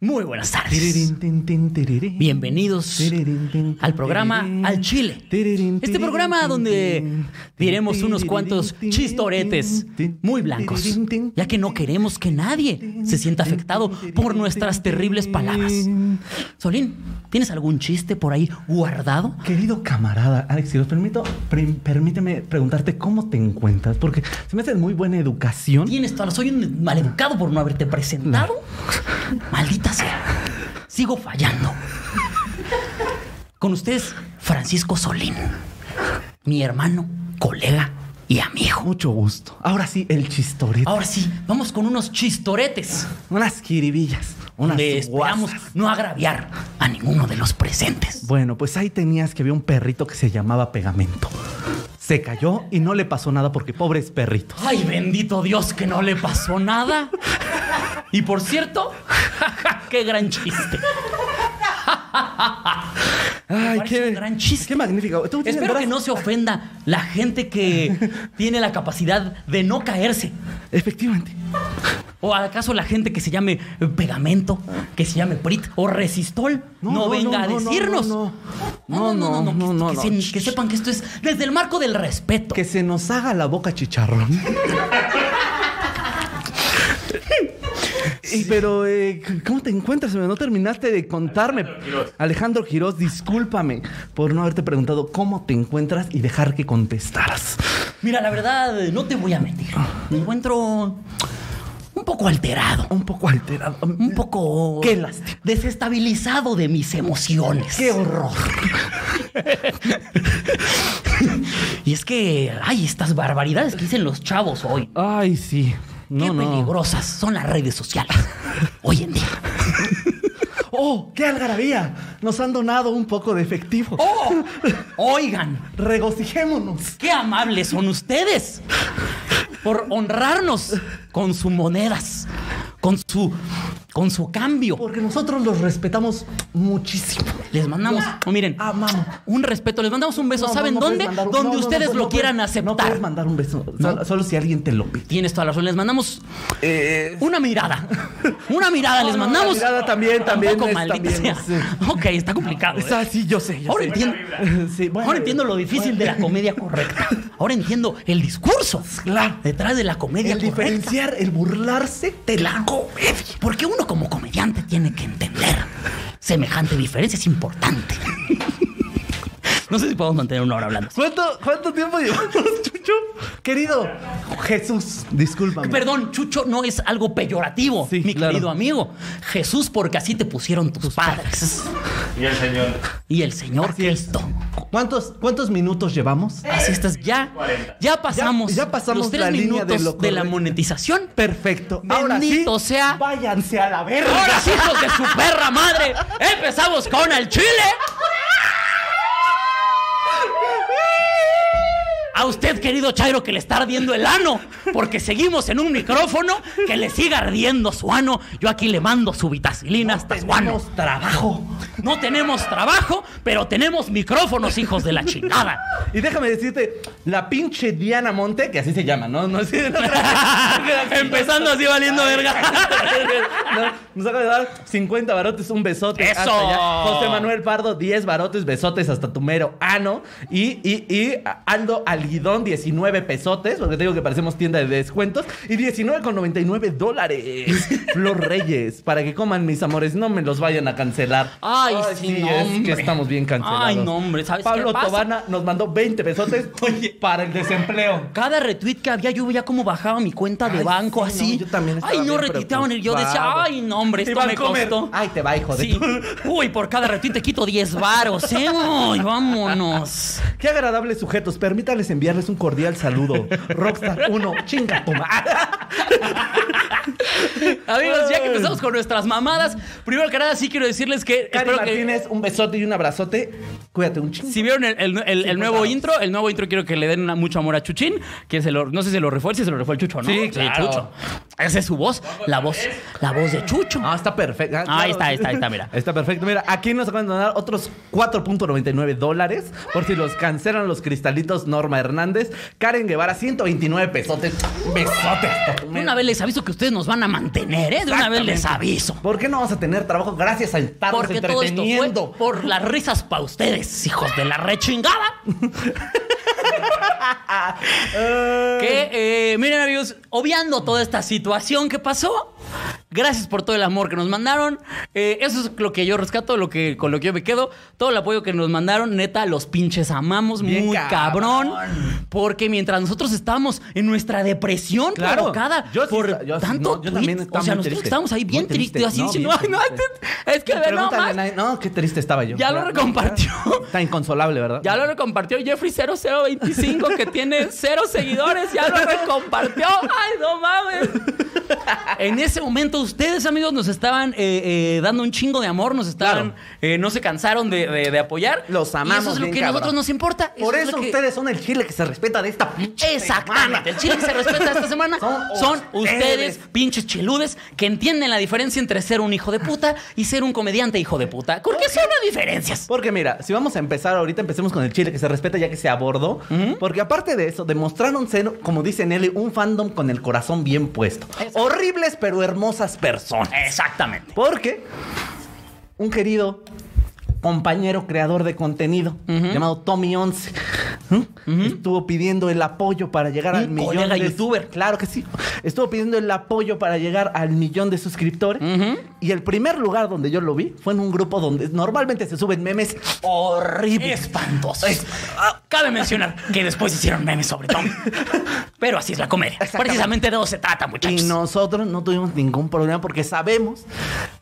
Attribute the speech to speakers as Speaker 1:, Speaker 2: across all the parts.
Speaker 1: Muy buenas tardes. Bienvenidos al programa Al Chile. Este programa donde diremos unos cuantos chistoretes muy blancos, ya que no queremos que nadie se sienta afectado por nuestras terribles palabras. Solín, ¿tienes algún chiste por ahí guardado?
Speaker 2: Querido camarada, Alex, si los permito, pre- permíteme preguntarte cómo te encuentras, porque se me hace de muy buena educación.
Speaker 1: Tienes toda la... Soy un maleducado por no haberte presentado. Maldita sea. Sigo fallando. Con ustedes, Francisco Solín. Mi hermano, colega y amigo.
Speaker 2: Mucho gusto. Ahora sí, el chistorete.
Speaker 1: Ahora sí, vamos con unos chistoretes.
Speaker 2: Unas quiribillas. Unas
Speaker 1: Donde esperamos
Speaker 2: guasas.
Speaker 1: no agraviar a ninguno de los presentes.
Speaker 2: Bueno, pues ahí tenías que había un perrito que se llamaba Pegamento. Se cayó y no le pasó nada porque pobres perritos.
Speaker 1: Ay, bendito Dios que no le pasó nada. Y por cierto, qué gran chiste.
Speaker 2: Ay,
Speaker 1: parece un gran chiste.
Speaker 2: Qué magnífico. Tú tienes
Speaker 1: Espero que
Speaker 2: brazos-
Speaker 1: no se ofenda la gente que tiene la capacidad de no caerse.
Speaker 2: Efectivamente.
Speaker 1: ¿O acaso la gente que se llame eh, pegamento, que se llame prit o resistol no, venga a decirnos?
Speaker 2: No,
Speaker 1: No, no, no, no, que-
Speaker 2: no,
Speaker 1: que,
Speaker 2: no.
Speaker 1: se- que sepan que esto es desde el marco del respeto.
Speaker 2: Que se nos haga la boca chicharrón. Y, pero, eh, ¿cómo te encuentras? No terminaste de contarme. Alejandro Girós, discúlpame por no haberte preguntado cómo te encuentras y dejar que contestaras.
Speaker 1: Mira, la verdad, no te voy a mentir. Me encuentro un poco alterado,
Speaker 2: Un poco alterado.
Speaker 1: un poco
Speaker 2: Qué lástima.
Speaker 1: desestabilizado de mis emociones.
Speaker 2: ¡Qué horror!
Speaker 1: Y es que, ay, estas barbaridades que dicen los chavos hoy.
Speaker 2: Ay, sí. No,
Speaker 1: qué
Speaker 2: no.
Speaker 1: peligrosas son las redes sociales hoy en día.
Speaker 2: ¡Oh, qué algarabía! Nos han donado un poco de efectivo.
Speaker 1: ¡Oh! Oigan,
Speaker 2: Regocijémonos.
Speaker 1: ¡Qué amables son ustedes! Por honrarnos con sus monedas, con su, con su cambio.
Speaker 2: Porque nosotros los respetamos muchísimo.
Speaker 1: Les mandamos, oh,
Speaker 2: Ah,
Speaker 1: miren,
Speaker 2: Amamos.
Speaker 1: un respeto, les mandamos un beso.
Speaker 2: No,
Speaker 1: ¿Saben
Speaker 2: no, no
Speaker 1: dónde?
Speaker 2: puedes mandar un- no,
Speaker 1: Donde
Speaker 2: no, no,
Speaker 1: ustedes
Speaker 2: no,
Speaker 1: lo
Speaker 2: no
Speaker 1: quieran
Speaker 2: puedes- No
Speaker 1: aceptar.
Speaker 2: puedes mandar un beso, sol- solo si alguien te lo pide.
Speaker 1: Tienes toda la razón. Les mandamos
Speaker 2: Eh,
Speaker 1: una mirada. Una mirada les
Speaker 2: no, Ah, la
Speaker 1: mandamos.
Speaker 2: mirada también, también
Speaker 1: Tampoco,
Speaker 2: es-
Speaker 1: maldita
Speaker 2: también
Speaker 1: sea. Ok, está complicado. ¿eh?
Speaker 2: Ah, sí, yo sé. yo
Speaker 1: Ahora
Speaker 2: sé.
Speaker 1: entiendo,
Speaker 2: Sí, bueno,
Speaker 1: ahora entiendo lo difícil de la comedia correcta. Ahora entiendo el discurso
Speaker 2: Claro.
Speaker 1: detrás de la comedia
Speaker 2: El
Speaker 1: correcta.
Speaker 2: diferenciar, el burlarse.
Speaker 1: de la comedia. Porque uno como comediante tiene que entender semejante diferencia es importante. No sé si podemos mantener una hora hablando.
Speaker 2: ¿Cuánto, cuánto tiempo llevamos, Chucho? Querido Jesús, discúlpame.
Speaker 1: Perdón, Chucho, no es algo peyorativo,
Speaker 2: Sí,
Speaker 1: mi
Speaker 2: claro.
Speaker 1: querido amigo. Jesús, porque así te pusieron tus, padres.
Speaker 3: Y el señor.
Speaker 1: Y el Señor Cristo.
Speaker 2: ¿Cuántos, ¿Cuántos minutos llevamos?
Speaker 3: Eh,
Speaker 1: Así estás, ya, ya pasamos,
Speaker 2: Ya- ya pasamos
Speaker 1: los tres
Speaker 2: la línea
Speaker 1: minutos
Speaker 2: de
Speaker 1: de,
Speaker 2: lo
Speaker 1: la
Speaker 2: correcto.
Speaker 1: monetización.
Speaker 2: Perfecto.
Speaker 1: Bendito
Speaker 2: Ahora sí,
Speaker 1: sea.
Speaker 2: Váyanse a la verga.
Speaker 1: Ahora sí, hijos de su perra madre, empezamos con el chile. A usted, querido Chairo, que le está ardiendo el ano, porque seguimos en un micrófono que le siga ardiendo su ano. Yo aquí le mando su vitacilina hasta su ano.
Speaker 2: Tenemos trabajo.
Speaker 1: No tenemos trabajo, pero tenemos micrófonos, hijos de la chingada.
Speaker 2: Y déjame decirte, la pinche Diana Monte, que así se llama, ¿no? No, así- no,
Speaker 1: Empezando así valiendo verga.
Speaker 2: nos acaba de dar 50 barotes, un besote.
Speaker 1: ¡Eso!
Speaker 2: hasta allá. José Manuel Pardo, 10 barotes, besotes hasta tu mero ano. Y, y, y Aldo Alguidón, 19 pesotes, porque te digo que parecemos tienda de descuentos. Y 19,99 dólares. Los Reyes, para que coman mis amores, no me los vayan a cancelar.
Speaker 1: Ay, sí, no,
Speaker 2: es
Speaker 1: hombre.
Speaker 2: que estamos bien cancelados.
Speaker 1: Ay, no, hombre, ¿sabes qué
Speaker 2: Pablo
Speaker 1: pasa?
Speaker 2: Tobana nos mandó 20 pesotes para el desempleo.
Speaker 1: Cada retweet que había, yo veía cómo bajaba mi cuenta de
Speaker 2: Ay,
Speaker 1: banco
Speaker 2: sí,
Speaker 1: así.
Speaker 2: no, yo también estaba
Speaker 1: Ay, no
Speaker 2: bien
Speaker 1: retuiteaban el yo
Speaker 2: preocupado.
Speaker 1: decía, ay, no, hombre,
Speaker 2: Te
Speaker 1: esto
Speaker 2: van
Speaker 1: me
Speaker 2: a comer.
Speaker 1: costó.
Speaker 2: Ay, te va, hijo de
Speaker 1: Sí.
Speaker 2: tu-
Speaker 1: Uy, por cada retweet te quito 10 varos, ¿eh? Ay, vámonos.
Speaker 2: Qué agradables sujetos. Permítanles enviarles un cordial saludo. Rockstar 1, chinga tu madre.
Speaker 1: Amigos, ya que empezamos con nuestras mamadas, primero que nada sí quiero decirles que...
Speaker 2: Cari
Speaker 1: espero que-
Speaker 2: Martínez, un besote y un abrazote. Cuídate un chingo.
Speaker 1: Si vieron el, el- el- el nuevo
Speaker 2: contados.
Speaker 1: intro, el nuevo intro quiero que le den una- mucho amor a Chuchín, que se lo, no sé si se lo refue, si se lo refue el Chucho, ¿no?
Speaker 2: Sí, claro.
Speaker 1: Chucho. Esa es su voz, la voz, la voz de Chucho.
Speaker 2: Ah, está perfecto. Ah,
Speaker 1: Ahí está, ahí está, ahí está, mira.
Speaker 2: Está perfecto. Mira, aquí nos acaban de donar otros 4.99 dólares por si los cancelan los cristalitos Norma Hernández. Karen Guevara, 129 pesotes. Besotes.
Speaker 1: De una vez les aviso que ustedes nos van a mantener, ¿eh? De una vez les aviso.
Speaker 2: ¿Por qué no vamos a tener trabajo gracias a estarnos
Speaker 1: Porque todo esto fue
Speaker 2: entreteniendo?
Speaker 1: por las risas para ustedes, hijos de la rechingada. que, eh, miren amigos, obviando toda esta situación que pasó, gracias por todo el amor que nos mandaron. Eh, eso es lo que yo rescato, lo que, con lo que yo me quedo. Todo el apoyo que nos mandaron, neta, los pinches amamos
Speaker 2: Bien
Speaker 1: muy cabrón.
Speaker 2: cabrón.
Speaker 1: Porque mientras nosotros estábamos en nuestra depresión
Speaker 2: Claro.
Speaker 1: provocada
Speaker 2: Yo sí
Speaker 1: por
Speaker 2: está- yo sí-
Speaker 1: tanto
Speaker 2: no, yo
Speaker 1: tweet,
Speaker 2: también estaba
Speaker 1: o sea,
Speaker 2: muy
Speaker 1: nosotros
Speaker 2: triste.
Speaker 1: estábamos ahí bien
Speaker 2: Muy triste.
Speaker 1: tristes, así
Speaker 2: No,
Speaker 1: diciendo,
Speaker 2: bien
Speaker 1: ay, no,
Speaker 2: triste.
Speaker 1: es que ve
Speaker 2: Pregúntale a
Speaker 1: nomás.
Speaker 2: nadie. No, qué triste estaba yo.
Speaker 1: Ya lo
Speaker 2: No,
Speaker 1: recompartió.
Speaker 2: ya. Está inconsolable, ¿verdad?
Speaker 1: Ya lo recompartió Jeffrey 0025 que tiene cero seguidores. Ya lo recompartió. Ay, no mames. En ese momento ustedes, amigos, nos estaban eh, eh, dando un chingo de amor. Nos estaban...
Speaker 2: Claro.
Speaker 1: eh, no se cansaron de, de- de apoyar.
Speaker 2: Los
Speaker 1: Y
Speaker 2: amamos
Speaker 1: eso es lo
Speaker 2: bien
Speaker 1: que a
Speaker 2: cabrón.
Speaker 1: nosotros nos importa.
Speaker 2: Por
Speaker 1: es
Speaker 2: eso
Speaker 1: lo que-
Speaker 2: ustedes son el chile que se respeta de esta pinche
Speaker 1: Exactamente. El chile que se respeta esta semana son,
Speaker 2: Son
Speaker 1: ustedes,
Speaker 2: ustedes.
Speaker 1: pinches chiludes, que entienden la diferencia entre ser un hijo de puta y ser un comediante hijo de puta. ¿Por qué son las diferencias?
Speaker 2: Porque mira, si vamos a empezar ahorita, empecemos con el chile que se respeta ya que se abordó. Porque aparte de eso, demostraron ser, como dice Nelly, un fandom con el corazón bien puesto.
Speaker 1: Exacto.
Speaker 2: Horribles pero hermosas personas.
Speaker 1: Exactamente.
Speaker 2: Porque un querido compañero creador de contenido llamado Tommy 11 estuvo pidiendo el apoyo para llegar
Speaker 1: Un
Speaker 2: al millón
Speaker 1: colega
Speaker 2: de
Speaker 1: youtuber.
Speaker 2: claro que sí estuvo pidiendo el apoyo para llegar al millón de suscriptores y el primer lugar donde yo lo vi fue en un grupo donde normalmente se suben memes horribles
Speaker 1: Espantosos.
Speaker 2: Es-
Speaker 1: ah, Cabe mencionar que después hicieron memes sobre Tommy. Pero así es la comedia.
Speaker 2: Exactamente.
Speaker 1: Precisamente de eso se trata,
Speaker 2: Y
Speaker 1: muchachos.
Speaker 2: nosotros no tuvimos ningún problema porque sabemos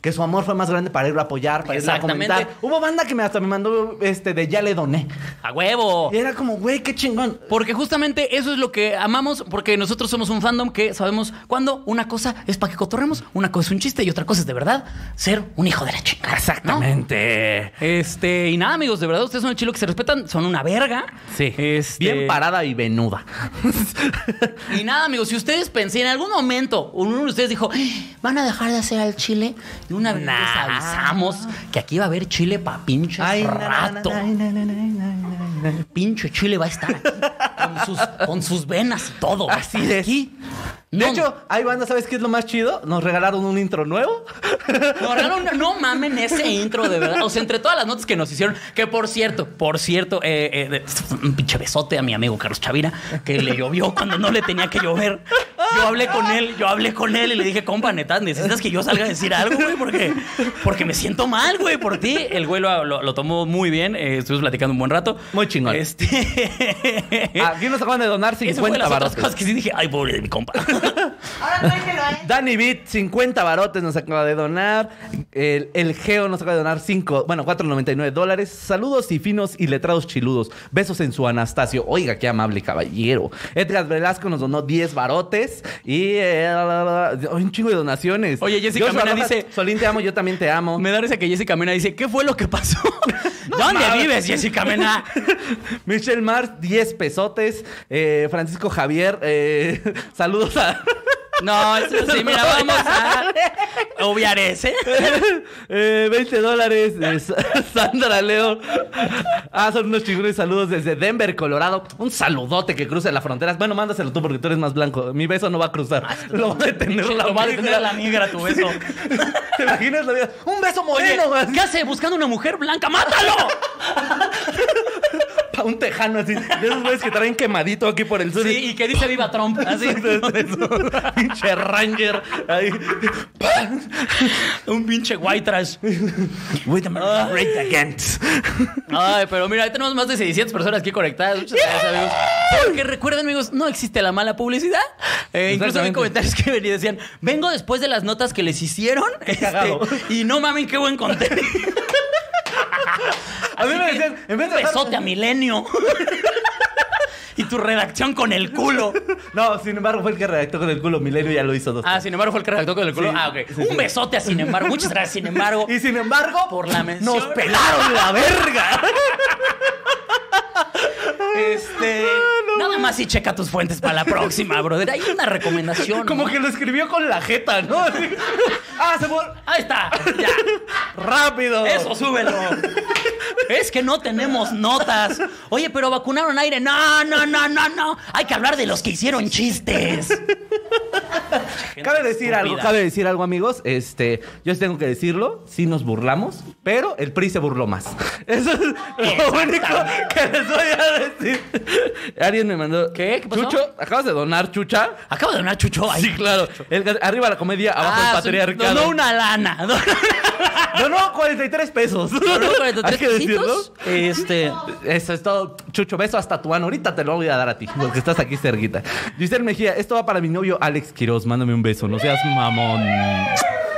Speaker 2: que su amor fue más grande para irlo a apoyar, para irlo a
Speaker 1: Exactamente.
Speaker 2: comentar. Hubo banda que me hasta me mandó este de ya le doné.
Speaker 1: A huevo.
Speaker 2: Y era como, güey, qué chingón.
Speaker 1: Porque justamente eso es lo que amamos, porque nosotros somos un fandom que sabemos cuando una cosa es para que cotorremos, una cosa es un chiste y otra cosa es de verdad ser un hijo de la chingada.
Speaker 2: Exactamente.
Speaker 1: ¿no? Este, y nada, amigos, de verdad, ustedes son el chilo que se respetan, son una verga.
Speaker 2: Sí.
Speaker 1: Este,
Speaker 2: Bien parada y venuda.
Speaker 1: Y nada, amigos, si ustedes pensé en algún momento, uno de ustedes dijo, van a dejar de hacer al chile, de una vez
Speaker 2: Nah.
Speaker 1: les avisamos que aquí va a haber chile pa' pinches rato. Pinche chile va a estar aquí, con, sus, con sus venas y todo. va a
Speaker 2: Así
Speaker 1: estar
Speaker 2: es.
Speaker 1: Aquí.
Speaker 2: De
Speaker 1: No,
Speaker 2: hecho, hay banda, ¿sabes qué es lo más chido? Nos regalaron un intro nuevo.
Speaker 1: No, raro, no, no mamen ese intro, de verdad. O sea, entre todas las notas que nos hicieron, que por cierto, por cierto, eh, eh, de- un pinche besote a mi amigo Carlos Chavira, que le llovió cuando no le tenía que llover. Yo hablé con él, yo hablé con él y le dije, compa, neta, necesitas que yo salga a decir algo, güey, porque, porque me siento mal, güey, por ti. El güey lo, lo- lo tomó muy bien, eh, estuvimos platicando un buen rato.
Speaker 2: Muy chingón.
Speaker 1: Este...
Speaker 2: Aquí nos acaban Eh, de donar
Speaker 1: Eso fue
Speaker 2: 50
Speaker 1: las otras
Speaker 2: barotes.
Speaker 1: cosas que sí dije, ay, pobre de mi compa.
Speaker 2: Danny Beat, 50 barotes nos acaba de donar. El, el Geo nos acaba de donar 5, bueno, 4.99 dólares. Saludos y finos y letrados chiludos. Besos en su Anastasio. Oiga, qué amable caballero. Edgar Velasco nos donó 10 barotes y eh, un chingo de donaciones.
Speaker 1: Oye, Jessica
Speaker 2: Joshua
Speaker 1: Mena
Speaker 2: Rojas,
Speaker 1: dice-
Speaker 2: Solín te amo, yo también te amo.
Speaker 1: Me da risa que Jessica Mena dice, ¿qué fue lo que pasó? ¿Dónde
Speaker 2: mames.
Speaker 1: vives, Jessica Mena?
Speaker 2: Michelle Mars, 10 pesotes. Eh, Francisco Javier, eh, saludos a...
Speaker 1: No, eso sí, mira, vamos a obviar ese.
Speaker 2: Eh, 20 dólares. eh, Sa- Sandra Leo. Ah, son unos chingones saludos desde Denver, Colorado. Un saludote que cruce las fronteras. Bueno, mándaselo tú porque tú eres más blanco. Mi beso no va a cruzar. Lo va a detener la
Speaker 1: Lo va a detener
Speaker 2: migra.
Speaker 1: la migra tu beso.
Speaker 2: ¿Te imaginas la vida? Un beso
Speaker 1: Oye,
Speaker 2: moreno. güey.
Speaker 1: ¿qué hace buscando una mujer blanca? ¡Mátalo!
Speaker 2: Pa' un tejano así. De esos güeyes que traen quemadito aquí por el sur.
Speaker 1: Sí, y que dice viva Trump. Así.
Speaker 2: Pinche ranger. Ahí.
Speaker 1: Un pinche white trash. Ah.
Speaker 2: Wait a minute. Great again.
Speaker 1: Ay, pero mira, ahí tenemos más de 600 personas aquí conectadas. Muchas gracias, amigos. Porque recuerden, amigos, no existe la mala publicidad. Eh, incluso vi
Speaker 2: Exactamente.
Speaker 1: comentarios que venía y decían, vengo después de las notas que les hicieron. este,
Speaker 2: cagado.
Speaker 1: y no mamen, qué buen contenido.
Speaker 2: A mí
Speaker 1: Así
Speaker 2: me
Speaker 1: que,
Speaker 2: decían, en vez de
Speaker 1: un
Speaker 2: estar-
Speaker 1: besote a Milenio. Y tu redacción con el culo.
Speaker 2: No, sin embargo, fue el que redactó con el culo. Milenio ya lo hizo dos.
Speaker 1: Ah, sin embargo, fue el que redactó con el culo.
Speaker 2: Sí,
Speaker 1: ah, ok.
Speaker 2: sí, sí.
Speaker 1: Un besote a sin embargo. Muchas gracias, sin embargo.
Speaker 2: Y sin embargo,
Speaker 1: Por la mención.
Speaker 2: nos pelaron la verga.
Speaker 1: Este.
Speaker 2: Ah,
Speaker 1: nada más y checa tus fuentes para la próxima, brother. Hay una recomendación.
Speaker 2: Como
Speaker 1: ¿no?
Speaker 2: que lo escribió con la jeta, ¿no? Así. ah, se fue.
Speaker 1: Ahí está. Ya.
Speaker 2: Rápido.
Speaker 1: Eso, súbelo. Es que no tenemos notas. Oye, pero vacunaron aire. No, no, no, no, no. Hay que hablar de los que hicieron chistes.
Speaker 2: Cabe decir
Speaker 1: Estúpida.
Speaker 2: algo, cabe decir algo, amigos. Este, yo tengo que decirlo, sí nos burlamos, pero el PRI se burló más. Eso es lo único que les voy a decir. Alguien me mandó.
Speaker 1: ¿Qué? ¿Qué pasó?
Speaker 2: Chucho, acabas de donar, Chucha.
Speaker 1: Acabo de donar chucho ahí.
Speaker 2: Sí, claro. El- arriba la comedia, abajo
Speaker 1: Ah,
Speaker 2: el
Speaker 1: son-
Speaker 2: patriarcado.
Speaker 1: Donó una lana.
Speaker 2: Donó 43 pesos.
Speaker 1: Donó 43
Speaker 2: Hay que decirlo.
Speaker 1: pesitos. Este.
Speaker 2: Eso es todo. Chucho, beso hasta tu ano. Ahorita te lo voy a dar a ti, porque estás aquí cerquita. Giselle Mejía, esto va para mi novio Alex Quiroz. Mándame un beso, no seas mamón.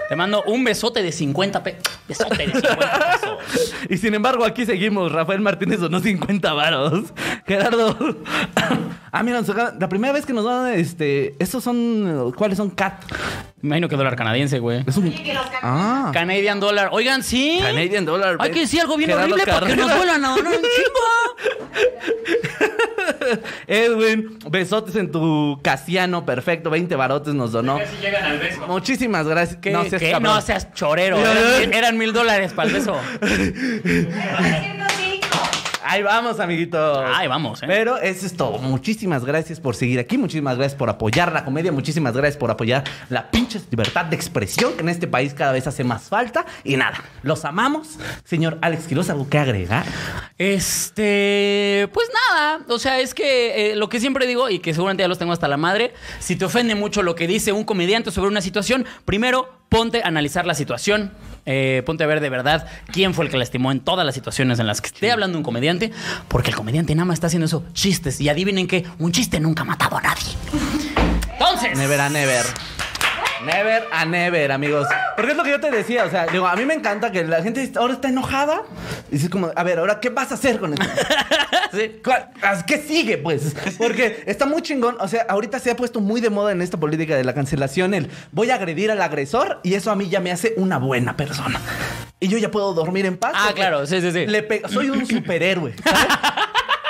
Speaker 1: Te mando un besote de 50 pesos. Besote de 50 pesos.
Speaker 2: Y sin embargo, aquí seguimos. Rafael Martínez donó 50 varos. Gerardo. ah, mira, nos acaba- la primera vez que nos dan este. Estos son. ¿Cuáles son CAT?
Speaker 1: Me imagino que dólar canadiense, güey.
Speaker 2: Es un- Ah.
Speaker 1: Canadian dollar. Oigan, sí.
Speaker 2: Canadian dollar.
Speaker 1: Hay que decir algo bien
Speaker 2: Gerardo
Speaker 1: horrible para que
Speaker 2: Carrera.
Speaker 1: nos vuelvan a donar un chingo.
Speaker 2: Edwin, besotes en tu casiano, perfecto, 20 barotes nos donó. Muchísimas gracias.
Speaker 1: ¿Qué?
Speaker 2: No
Speaker 1: No
Speaker 2: seas
Speaker 1: seas,
Speaker 2: cabrón.
Speaker 1: no seas chorero. Eran mil- Eran mil dólares para el beso.
Speaker 2: Ahí vamos, amiguitos.
Speaker 1: Ahí vamos, ¿eh?
Speaker 2: Pero eso es todo. Muchísimas gracias por seguir aquí. Muchísimas gracias por apoyar la comedia. Muchísimas gracias por apoyar la pinche libertad de expresión que en este país cada vez hace más falta. Y nada, los amamos. Señor Alex Quiroz, ¿algo que agregar?
Speaker 1: Este, pues nada, o sea, es que eh, lo que siempre digo y que seguramente ya los tengo hasta la madre, si te ofende mucho lo que dice un comediante sobre una situación, primero ponte a analizar la situación, eh, ponte a ver de verdad quién fue el que lastimó en todas las situaciones en las que esté hablando un comediante, porque el comediante nada más está haciendo eso, chistes, y adivinen que un chiste nunca ha matado a nadie. Entonces,
Speaker 2: Never a never. Never a never, amigos. Porque es lo que yo te decía, o sea, digo, a mí me encanta que la gente ahora está enojada. Y es como, a ver, ahora, ¿qué vas a hacer con esto?
Speaker 1: sí.
Speaker 2: ¿Cuál- as- ¿Qué sigue, pues? Porque está muy chingón. O sea, ahorita se ha puesto muy de moda en esta política de la cancelación el voy a agredir al agresor y eso a mí ya me hace una buena persona. Y yo ya puedo dormir en paz.
Speaker 1: Ah,
Speaker 2: porque
Speaker 1: claro, sí, sí, sí.
Speaker 2: le pe- soy un superhéroe. ¿sabes?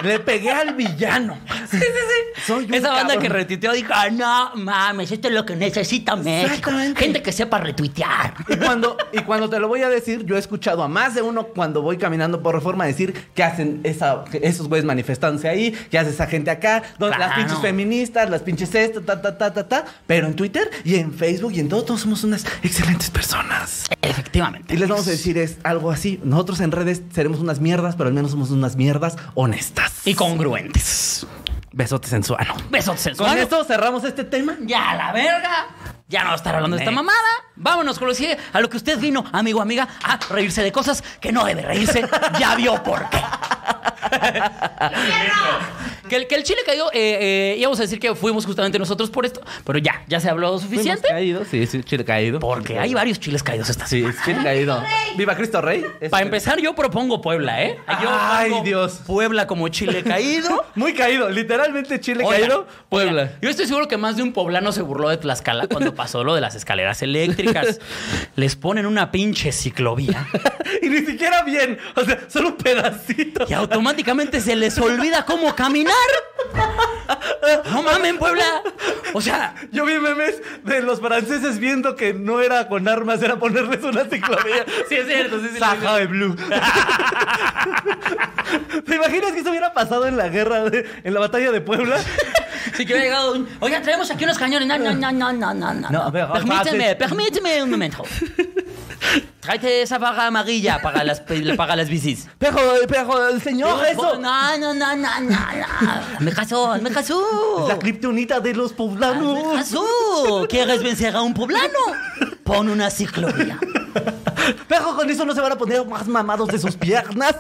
Speaker 2: Le pegué al villano. Sí, sí, sí. Soy un
Speaker 1: Esa banda que
Speaker 2: cabrón.
Speaker 1: retuiteó dijo, "Ah, no mames, esto es lo que necesita México.
Speaker 2: Exactamente.
Speaker 1: Gente que sepa retuitear.
Speaker 2: Y cuando, y cuando te lo voy a decir, yo he escuchado a más de uno cuando voy caminando por reforma decir que hacen esa, que esos güeyes manifestándose ahí, que hace esa gente acá, donde las
Speaker 1: Claro.
Speaker 2: pinches feministas, las pinches esto, ta, ta, ta, ta, ta. Pero en Twitter y en Facebook y en todo, todos somos unas excelentes personas.
Speaker 1: Efectivamente.
Speaker 2: Y les vamos a decir es algo así. Nosotros en redes seremos unas mierdas, pero al menos somos unas mierdas honestas.
Speaker 1: Y congruentes.
Speaker 2: besotes en su ano.
Speaker 1: Besos
Speaker 2: Con
Speaker 1: sensuales.
Speaker 2: esto cerramos este tema.
Speaker 1: Ya a la verga. Ya no va a estar hablando de esta
Speaker 2: Next.
Speaker 1: mamada. Vámonos con lo siguiente, a lo que usted vino, amigo, amiga, a reírse de cosas que no debe reírse. ya vio por qué. que, el, que el chile cayó, eh, eh, íbamos a decir que fuimos justamente nosotros por esto, pero ya, ya se habló suficiente.
Speaker 2: Fuimos Caído, sí, sí, chile caído.
Speaker 1: Porque hay varios chiles caídos esta
Speaker 2: Sí, chile caído. Viva Cristo Rey. Este,
Speaker 1: Para empezar, yo propongo Puebla, ¿eh? Yo
Speaker 2: Ay,
Speaker 1: pongo
Speaker 2: Dios.
Speaker 1: Puebla como chile caído.
Speaker 2: Muy caído, literalmente Chile
Speaker 1: Oigan,
Speaker 2: caído, Puebla.
Speaker 1: oigan, yo estoy seguro que más de un poblano se burló de Tlaxcala cuando pasó lo de las escaleras eléctricas. Les ponen una pinche ciclovía
Speaker 2: y ni siquiera bien, o sea, solo un pedacito.
Speaker 1: y automáticamente se les olvida cómo caminar. No mamen, Puebla. O sea,
Speaker 2: Yo vi memes de los franceses viendo que no era con armas, era ponerles una ciclovía.
Speaker 1: Sí, es cierto, sí, sí, lo
Speaker 2: Saja de Blue. ¿Te imaginas que eso hubiera pasado en la guerra, de- en la batalla de Puebla?
Speaker 1: si que hubiera llegado un. Oigan, traemos aquí unos cañones. No, no, no, no, no, no. no.
Speaker 2: No, a ver,
Speaker 1: permíteme,
Speaker 2: pase.
Speaker 1: permíteme un momento. Tráete esa barra amarilla para las, para las bicis.
Speaker 2: Pero, pero, el señor, eso.
Speaker 1: No, no, no, no, no, no. Me casó, me casó.
Speaker 2: La kriptonita de los
Speaker 1: Ah,
Speaker 2: poblanos.
Speaker 1: Azul, ¿quieres vencer a un poblano? Pon una ciclovía.
Speaker 2: Pero con eso no se van a poner más mamados de sus piernas.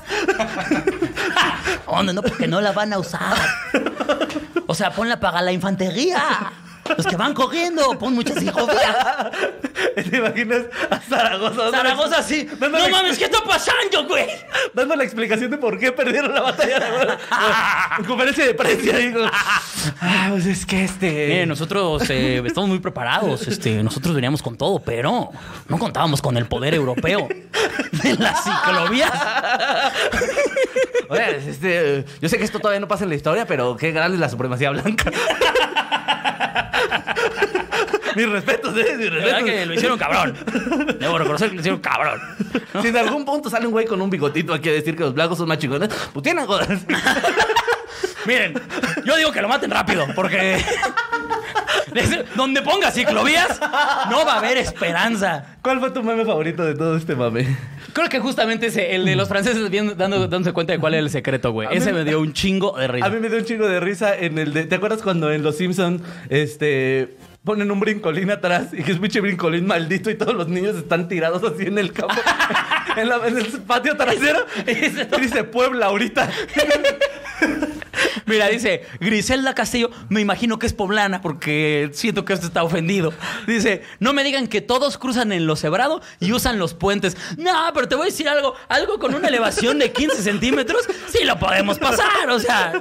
Speaker 1: Oh, no, no, porque no la van a usar. O sea, ponla para la infantería. Los que van cogiendo, pon muchas hijotas.
Speaker 2: ¿Te imaginas a Zaragoza? dando la-
Speaker 1: ah. Zaragoza sí. No
Speaker 2: Dando, la,
Speaker 1: mames, ¿qué está pasando, güey?
Speaker 2: dando la explicación de por qué perdieron la batalla de Puebla. En conferencia de prensa, digo. Ah, pues es que este.
Speaker 1: Miren, nosotros eh, estamos muy preparados. Este, nosotros veníamos con todo, pero no contábamos con el poder europeo de la ciclovía.
Speaker 2: Oye, este, yo sé que esto todavía no pasa en la historia, pero qué grande es la supremacía blanca. mis respetos, eh, mis
Speaker 1: La verdad
Speaker 2: respetos.
Speaker 1: que lo hicieron cabrón. Debo reconocer que lo hicieron cabrón.
Speaker 2: Si en algún punto sale un güey con un bigotito aquí a decir que los blancos son más chingones, pues tienen jodas.
Speaker 1: Miren, yo digo que lo maten rápido, porque desde donde ponga ciclovías no va a haber esperanza.
Speaker 2: ¿Cuál fue tu meme favorito de todo este mame?
Speaker 1: Creo que justamente ese, el de los franceses viendo- dando, dándose cuenta de cuál es el secreto, güey.
Speaker 2: A mí
Speaker 1: Ese
Speaker 2: me-
Speaker 1: Mm. me dio un chingo de risa.
Speaker 2: A mí me dio un chingo de risa en el de. ¿Te acuerdas cuando en Los Simpsons este, ponen un brincolín atrás y que es pinche brincolín maldito y todos los niños están tirados así en el campo, en, la- en el patio trasero? Y dice, dice Puebla ahorita.
Speaker 1: Mira, dice Griselda Castillo, me imagino que es poblana porque siento que esto está ofendido. Dice, no me digan que todos cruzan en lo cebrado y usan los puentes. No, pero te voy a decir algo, algo con una elevación de 15 centímetros, sí lo podemos pasar, o sea.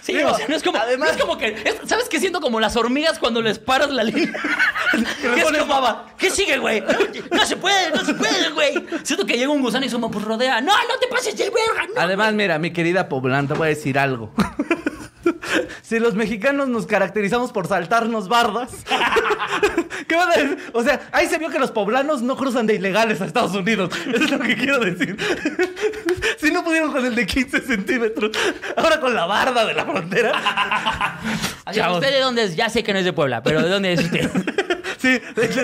Speaker 1: Sí,
Speaker 2: Digo,
Speaker 1: o sea, no es como, no
Speaker 2: además-
Speaker 1: es como que, es- ¿sabes qué siento como las hormigas cuando les paras la línea?
Speaker 2: le
Speaker 1: ¿Qué es
Speaker 2: pones
Speaker 1: como- ¿Qué sigue, güey? No se puede, no se puede, güey. Siento que llega un gusano y somos pues rodea. No, no te pases de verga, no.
Speaker 2: Además, mira, mi querida Poblán, te voy a decir algo. Si los mexicanos nos caracterizamos por saltarnos bardas, ¿qué van a decir? O sea, ahí se vio que los poblanos no cruzan de ilegales a Estados Unidos. Eso es lo que quiero decir. Si no pudieron con el de 15 centímetros, ahora con la barda de la frontera.
Speaker 1: Así,
Speaker 2: Chavos.
Speaker 1: ¿Usted de dónde es? Ya sé que no es de Puebla, pero ¿de dónde es usted?
Speaker 2: Sí, es,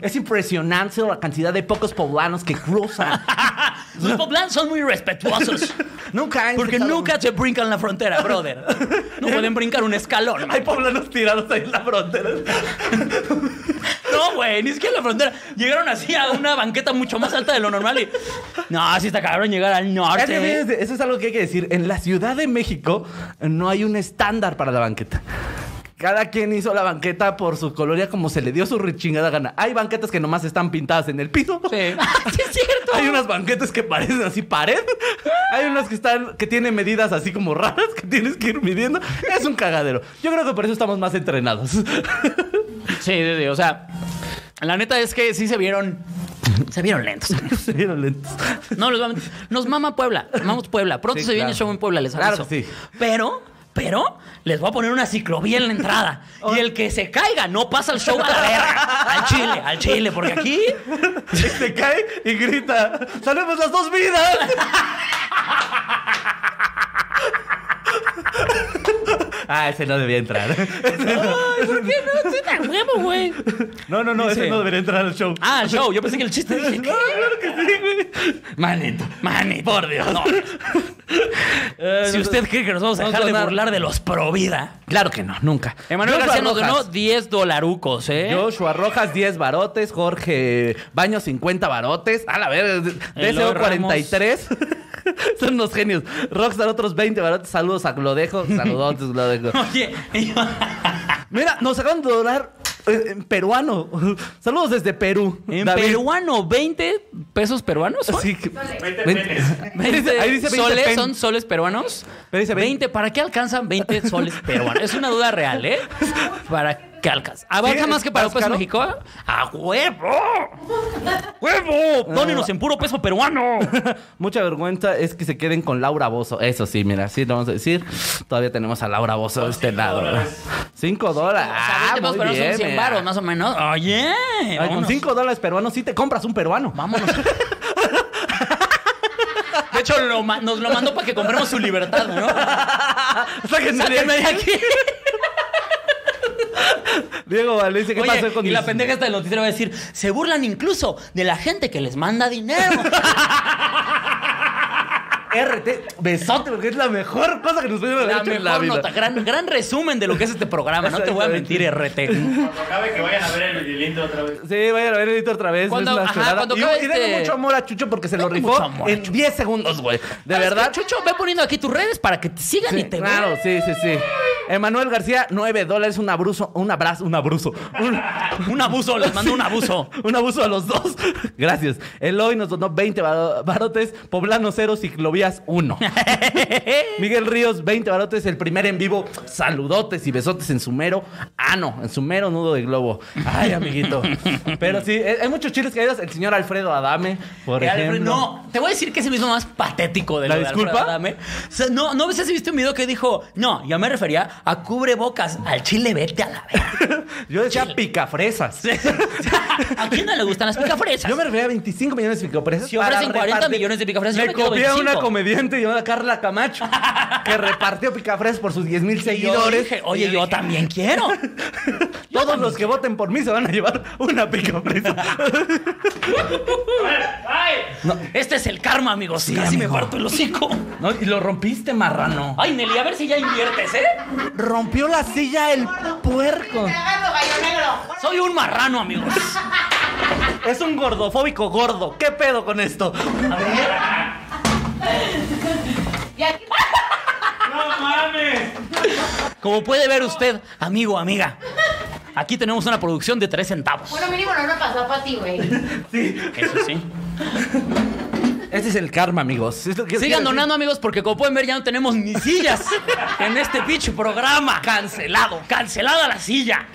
Speaker 2: es impresionante la cantidad de pocos poblanos que cruzan.
Speaker 1: Los poblanos son muy respetuosos.
Speaker 2: Nunca han
Speaker 1: Porque
Speaker 2: cruzado-
Speaker 1: nunca se brincan la frontera, brother. No pueden brincar un escalón.
Speaker 2: Hay poblanos tirados ahí en la frontera.
Speaker 1: No, güey, ni siquiera la frontera. Llegaron así a una banqueta mucho más alta de lo normal y. No, sí está cabrón llegar al
Speaker 2: Es que
Speaker 1: norte.
Speaker 2: fíjense, eso es algo que hay que decir. En la Ciudad de México no hay un estándar para la banqueta. Cada quien hizo la banqueta por su colonia como se le dio su chingada gana. Hay banquetas que nomás están pintadas en el piso.
Speaker 1: Sí.
Speaker 2: Ah,
Speaker 1: Sí, es cierto.
Speaker 2: Hay unas banquetas que parecen así pared. Hay unas que están que tienen medidas así como raras que tienes que ir midiendo. Es un cagadero. Yo creo que por eso estamos más entrenados.
Speaker 1: Sí, sí, sí, O sea, la neta es que sí se vieron. Se vieron lentos.
Speaker 2: Se vieron lentos.
Speaker 1: No, los vamos- nos mama Puebla. Vamos Puebla. Pronto
Speaker 2: Sí,
Speaker 1: se viene
Speaker 2: claro.
Speaker 1: show en Puebla, les
Speaker 2: Claro
Speaker 1: aviso.
Speaker 2: que sí.
Speaker 1: Pero, pero, les voy a poner una ciclovía en la entrada. Y el que se caiga no pasa el show a la verga. Al chile, al chile, porque aquí...
Speaker 2: Y se Este cae y grita, ¡Salvemos las dos vidas! ah, ese no debía entrar.
Speaker 1: Ay, ¿por qué no? Estoy tan huevo, güey.
Speaker 2: No, no, no,
Speaker 1: Dice-
Speaker 2: ese no debería entrar al show.
Speaker 1: Ah, el show. Yo pensé que el chiste... Dije,
Speaker 2: No, claro que sí, güey. Manito.
Speaker 1: Mani, por Dios. No. Si usted cree que nos vamos a
Speaker 2: Eh, Vamos
Speaker 1: dejar de
Speaker 2: a donar.
Speaker 1: burlar de los Provida.
Speaker 2: Claro que no, nunca.
Speaker 1: Emanuel
Speaker 2: Joshua
Speaker 1: García nos
Speaker 2: Rojas.
Speaker 1: donó 10 dolarucos, ¿eh?
Speaker 2: Joshua Rojas, 10 barotes. Jorge Baño, 50 barotes. A la verga. DCO
Speaker 1: Eloy
Speaker 2: 43. Son unos genios. Rockstar, otros 20 barotes. Saludos a Glodejo. Saludos, Glodejo.
Speaker 1: Oye,
Speaker 2: Mira, nos acaban de donar eh, en peruano. Saludos desde Perú.
Speaker 1: en
Speaker 2: David.
Speaker 1: peruano, 20 pesos peruanos. son?
Speaker 2: Así que- Ven-
Speaker 1: Veinte
Speaker 2: Ahí dice 20
Speaker 1: soles,
Speaker 2: pen.
Speaker 1: ¿Son soles peruanos?
Speaker 2: Pero dice
Speaker 1: 20.
Speaker 2: 20.
Speaker 1: ¿Para qué alcanzan 20 soles peruanos? Es una duda real, ¿eh? ¿Para qué alcanzan? ¿Abarca
Speaker 2: ¿Sí?
Speaker 1: más que para un
Speaker 2: ¿Más
Speaker 1: peso
Speaker 2: caro?
Speaker 1: mexicano? ¡A huevo! Ah. ¡Huevo! ¡Dónenos en puro peso peruano!
Speaker 2: Mucha vergüenza es que se queden con Laura Bozo. Eso sí, mira, sí lo vamos a decir. Todavía tenemos a Laura Bozo de este lado. 5 dólares. Ah,
Speaker 1: o sea, 20 pesos
Speaker 2: muy
Speaker 1: peruanos
Speaker 2: bien,
Speaker 1: son 100
Speaker 2: mira.
Speaker 1: baros, más o menos. ¡Oye!
Speaker 2: Ay, con
Speaker 1: vámonos.
Speaker 2: 5 dólares peruanos sí te compras un peruano.
Speaker 1: Vámonos. De hecho, lo ma- nos lo mandó para que compremos su libertad, ¿no?
Speaker 2: Sáquenme de
Speaker 1: Sáquenme de
Speaker 2: aquí.
Speaker 1: aquí.
Speaker 2: Diego Valencia, ¿qué
Speaker 1: Oye,
Speaker 2: pasó con
Speaker 1: y la
Speaker 2: mis-
Speaker 1: pendeja esta del noticiero va a decir, se burlan incluso de la gente que les manda dinero.
Speaker 2: RT? Besote, porque es la mejor cosa que nos pueden haber
Speaker 1: La
Speaker 2: hecho en
Speaker 1: mejor
Speaker 2: la vida.
Speaker 1: nota, gran, gran resumen de lo que es este programa, no te voy a mentir, RT.
Speaker 3: Cuando acabe que vayan a ver el Vidilindo otra vez.
Speaker 2: Sí, vayan a ver el editor otra vez.
Speaker 1: Cuando-
Speaker 2: es una
Speaker 1: ajá,
Speaker 2: chulada.
Speaker 1: cuando
Speaker 2: y,
Speaker 1: acabe
Speaker 2: y denle
Speaker 1: este-
Speaker 2: mucho amor a Chucho porque se lo
Speaker 1: Denle
Speaker 2: rifó
Speaker 1: mucho amor a
Speaker 2: en
Speaker 1: Chucho.
Speaker 2: 10 segundos, güey. De
Speaker 1: ¿Sabes
Speaker 2: verdad.
Speaker 1: qué, Chucho, ve poniendo aquí tus redes para que te sigan
Speaker 2: Sí,
Speaker 1: y te vean.
Speaker 2: claro, sí, sí, sí. Emanuel García, 9 dólares, un abrazo, un abrazo, un abrazo. Un,
Speaker 1: Un abuso, les mando un abuso.
Speaker 2: un abuso a los dos. Gracias. Eloy nos donó 20 baro- barotes, Poblano 0, Ciclovías 1. Miguel Ríos, 20 barotes, el primer en vivo. Saludotes y besotes en su mero ano, en su mero nudo de globo. Ay, amiguito. Pero sí, eh, hay muchos chiles caídos. El señor Alfredo Adame, por
Speaker 1: Eh, Alfredo,
Speaker 2: ejemplo.
Speaker 1: no, te voy a decir que es el mismo más patético de
Speaker 2: ¿La
Speaker 1: lo de
Speaker 2: disculpa?
Speaker 1: Alfredo Adame. O sea, no, no sé si viste un video que dijo, no, yo me refería a cubrebocas, al chile vete a la verga.
Speaker 2: Yo decía picafresas.
Speaker 1: ¿A quién no le gustan las picafresas?
Speaker 2: Yo me refería a 25 millones de picafresas.
Speaker 1: Si ofrecen
Speaker 2: para
Speaker 1: 40
Speaker 2: repartir.
Speaker 1: millones de picafresas, yo
Speaker 2: Me
Speaker 1: me quedo
Speaker 2: copié a una
Speaker 1: 25.
Speaker 2: comediante llamada Carla Camacho, que repartió picafresas por sus 10 mil
Speaker 1: yo
Speaker 2: seguidores.
Speaker 1: dije, oye, yo también quiero. Yo
Speaker 2: Todos
Speaker 1: también
Speaker 2: los que voten por mí se van a llevar una picafresa.
Speaker 3: ¡Ay!
Speaker 1: Este es el karma, amigos.
Speaker 2: Sí,
Speaker 1: Casi
Speaker 2: amigo.
Speaker 1: me parto el hocico.
Speaker 2: no, y lo rompiste, marrano.
Speaker 1: Ay, Nelly, a ver si ya inviertes, ¿eh?
Speaker 2: Rompió la silla el puerco.
Speaker 1: Soy un marrano, amigos.
Speaker 2: Es un gordofóbico gordo. ¿Qué pedo con esto?
Speaker 3: ¡No mames!
Speaker 1: Como puede ver usted, amigo, amiga, aquí tenemos una producción de tres centavos.
Speaker 4: Bueno, mínimo no me pasó para ti, güey.
Speaker 1: Eso sí.
Speaker 2: Este es el karma, amigos. Es lo que
Speaker 1: Sigan
Speaker 2: quiero decir.
Speaker 1: donando, amigos, porque como pueden ver, ya no tenemos ni sillas en este pinche programa. Cancelado, cancelada la silla.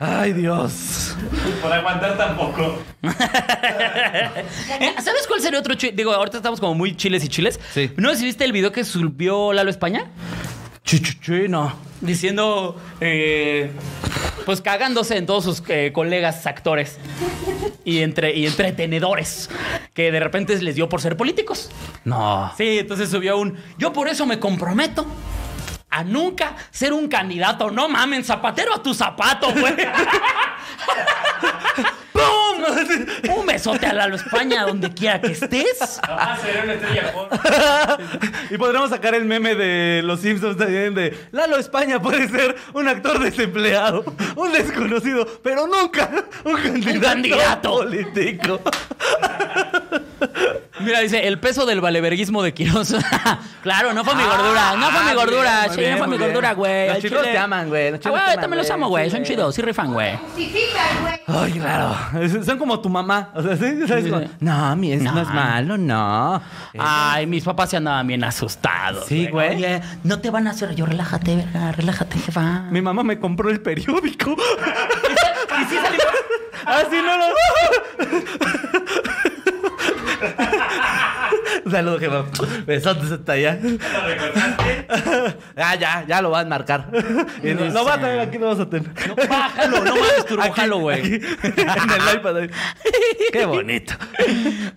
Speaker 2: Ay, Dios.
Speaker 3: Por aguantar tampoco.
Speaker 1: Eh, ¿Sabes cuál sería otro chile? Digo, ahorita estamos como muy chiles y chiles.
Speaker 2: Sí.
Speaker 1: ¿No sé si viste el video que subió Lalo España?
Speaker 2: Chuchuchino.
Speaker 1: Diciendo, eh, pues cagándose en todos sus eh, colegas actores y, entre, y entretenedores que de repente les dio por ser políticos.
Speaker 2: No.
Speaker 1: Sí, entonces subió un. Yo por eso me comprometo a nunca ser un candidato. No mamen, zapatero a tu zapato, güey. ¡Pum! Un besote a Lalo España, donde quiera que estés.
Speaker 3: Jamás seré una estrella por.
Speaker 2: y podremos sacar el meme de los Simpsons también de Lalo España puede ser un actor desempleado, un desconocido, pero nunca un candidato,
Speaker 1: candidato.
Speaker 2: político.
Speaker 1: Mira, dice, el peso del valeverguismo de Quiroz. claro, no fue mi gordura. No fue mi
Speaker 2: Ah,
Speaker 1: gordura.
Speaker 2: muy bien,
Speaker 1: sí,
Speaker 2: muy
Speaker 1: no fue mi
Speaker 2: bien,
Speaker 1: gordura,
Speaker 2: muy
Speaker 1: güey.
Speaker 2: bien. Los
Speaker 1: Al
Speaker 2: chicos
Speaker 1: chile.
Speaker 2: te aman, güey. Los
Speaker 1: Ah,
Speaker 2: chicos
Speaker 1: güey,
Speaker 2: te aman,
Speaker 1: también los amo,
Speaker 2: güey.
Speaker 1: güey. Son
Speaker 2: Sí,
Speaker 1: chidos, sí rifan, güey.
Speaker 4: Justifican, güey.
Speaker 2: Ay, claro. Es- Son como tu mamá. O sea, ¿sí? ¿Sabes?
Speaker 1: Sí.
Speaker 2: Como, no, mi, es- no.
Speaker 1: No.
Speaker 2: es malo, no.
Speaker 1: Ay, mis papás se andaban bien asustados.
Speaker 2: Sí, güey.
Speaker 1: pues, Oye, no te van a hacer yo, relájate, verga, relájate, jefa.
Speaker 2: Mi mamá me compró el periódico.
Speaker 1: Y sí salió-
Speaker 2: Así no lo. Saludos, jefa. Besotes hasta allá.
Speaker 3: ¿Lo recordaste?
Speaker 2: Ah, ya, ya lo van a marcar. Y no, no va a tener, aquí no vas a tener.
Speaker 1: No, bájalo, no mames, turbójalo,
Speaker 2: Aquí,
Speaker 1: güey.
Speaker 2: En el iPad. ahí. Qué bonito.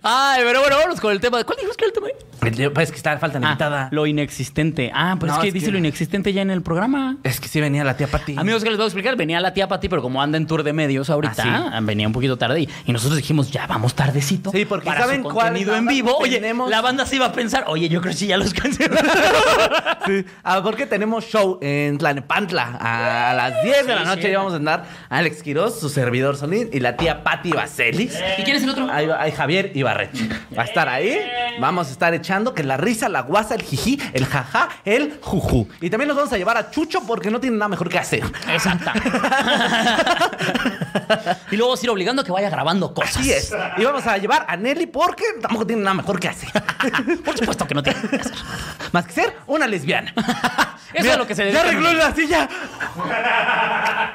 Speaker 1: Ay, pero bueno, vámonos con el tema. ¿Cuál dijimos que era el tema?
Speaker 2: pues, Es que está falta
Speaker 1: Ah, lo inexistente. Ah, pues
Speaker 2: No,
Speaker 1: es que
Speaker 2: es
Speaker 1: dice
Speaker 2: que-
Speaker 1: lo inexistente ya en el programa.
Speaker 2: Es que sí venía la tía Pati.
Speaker 1: Amigos, que les voy a explicar, venía la tía Pati, pero como anda en tour de medios ahorita,
Speaker 2: Ah,
Speaker 1: venía un poquito tarde y, y nosotros dijimos, ya vamos tardecito.
Speaker 2: Sí, porque
Speaker 1: para su
Speaker 2: ¿saben cuál
Speaker 1: contenido en
Speaker 2: banda
Speaker 1: vivo. Oye,
Speaker 2: tenemos?
Speaker 1: la banda se iba a pensar, oye, yo creo que sí ya los cancelaron.
Speaker 2: Sí. Ah, porque tenemos show en Tlanepantla a las 10 de la
Speaker 1: Sí,
Speaker 2: noche.
Speaker 1: sí.
Speaker 2: Ahí vamos a andar Alex Quiroz, su servidor Solín y la tía Patti Vaselis.
Speaker 1: ¿Y quién es el otro?
Speaker 2: Ahí va- ahí Javier Ibarreche. Va a estar ahí. Vamos a estar echando que la risa, la guasa, el jijí, el jajá, el jujú. Y también nos vamos a llevar a Chucho porque no tiene nada mejor que hacer.
Speaker 1: Exacto. y luego sí obligando a que vaya grabando cosas.
Speaker 2: Así es. Y vamos a llevar a Nelly porque tampoco tiene nada mejor que hacer.
Speaker 1: Ah, Por supuesto que no tiene. Eso
Speaker 2: Más que ser una lesbiana.
Speaker 1: es lo que se
Speaker 2: Ya
Speaker 1: dedica.
Speaker 2: arregló la silla.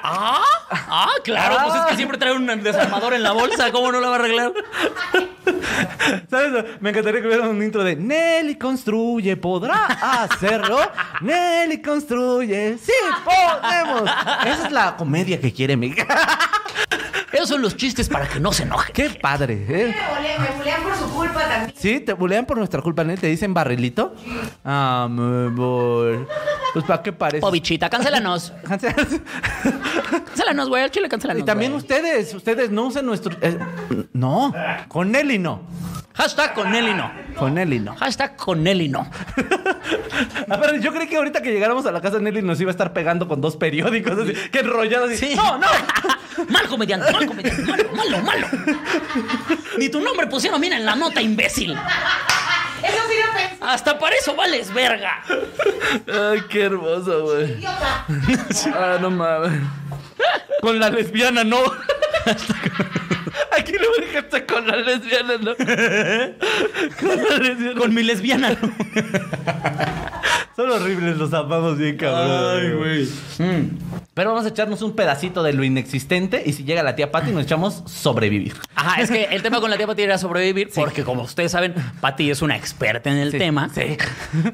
Speaker 1: Ah, ah, claro, pues es que siempre trae un desarmador en la bolsa, ¿cómo no la va a arreglar?
Speaker 2: ¿Sabes? Me encantaría que hubiera un intro de Nelly construye, podrá hacerlo. Nelly construye, sí podemos. Esa es la comedia que quiere mi.
Speaker 1: Esos son los chistes para que no se enoje.
Speaker 2: Qué padre, ¿eh?
Speaker 4: Me bulean, me bulean por su culpa también.
Speaker 2: Sí, te bulean por nuestra culpa, Nelly. Te dicen barrilito. Ah, muy bueno. Pues para qué parece.
Speaker 1: Pobichita, Oh, cancélanos. Cancélanos, güey, al chile cancélanos.
Speaker 2: Y también
Speaker 1: güey.
Speaker 2: ustedes, ustedes no usen nuestro. eh, no, con Nelly no.
Speaker 1: Hashtag con Nelly no.
Speaker 2: Con Nelly no.
Speaker 1: Hashtag con Nelly no.
Speaker 2: A ver, yo creí que ahorita que llegáramos a la casa de Nelly nos iba a estar pegando con dos periódicos, así, que enrollados. así,
Speaker 1: Sí.
Speaker 2: No, no.
Speaker 1: Mal comediante, mal comediante, malo, malo, malo. Ni tu nombre pusieron bien en la nota, imbécil.
Speaker 4: Eso sí lo pensé,
Speaker 1: Hasta para eso vales verga.
Speaker 2: Ay, qué hermoso, güey.
Speaker 4: idiota.
Speaker 2: Ah, no mames. Con la lesbiana, no. Aquí lo dejaste con la lesbiana, no. Con la lesbiana.
Speaker 1: Con mi lesbiana.
Speaker 5: Son horribles, los amamos bien, cabrón.
Speaker 2: Ay, güey. Mm. Pero vamos a echarnos un pedacito de lo inexistente y si llega la tía Patty nos echamos sobrevivir.
Speaker 1: Ajá, es que el tema con la tía Pati era sobrevivir, porque como ustedes saben, Pati es una experta en el tema.
Speaker 2: sí.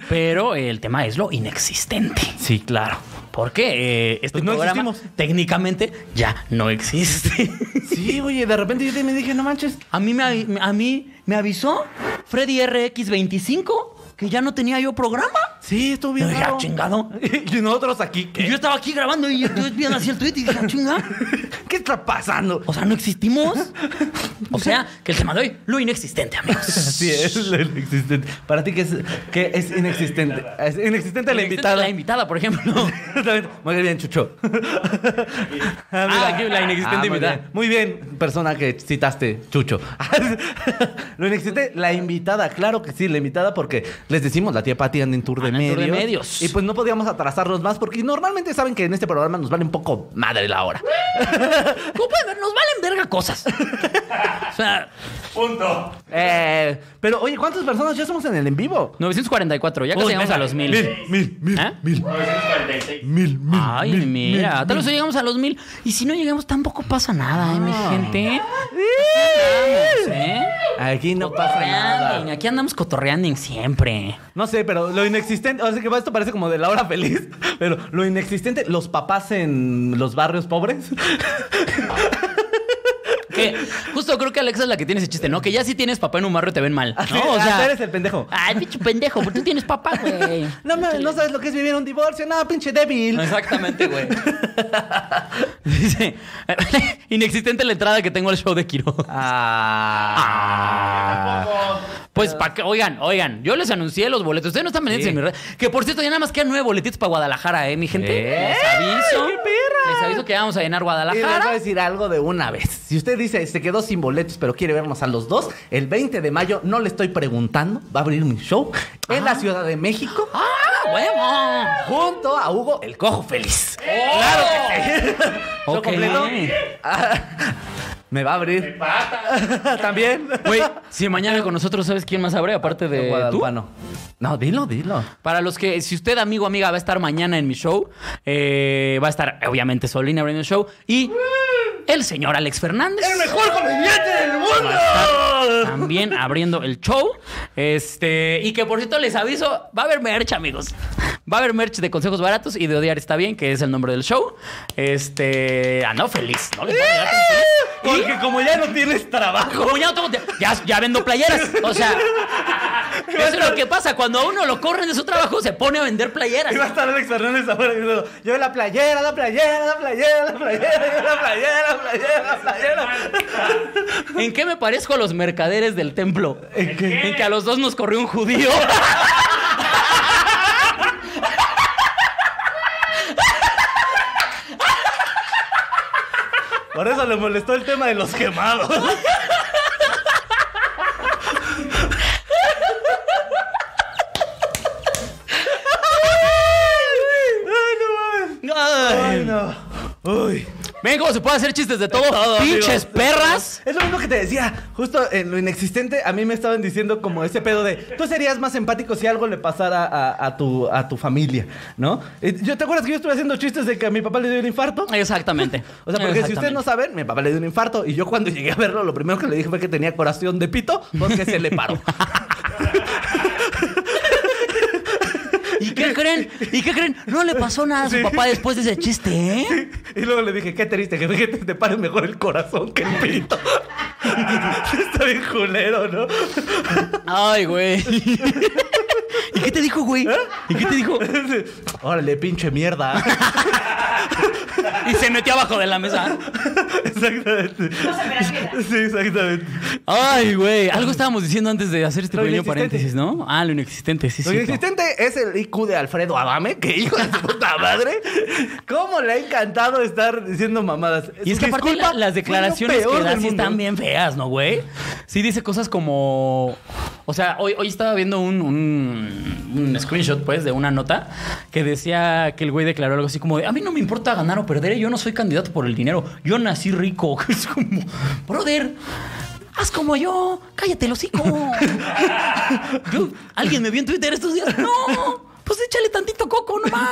Speaker 1: Pero el tema es lo inexistente.
Speaker 2: Sí, claro.
Speaker 1: Porque eh, este
Speaker 2: Pues no
Speaker 1: programa
Speaker 2: existimos.
Speaker 1: técnicamente ya no existe.
Speaker 2: Sí, oye, de repente yo te- me dije, no manches.
Speaker 1: A mí me, avi- a mí me avisó Freddy RX25 que ya no tenía yo programa.
Speaker 2: Sí, estuvo bien.
Speaker 1: Yo dije, ah,
Speaker 2: raro.
Speaker 1: chingado.
Speaker 2: Y nosotros aquí,
Speaker 1: Y
Speaker 2: ¿qué,
Speaker 1: yo estaba aquí grabando y yo viendo así el tweet y dije, ah, chinga.
Speaker 2: ¿Qué está pasando?
Speaker 1: O sea, no existimos. O sea, que el tema de hoy, lo inexistente, amigos.
Speaker 2: Sí, es lo inexistente. Para ti, ¿qué es, qué es inexistente? Es inexistente la invitada.
Speaker 1: La invitada, por ejemplo.
Speaker 2: Muy bien, Chucho.
Speaker 1: Ah, aquí la inexistente
Speaker 2: muy
Speaker 1: invitada.
Speaker 2: bien. Muy bien, persona que citaste, Chucho. Lo inexistente, la invitada, claro que sí, la invitada, porque les decimos, la tía Pati anda en tour de,
Speaker 1: Anda en
Speaker 2: medios,
Speaker 1: tour de medios.
Speaker 2: Y pues no podíamos atrasarnos más, porque normalmente saben que en este programa nos vale un poco madre la hora.
Speaker 1: ¿Cómo pueden ver? Nos valen verga cosas. O sea,
Speaker 3: Punto.
Speaker 2: Eh, pero oye, ¿cuántas personas ya somos en el en vivo?
Speaker 1: 944, ya casi
Speaker 2: Uy,
Speaker 1: llegamos
Speaker 2: mira,
Speaker 1: a los mil.
Speaker 5: Mil, mil,
Speaker 1: ¿Ah?
Speaker 5: mil,
Speaker 3: 946.
Speaker 5: mil, mil.
Speaker 1: Ay,
Speaker 5: mil,
Speaker 1: mira,
Speaker 5: mil,
Speaker 1: tal vez
Speaker 5: mil.
Speaker 1: llegamos a los mil. Y si no llegamos, tampoco pasa nada, ¿eh, mi gente? Aquí andamos, ¿eh?
Speaker 2: Aquí no pasa
Speaker 1: Cotorreando,
Speaker 2: nada.
Speaker 1: Aquí andamos cotorreando siempre.
Speaker 2: No sé, pero lo inexistente, o sea que esto parece como de la hora feliz, pero lo inexistente, los papás en los barrios pobres.
Speaker 1: Que justo creo que Alexa es la que tiene ese chiste, ¿no? Que ya si tienes papá en un barrio te ven mal.
Speaker 2: Así,
Speaker 1: No, o
Speaker 2: ah, tú
Speaker 1: sea.
Speaker 2: eres el pendejo.
Speaker 1: Ay, pinche pendejo, porque tú tienes papá, güey.
Speaker 2: No, mames, no sabes lo que es vivir un divorcio, nada, pinche débil.
Speaker 1: Exactamente, güey. Dice, inexistente la entrada que tengo al show de Quiroz.
Speaker 2: Ah.
Speaker 1: Pues para que, oigan, oigan, yo les anuncié los boletos. Ustedes no están pendientes
Speaker 2: Sí.
Speaker 1: en mi red. Que por cierto, ya nada más quedan nueve boletitos para Guadalajara, ¿eh, mi gente?
Speaker 2: ¡Eh!
Speaker 1: Les aviso.
Speaker 2: ¡Qué perra!
Speaker 1: Les aviso que ya vamos a llenar
Speaker 2: Y les voy a
Speaker 1: Guadalajara.
Speaker 2: decir algo de una vez. Si usted dice se quedó sin boletos, pero quiere vernos a los dos, el 20 de mayo, no le estoy preguntando, va a abrir mi show en la Ciudad de México.
Speaker 1: ¡Ah, huevo!
Speaker 2: Junto a Hugo el Cojo Feliz. Show
Speaker 1: Ok.
Speaker 2: completo. Ah, me va a abrir. También.
Speaker 1: Güey, si mañana con nosotros, ¿sabes quién más abre? Aparte de Eh, tú.
Speaker 2: Guadalupano. No, dilo, dilo.
Speaker 1: Para los que, si usted, amigo o amiga, va a estar mañana en mi show, eh, va a estar, obviamente, Solina abriendo el show y el señor Alex Fernández. ¡El mejor comediante del mundo! También abriendo el show. Este, y que por cierto les aviso, va a haber merch, amigos. Va a haber merch de consejos baratos y de odiar está bien, que es el nombre del show. Este, ando feliz, ¿no? Les voy a llegar con feliz. Y-
Speaker 2: ¡Eh! Porque como ya no tienes trabajo.
Speaker 1: como ya no tengo tiempo, ya, ya vendo playeras. O sea, eso es lo que pasa. Cuando a uno lo corren de su trabajo, se pone a vender playeras.
Speaker 2: Y va a estar Alex Fernández ahora diciendo, yo la playera, la playera, la playera, la playera, yo la playera, la playera, la playera.
Speaker 1: ¿En qué me parezco a los mercaderes del templo? ¿En, que a los dos nos corrió un judío.
Speaker 2: Por eso le molestó el tema de los quemados.
Speaker 1: Ay.
Speaker 2: No. Uy.
Speaker 1: Ven cómo se puede hacer chistes de todo.
Speaker 2: todo,
Speaker 1: Pinches
Speaker 2: amigos.
Speaker 1: perras.
Speaker 2: Es lo mismo que te decía, justo en lo inexistente, a mí me estaban diciendo como ese pedo de, tú serías más empático si algo le pasara a, a tu, a tu familia, ¿no? Eh, ¿Yo, ¿Te acuerdas que yo estuve haciendo chistes de que a mi papá le dio un infarto?
Speaker 1: Exactamente.
Speaker 2: O sea, porque si ustedes no
Speaker 1: Exactamente.
Speaker 2: saben, mi papá le dio un infarto y yo cuando llegué a verlo, lo primero que le dije fue que tenía corazón de pito porque se le paró.
Speaker 1: ¿Y qué creen? ¿Y qué creen? No le pasó nada a su papá después de ese chiste, ¿eh?
Speaker 2: y luego le dije, qué triste que que te pare mejor el corazón que el pito. Está bien culero, ¿no?
Speaker 1: Ay, güey. ¿Y qué te dijo, güey? ¿Y qué te dijo?
Speaker 2: Órale, pinche mierda.
Speaker 1: Y se metió abajo de la mesa.
Speaker 2: exactamente.
Speaker 4: No se me la queda.
Speaker 2: Sí, exactamente.
Speaker 1: Ay, güey. Algo estábamos diciendo antes de hacer este
Speaker 2: Lo
Speaker 1: pequeño
Speaker 2: inexistente.
Speaker 1: paréntesis, ¿no? Ah, lo inexistente, sí,
Speaker 2: Lo
Speaker 1: sí.
Speaker 2: existente es el IQ de Alfredo Adame, que hijo de su puta madre. ¿Cómo le ha encantado estar diciendo mamadas?
Speaker 1: Y es que aparte
Speaker 2: Disculpa,
Speaker 1: la- las declaraciones
Speaker 2: fue lo
Speaker 1: que
Speaker 2: peor
Speaker 1: da
Speaker 2: del
Speaker 1: sí
Speaker 2: mundo.
Speaker 1: están bien feas, ¿no, güey? Sí dice cosas como... O sea, hoy, hoy estaba viendo un, un- un screenshot, pues, de una nota que decía que el güey declaró algo así como de, a mí no me importa ganar o perder, ¿eh? yo no soy candidato por el dinero, yo nací rico. Es como, brother. Haz como yo, cállate el hocico. Yo- alguien me vio en Twitter estos días. No, pues échale tantito coco nomás.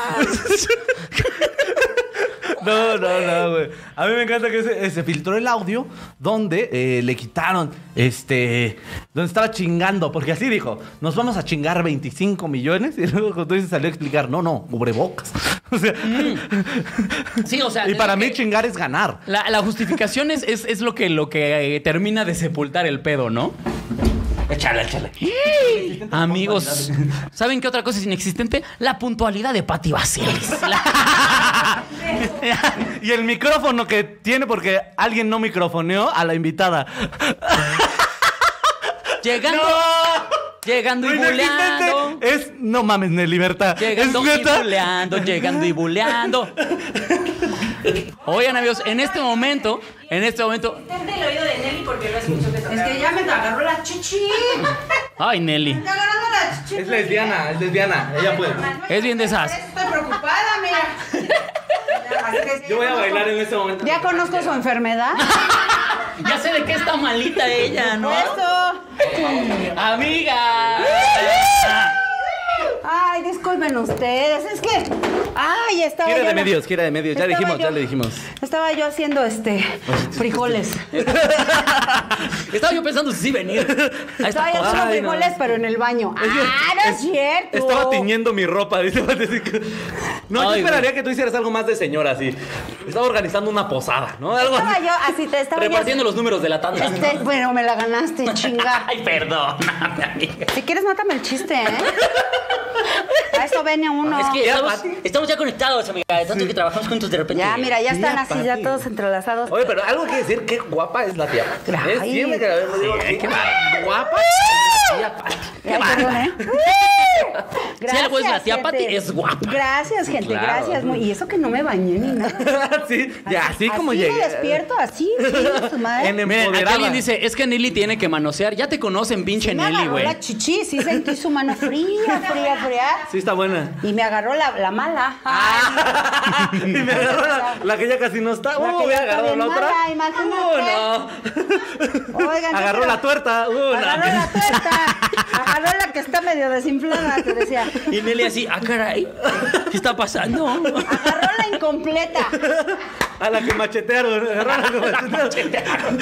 Speaker 2: No, no, no, güey. A mí me encanta que se, se filtró el audio donde eh, le quitaron, este, donde estaba chingando, porque así dijo, nos vamos a chingar 25 millones y luego cuando dice salió a explicar, no, no, cubrebocas. O sea,
Speaker 1: Sí, o sea.
Speaker 2: y para
Speaker 1: es
Speaker 2: mí
Speaker 1: Mm. que
Speaker 2: chingar es ganar.
Speaker 1: La, la justificación es, es, es lo que, lo que eh, termina de sepultar el pedo, ¿no?
Speaker 2: Échale, échale.
Speaker 1: Amigos, ¿saben qué otra cosa es inexistente? La puntualidad de Patti Vaselis. La-
Speaker 2: Y el micrófono que tiene porque alguien no microfoneó a la invitada.
Speaker 1: Llegando, llegando y
Speaker 2: Lo inexistente
Speaker 1: buleando.
Speaker 2: Es, no mames, de libertad.
Speaker 1: Llegando
Speaker 2: es
Speaker 1: y
Speaker 2: neta.
Speaker 1: buleando, llegando y buleando. Oigan, amigos, en este momento, en este momento.
Speaker 4: Tente el oído de Nelly porque lo escucho que Es que ya me agarró la chichi.
Speaker 1: Ay, Nelly.
Speaker 4: Me agarró la chichi.
Speaker 2: Es lesbiana, es lesbiana. Ella puede.
Speaker 1: Es bien de esas.
Speaker 4: Estoy preocupada, mira. Así que sí,
Speaker 2: Yo voy a
Speaker 4: conozco-
Speaker 2: bailar en este momento.
Speaker 6: Ya conozco su enfermedad.
Speaker 1: Ya sé de qué está malita ella, ¿no?
Speaker 6: Eso.
Speaker 1: Amiga.
Speaker 6: Ay, disculpen ustedes. Es que. Ay, estaba.
Speaker 2: Gira
Speaker 6: yo
Speaker 2: de
Speaker 6: en la-
Speaker 2: medios, gira de medios. Ya
Speaker 6: Estaba
Speaker 2: dijimos, ya
Speaker 6: yo-
Speaker 2: le dijimos. Pues,
Speaker 6: Estaba yo haciendo este. frijoles.
Speaker 1: Estaba yo pensando si sí venir. A esta
Speaker 6: Estaba yo
Speaker 1: cosa.
Speaker 6: haciendo
Speaker 2: Ay, no.
Speaker 6: frijoles, pero en el baño. ah, no es, cierto.
Speaker 2: Estaba tiñendo mi ropa, dice Patricia. No, yo
Speaker 1: Ay,
Speaker 2: esperaría que tú hicieras algo más de señora, así. Estaba organizando una posada, ¿no? Algo
Speaker 6: Estaba
Speaker 2: así.
Speaker 6: yo así, te estaba yo.
Speaker 1: Repartiendo los números de la tanda.
Speaker 6: Este, bueno, me la ganaste, chinga.
Speaker 1: Ay, perdóname, amiga.
Speaker 6: Si quieres, mátame el chiste, ¿eh? A eso viene uno.
Speaker 1: Es que
Speaker 2: Ya,
Speaker 1: estamos,
Speaker 2: Pati.
Speaker 1: estamos ya conectados, amiga. De tanto que trabajamos juntos de repente.
Speaker 6: Ya, mira, ya están
Speaker 2: Ya,
Speaker 6: así,
Speaker 2: Pati.
Speaker 6: ya todos entrelazados.
Speaker 2: Oye, pero algo que decir, qué guapa es la tía. Pati.
Speaker 6: Ay.
Speaker 2: Es siempre que la veo, digo,
Speaker 1: Sí, qué
Speaker 2: qué
Speaker 1: bárbaro.
Speaker 2: guapa es la tía Pati.
Speaker 6: Ay, perdón, ¿eh?
Speaker 1: Si algo es la tía
Speaker 6: gente.
Speaker 1: Pati, es guapa.
Speaker 6: Gracias, gente,
Speaker 2: Claro.
Speaker 6: gracias. muy- Y eso que no me bañé ni nada.
Speaker 2: Sí, ya, así como
Speaker 6: así
Speaker 2: llegué.
Speaker 6: me despierto, así, chinga su madre.
Speaker 2: En
Speaker 1: Miren, aquí
Speaker 2: empoderada.
Speaker 1: alguien dice, es que Nelly tiene que manosear. Ya te conocen, pinche
Speaker 6: Me
Speaker 1: Nelly,
Speaker 6: agarró
Speaker 1: güey.
Speaker 6: la chichi, sí sentí su mano fría, fría, fría.
Speaker 2: Sí, está buena.
Speaker 6: Y me agarró la, la mala.
Speaker 2: Ah. y me agarró la, la que ya casi no está.
Speaker 6: La
Speaker 2: Uh,
Speaker 6: que
Speaker 2: me
Speaker 6: ya
Speaker 2: agarró
Speaker 6: está
Speaker 2: la
Speaker 6: bien
Speaker 2: otra.
Speaker 6: mala, imagínate.
Speaker 2: Uh, no.
Speaker 6: Oigan, yo
Speaker 2: agarró
Speaker 6: creo-
Speaker 2: la tuerta. Uh, no.
Speaker 6: Agarró la tuerta. Agarró la que está medio desinflada, te decía.
Speaker 1: Y Nelly así, ah, caray, ¿qué está pasando?
Speaker 6: Agarró la incompleta.
Speaker 2: A la que machetearon. Agarró la que machetearon.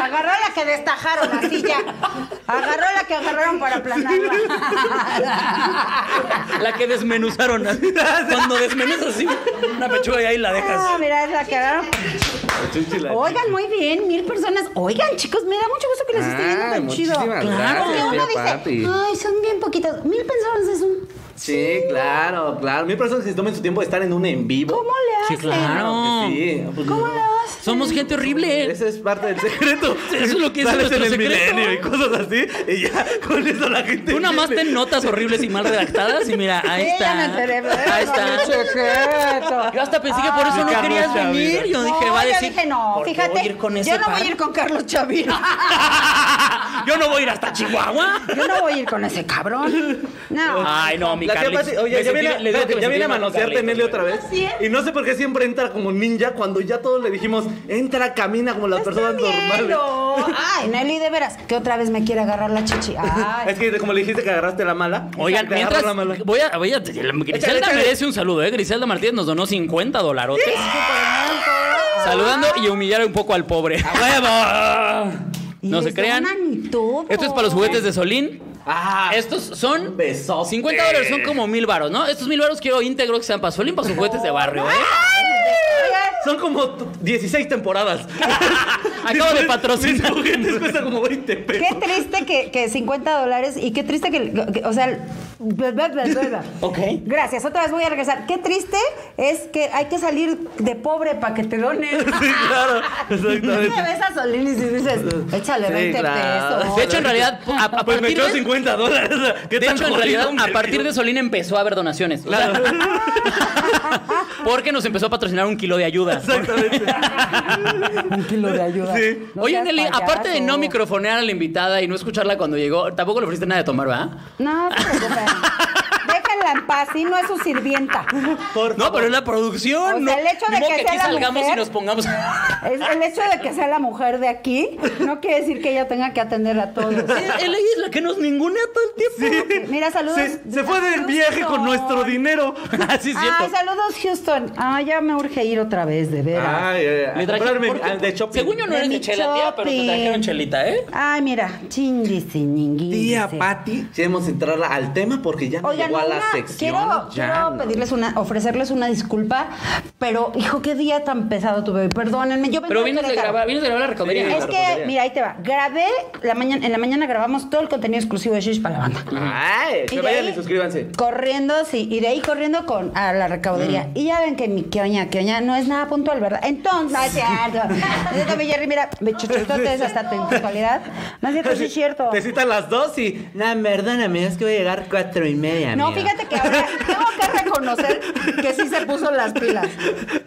Speaker 6: Agarró la que destajaron, así ya. Agarró la que agarraron para aplanarla.
Speaker 1: La que desmenuzaron. Cuando desmenuzas así una pechuga y ahí la
Speaker 6: Ah,
Speaker 1: dejas.
Speaker 6: mira, es la que agarraron. Oigan, muy bien, mil personas. Oigan, chicos, me da mucho gusto que les esté yendo
Speaker 2: Ay,
Speaker 6: tan chido.
Speaker 2: Ah, muchísimas gracias,
Speaker 6: Porque uno
Speaker 2: tía Pati.
Speaker 6: dice, ay, son bien poquitas. Mil personas es un...
Speaker 2: Sí, claro, claro. Mil personas que se tomen su tiempo de estar en un en vivo.
Speaker 6: ¿Cómo le
Speaker 1: Sí,
Speaker 6: hacen?
Speaker 1: claro.
Speaker 2: Claro que sí. Pues,
Speaker 6: ¿Cómo
Speaker 2: no.
Speaker 6: le hacen?
Speaker 1: Somos gente horrible.
Speaker 2: Ese es parte del secreto.
Speaker 1: Eso es lo que es
Speaker 2: Sales en
Speaker 1: nuestro
Speaker 2: el
Speaker 1: secreto.
Speaker 2: milenio y cosas así. Y ya, con eso la gente.
Speaker 1: Tú nada más
Speaker 2: viene.
Speaker 1: ten notas horribles y mal redactadas y mira, ahí
Speaker 6: Sí, ya
Speaker 1: está.
Speaker 6: me enteré, pero
Speaker 1: Ahí
Speaker 6: es un
Speaker 1: está.
Speaker 6: secreto.
Speaker 1: Yo hasta pensé que por eso
Speaker 2: Ay,
Speaker 1: no
Speaker 2: Carlos
Speaker 1: querías
Speaker 2: Chavira.
Speaker 1: venir. Yo dije,
Speaker 6: No,
Speaker 1: va a
Speaker 6: yo
Speaker 1: decir.
Speaker 6: dije, no,
Speaker 1: ¿por qué
Speaker 6: fíjate,
Speaker 1: voy a ir con ese
Speaker 6: yo no
Speaker 1: par?
Speaker 6: voy a ir con Carlos Chavira.
Speaker 1: Yo no voy a ir hasta Chihuahua.
Speaker 6: Yo no voy a ir con ese cabrón. No.
Speaker 1: Ay, no, mi
Speaker 2: La tía
Speaker 1: Carlitos.
Speaker 2: Pati, oye,
Speaker 1: Me
Speaker 2: ya
Speaker 1: sentí- le
Speaker 2: viene,
Speaker 1: digo que
Speaker 2: espérate,
Speaker 1: me
Speaker 2: ya
Speaker 1: sentí
Speaker 2: viene a
Speaker 1: mal con
Speaker 2: manosearte
Speaker 1: Carlitos,
Speaker 2: Nelly
Speaker 1: güey.
Speaker 2: otra vez.
Speaker 6: Así es.
Speaker 2: Y no sé por qué siempre entra como ninja cuando ya todos le dijimos, entra, camina como las personas normales.
Speaker 6: Míralo. Ay, Nelly, de veras, que otra vez me quiere agarrar la chichi. Ay.
Speaker 2: Es que como le dijiste que agarraste la mala.
Speaker 1: Oigan,
Speaker 2: te agarró
Speaker 1: mientras
Speaker 2: la mala.
Speaker 1: voy a, voy a Griselda
Speaker 2: échale.
Speaker 1: merece un saludo, eh. Griselda Martínez nos donó 50 dolarotes. Saludando y humillar un poco al pobre. ¡A huevo!
Speaker 6: Y
Speaker 1: No se
Speaker 6: les
Speaker 1: crean.
Speaker 6: donan y todo.
Speaker 1: Esto es para los juguetes de Solín.
Speaker 2: Ah,
Speaker 1: Estos son
Speaker 2: besote.
Speaker 1: 50 dólares, son como mil varos, ¿no? Estos mil varos quiero íntegro que sean para Solín, para sus juguetes de barrio, ¿eh?
Speaker 6: Oigan,
Speaker 2: Son como t- 16 temporadas.
Speaker 1: Acabo de
Speaker 2: Después,
Speaker 1: patrocinar.
Speaker 2: Mis juguetes cuestan como 20 pesos.
Speaker 6: Qué triste que, que 50 dólares y qué triste que, que- o sea, Bla, bla, bla, bla, bla.
Speaker 2: Ok.
Speaker 6: Gracias, otra vez voy a regresar. Qué triste es que hay que salir de pobre para que te donen.
Speaker 2: Sí, claro,
Speaker 6: Y te
Speaker 2: exactamente.
Speaker 6: ves a Solinis y dices, échale
Speaker 2: Sí,
Speaker 6: 20
Speaker 2: claro.
Speaker 6: pesos.
Speaker 2: Oh,
Speaker 1: De hecho, en realidad, a, a
Speaker 2: Pues me
Speaker 1: partir
Speaker 2: quedo
Speaker 1: de,
Speaker 2: 50 dólares. ¿Qué
Speaker 1: de
Speaker 2: tan
Speaker 1: hecho, en
Speaker 2: jodido
Speaker 1: realidad,
Speaker 2: me
Speaker 1: a partir
Speaker 2: veo?
Speaker 1: de Solín empezó a haber donaciones. O sea, porque nos empezó a patrocinar un kilo de ayuda.
Speaker 2: Exactamente.
Speaker 6: Un kilo de ayuda.
Speaker 2: Sí.
Speaker 6: No
Speaker 1: Oye,
Speaker 6: seas
Speaker 1: Nelly, aparte de
Speaker 6: payaso.
Speaker 1: no microfonear a la invitada y no escucharla cuando llegó, tampoco le ofreciste nada de tomar, ¿verdad?
Speaker 6: No, se preocupen. Déjenla en paz, y no es su sirvienta.
Speaker 1: No, pues pero es la producción.
Speaker 6: O sea,
Speaker 1: no.
Speaker 6: el hecho
Speaker 1: Ni
Speaker 6: de
Speaker 1: modo
Speaker 6: que sea
Speaker 1: aquí
Speaker 6: la
Speaker 1: salgamos
Speaker 6: mujer-
Speaker 1: y nos pongamos.
Speaker 6: Es- el hecho de que sea la mujer de aquí no quiere decir que ella tenga que atender a todos.
Speaker 1: Él es la que nos ningunea todo el tiempo.
Speaker 6: Ah, Mira, saludos. Ah,
Speaker 2: Se, se fue del viaje con nuestro dinero.
Speaker 1: Así es
Speaker 6: Ay,
Speaker 1: cierto.
Speaker 6: saludos, Houston. Ah, ya me urge ir otra vez, de veras.
Speaker 2: Ay, ay, ay.
Speaker 1: Le
Speaker 2: A
Speaker 1: trajeron-
Speaker 2: comprarme-
Speaker 1: ¿por qué?
Speaker 2: ah, de shopping.
Speaker 1: Según yo no
Speaker 6: De
Speaker 1: eres de
Speaker 6: mi
Speaker 1: chela, tía, pero te
Speaker 6: shopping.
Speaker 1: trajeron chelita, ¿eh?
Speaker 6: Ay, mira, chinguisi, ñinguisi.
Speaker 2: Tía Patti, ya hemos entrado al tema porque ya no
Speaker 6: Oigan,
Speaker 2: llegó a la
Speaker 6: una-
Speaker 2: sección.
Speaker 6: quiero,
Speaker 2: ya
Speaker 6: quiero
Speaker 2: no.
Speaker 6: pedirles una, ofrecerles una disculpa, pero hijo, qué día tan pesado tuve hoy. Perdónenme, yo venía
Speaker 1: Pero
Speaker 6: de
Speaker 1: vienes de
Speaker 6: Querétaro.
Speaker 1: grabar, vienes de grabar la recomedia.
Speaker 2: Sí,
Speaker 6: Es
Speaker 2: claro,
Speaker 6: que,
Speaker 2: podría.
Speaker 6: mira, ahí te va. Grabé, la mañana, en la mañana grabamos todo el contenido exclusivo de Shish para la banda.
Speaker 2: Ay, que
Speaker 6: de
Speaker 2: vayan
Speaker 6: ahí,
Speaker 2: y suscríbanse. Mm.
Speaker 6: Corriendo, sí, y de ahí corriendo con a la recaudería. Y ya ven que mi queoña, queoña no es nada puntual, ¿verdad? Entonces, no es cierto. No es cierto, mi Jerry, mira, me chuchototes hasta tu puntualidad. No es cierto, pues, sí es cierto.
Speaker 2: Te citan las dos y. No, perdóname, es que voy a llegar cuatro y media.
Speaker 6: No,
Speaker 2: amiga".
Speaker 6: fíjate que ahora tengo que reconocer que sí se puso las pilas.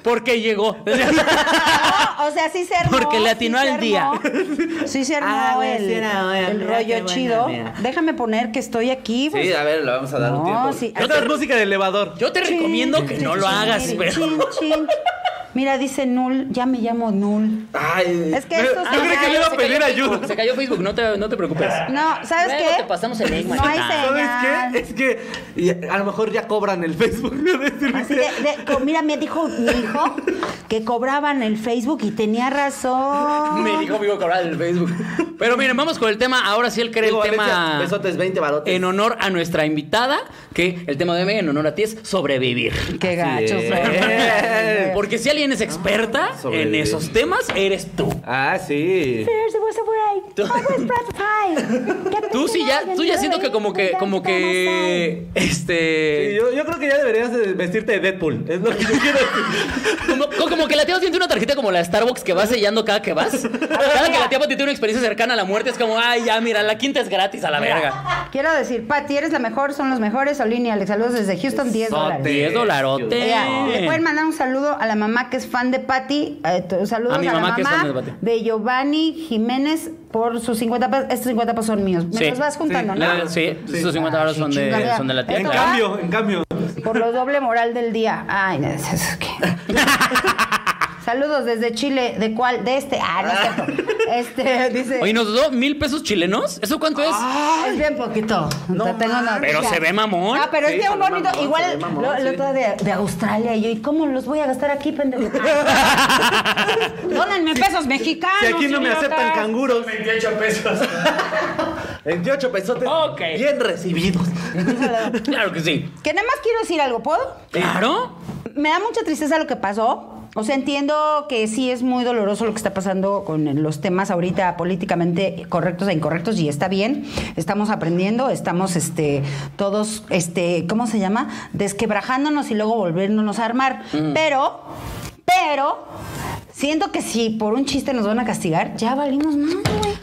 Speaker 1: Porque llegó.
Speaker 6: No, o sea, sí se armó.
Speaker 1: Porque le atinó
Speaker 6: sí se
Speaker 1: al día.
Speaker 6: armó, Sí se armó
Speaker 2: Ah, güey,
Speaker 6: el,
Speaker 2: sí era, güey,
Speaker 6: el
Speaker 2: mira, qué
Speaker 6: rollo
Speaker 2: buena,
Speaker 6: chido.
Speaker 2: mira.
Speaker 6: Déjame poner que estoy aquí. pues,
Speaker 2: Sí, a ver, le vamos a dar
Speaker 6: No,
Speaker 2: un tiempo.
Speaker 6: sí.
Speaker 2: Otra es música de elevador.
Speaker 1: Yo te
Speaker 6: Chin,
Speaker 1: recomiendo que
Speaker 6: chin,
Speaker 1: no lo
Speaker 6: chin,
Speaker 1: hagas,
Speaker 6: chin,
Speaker 1: pero.
Speaker 6: chin. Mira, dice Null. Ya me llamo Null.
Speaker 2: Ay,
Speaker 6: Es que esto se
Speaker 2: Yo creí que le iba a
Speaker 1: Se cayó
Speaker 2: pedir
Speaker 1: Facebook,
Speaker 2: ayuda.
Speaker 1: Se cayó Facebook, no te, no te preocupes.
Speaker 6: No, ¿sabes
Speaker 1: Luego
Speaker 6: qué?
Speaker 1: te pasamos el link,
Speaker 6: No hay
Speaker 1: manita.
Speaker 6: señal.
Speaker 2: ¿Sabes qué? Es que y a lo mejor ya cobran el Facebook. de decirle
Speaker 6: Así
Speaker 2: que-
Speaker 6: de, de- co- mira, me dijo mi hijo que cobraban el Facebook y tenía razón.
Speaker 1: Me dijo vivo cobrar el Facebook. Pero miren, vamos con el tema. Ahora sí él cree
Speaker 2: Digo,
Speaker 1: el tema.
Speaker 2: Alexia, Besotes, 20 barotes.
Speaker 1: En honor a nuestra invitada, que el tema de hoy en honor a ti es sobrevivir.
Speaker 6: Qué gacho.
Speaker 2: es.
Speaker 6: son.
Speaker 1: Porque si alguien es experta en
Speaker 2: Eh. Sobrevivir.
Speaker 1: esos temas, eres tú.
Speaker 2: Ah, sí.
Speaker 6: There's a way.
Speaker 1: Tú-
Speaker 6: Always bright eyes.
Speaker 1: Tú sí ya, tú ya siento que como que, como que,
Speaker 2: Sí,
Speaker 1: este,
Speaker 2: yo, yo creo que ya deberías de vestirte de Deadpool. Es lo que yo quiero decir.
Speaker 1: como, co- como que la tía tiene una tarjeta como la de Starbucks que vas sellando cada que vas. Cada que la tía Pati tiene una experiencia cercana a la muerte es como, ay, ya, mira, la quinta es gratis a la verga.
Speaker 6: Quiero decir, Pati, eres la mejor, son los mejores. Solini, Alex, saludos desde Houston, 10 dólares.
Speaker 1: 10 dolarote.
Speaker 6: Oiga, le pueden mandar un saludo a la mamá que es fan de Patty. eh, t- saludos
Speaker 1: A
Speaker 6: a,
Speaker 1: mi
Speaker 6: la
Speaker 1: mamá
Speaker 6: mamá
Speaker 1: que es fan de Patty.
Speaker 6: Giovanni Jiménez por sus 50 pesos. Estos 50 pesos son míos. Me
Speaker 1: Sí.
Speaker 6: los vas juntando,
Speaker 1: Sí,
Speaker 6: ¿no?
Speaker 1: la- sí, esos 50 dólares son de-
Speaker 6: Chingada.
Speaker 1: son de la tía.
Speaker 6: Esto
Speaker 2: En
Speaker 6: va
Speaker 2: cambio, en cambio.
Speaker 6: Por lo doble moral del día. Ay, no es eso que. Saludos desde Chile. ¿De cuál? De este. Ah, no es cierto. Este dice.
Speaker 1: Oye, ¿nos dio mil pesos chilenos? ¿Eso cuánto es?
Speaker 6: Es bien poquito. No, tengo una
Speaker 1: Pero
Speaker 6: noticia.
Speaker 1: se ve mamón.
Speaker 6: Ah, pero
Speaker 2: Sí,
Speaker 6: es bien
Speaker 2: se ve
Speaker 6: bonito.
Speaker 2: mamón, se
Speaker 6: Igual
Speaker 2: ve mamón,
Speaker 6: lo,
Speaker 2: sí.
Speaker 6: lo otro de, de Australia. Y yo, ¿y cómo los voy a gastar aquí, pendejo? Dónenme pesos mexicanos.
Speaker 2: Si aquí no me
Speaker 6: idiotas.
Speaker 2: aceptan canguros,
Speaker 3: 28 pesos.
Speaker 2: 28 pesotes
Speaker 1: Ok.
Speaker 2: bien recibidos.
Speaker 1: Claro que sí.
Speaker 6: Que nada más quiero decir algo, ¿puedo?
Speaker 1: Claro.
Speaker 6: Me da mucha tristeza lo que pasó. O sea, entiendo que sí es muy doloroso lo que está pasando con los temas ahorita políticamente correctos e incorrectos y está bien. Estamos aprendiendo, estamos este todos este, ¿cómo se llama? desquebrajándonos y luego volviéndonos a armar. Pero pero siento que si por un chiste nos van a castigar, ya valimos más, güey.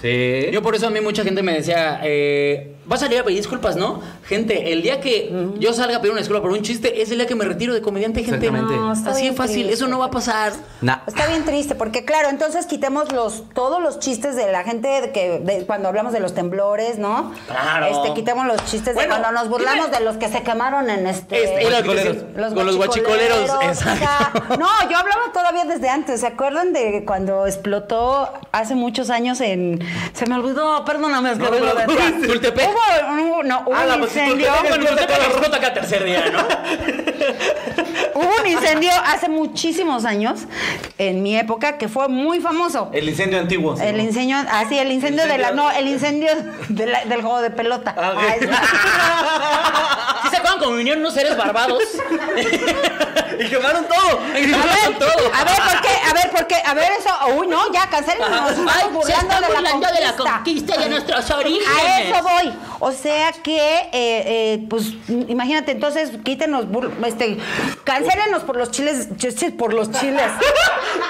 Speaker 2: Sí.
Speaker 1: Yo por eso a mí mucha gente me decía, eh, vas a salir a pedir disculpas, ¿no? Gente, el día que yo salga a pedir una disculpa por un chiste es el día que me retiro de comediante, gente.
Speaker 2: Exactamente. No,
Speaker 6: está
Speaker 1: Así de
Speaker 6: bien
Speaker 1: fácil,
Speaker 6: triste.
Speaker 1: eso no va a pasar.
Speaker 2: Nah.
Speaker 6: Está bien triste, porque claro, entonces quitemos los, todos los chistes de la gente de que de- cuando hablamos de los temblores, ¿no?
Speaker 1: Claro.
Speaker 6: Este, quitemos los chistes
Speaker 1: Bueno,
Speaker 6: de cuando nos burlamos
Speaker 1: dime-
Speaker 6: de los que se quemaron en este.
Speaker 1: Este, era lo que te decía, con los guachicoleros,
Speaker 6: o sea,
Speaker 1: exacto.
Speaker 6: no, yo hablaba todavía desde antes. ¿Se acuerdan de cuando explotó hace muchos años en. Se me olvidó, perdóname, es que
Speaker 2: No,
Speaker 6: luego
Speaker 2: pero-
Speaker 6: de-
Speaker 1: Tultepec.
Speaker 6: Hubo, un- no, hubo
Speaker 2: Ah, la-
Speaker 6: un
Speaker 1: pues,
Speaker 6: incendio.
Speaker 2: Tultepec.
Speaker 1: Bueno, usted me explota cada tercer día, ¿no?
Speaker 6: Hubo un incendio hace muchísimos años, en mi época, que fue muy famoso.
Speaker 2: El incendio antiguo. sí.
Speaker 6: El incendio, ah, sí, el incendio, de la, no, el incendio de la- del juego de pelota.
Speaker 2: Ah, ok.
Speaker 6: Ah, es-
Speaker 1: ¿Sí se acuerdan cuando vinieron unos seres barbados?
Speaker 2: Y quemaron todo.
Speaker 6: A ver, a ver, ¿por qué? A ver, ¿por qué? a ver eso. Uy, no, ya, cancelen. Nos estamos
Speaker 7: se
Speaker 6: burlando
Speaker 7: están
Speaker 6: de la
Speaker 7: burlando de la
Speaker 6: conquista.
Speaker 7: conquista y de nuestros orígenes.
Speaker 6: A eso voy. O sea que, eh, eh, pues, mm, imagínate, entonces, quítenos, bur- este, cancélenos por los chiles, ch- ch- por los chiles.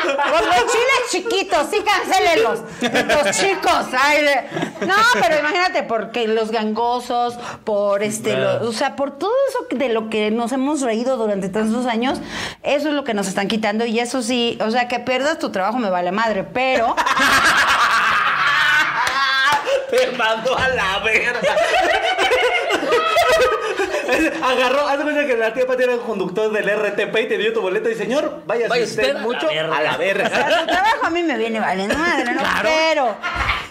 Speaker 6: por los chiles chiquitos, sí, cancélenlos. Los chicos, ay, de- no, pero imagínate, porque los gangosos, por este, lo- o sea, por todo eso que- de lo que nos hemos reído durante tantos años, eso es lo que nos están quitando y eso sí, o sea, que pierdas tu trabajo me vale madre, pero...
Speaker 2: Te mandó a la verga. Agarró, haz de cuenta que la tía Pati era el conductor del RTP y te dio tu boleto y señor, vaya
Speaker 1: Vaya
Speaker 2: usted,
Speaker 1: usted a la
Speaker 2: mucho
Speaker 1: verga.
Speaker 2: a la
Speaker 6: O sea,
Speaker 2: verga.
Speaker 6: tu trabajo a mí me viene valiendo madre, ¿no?
Speaker 1: Claro.
Speaker 6: Pero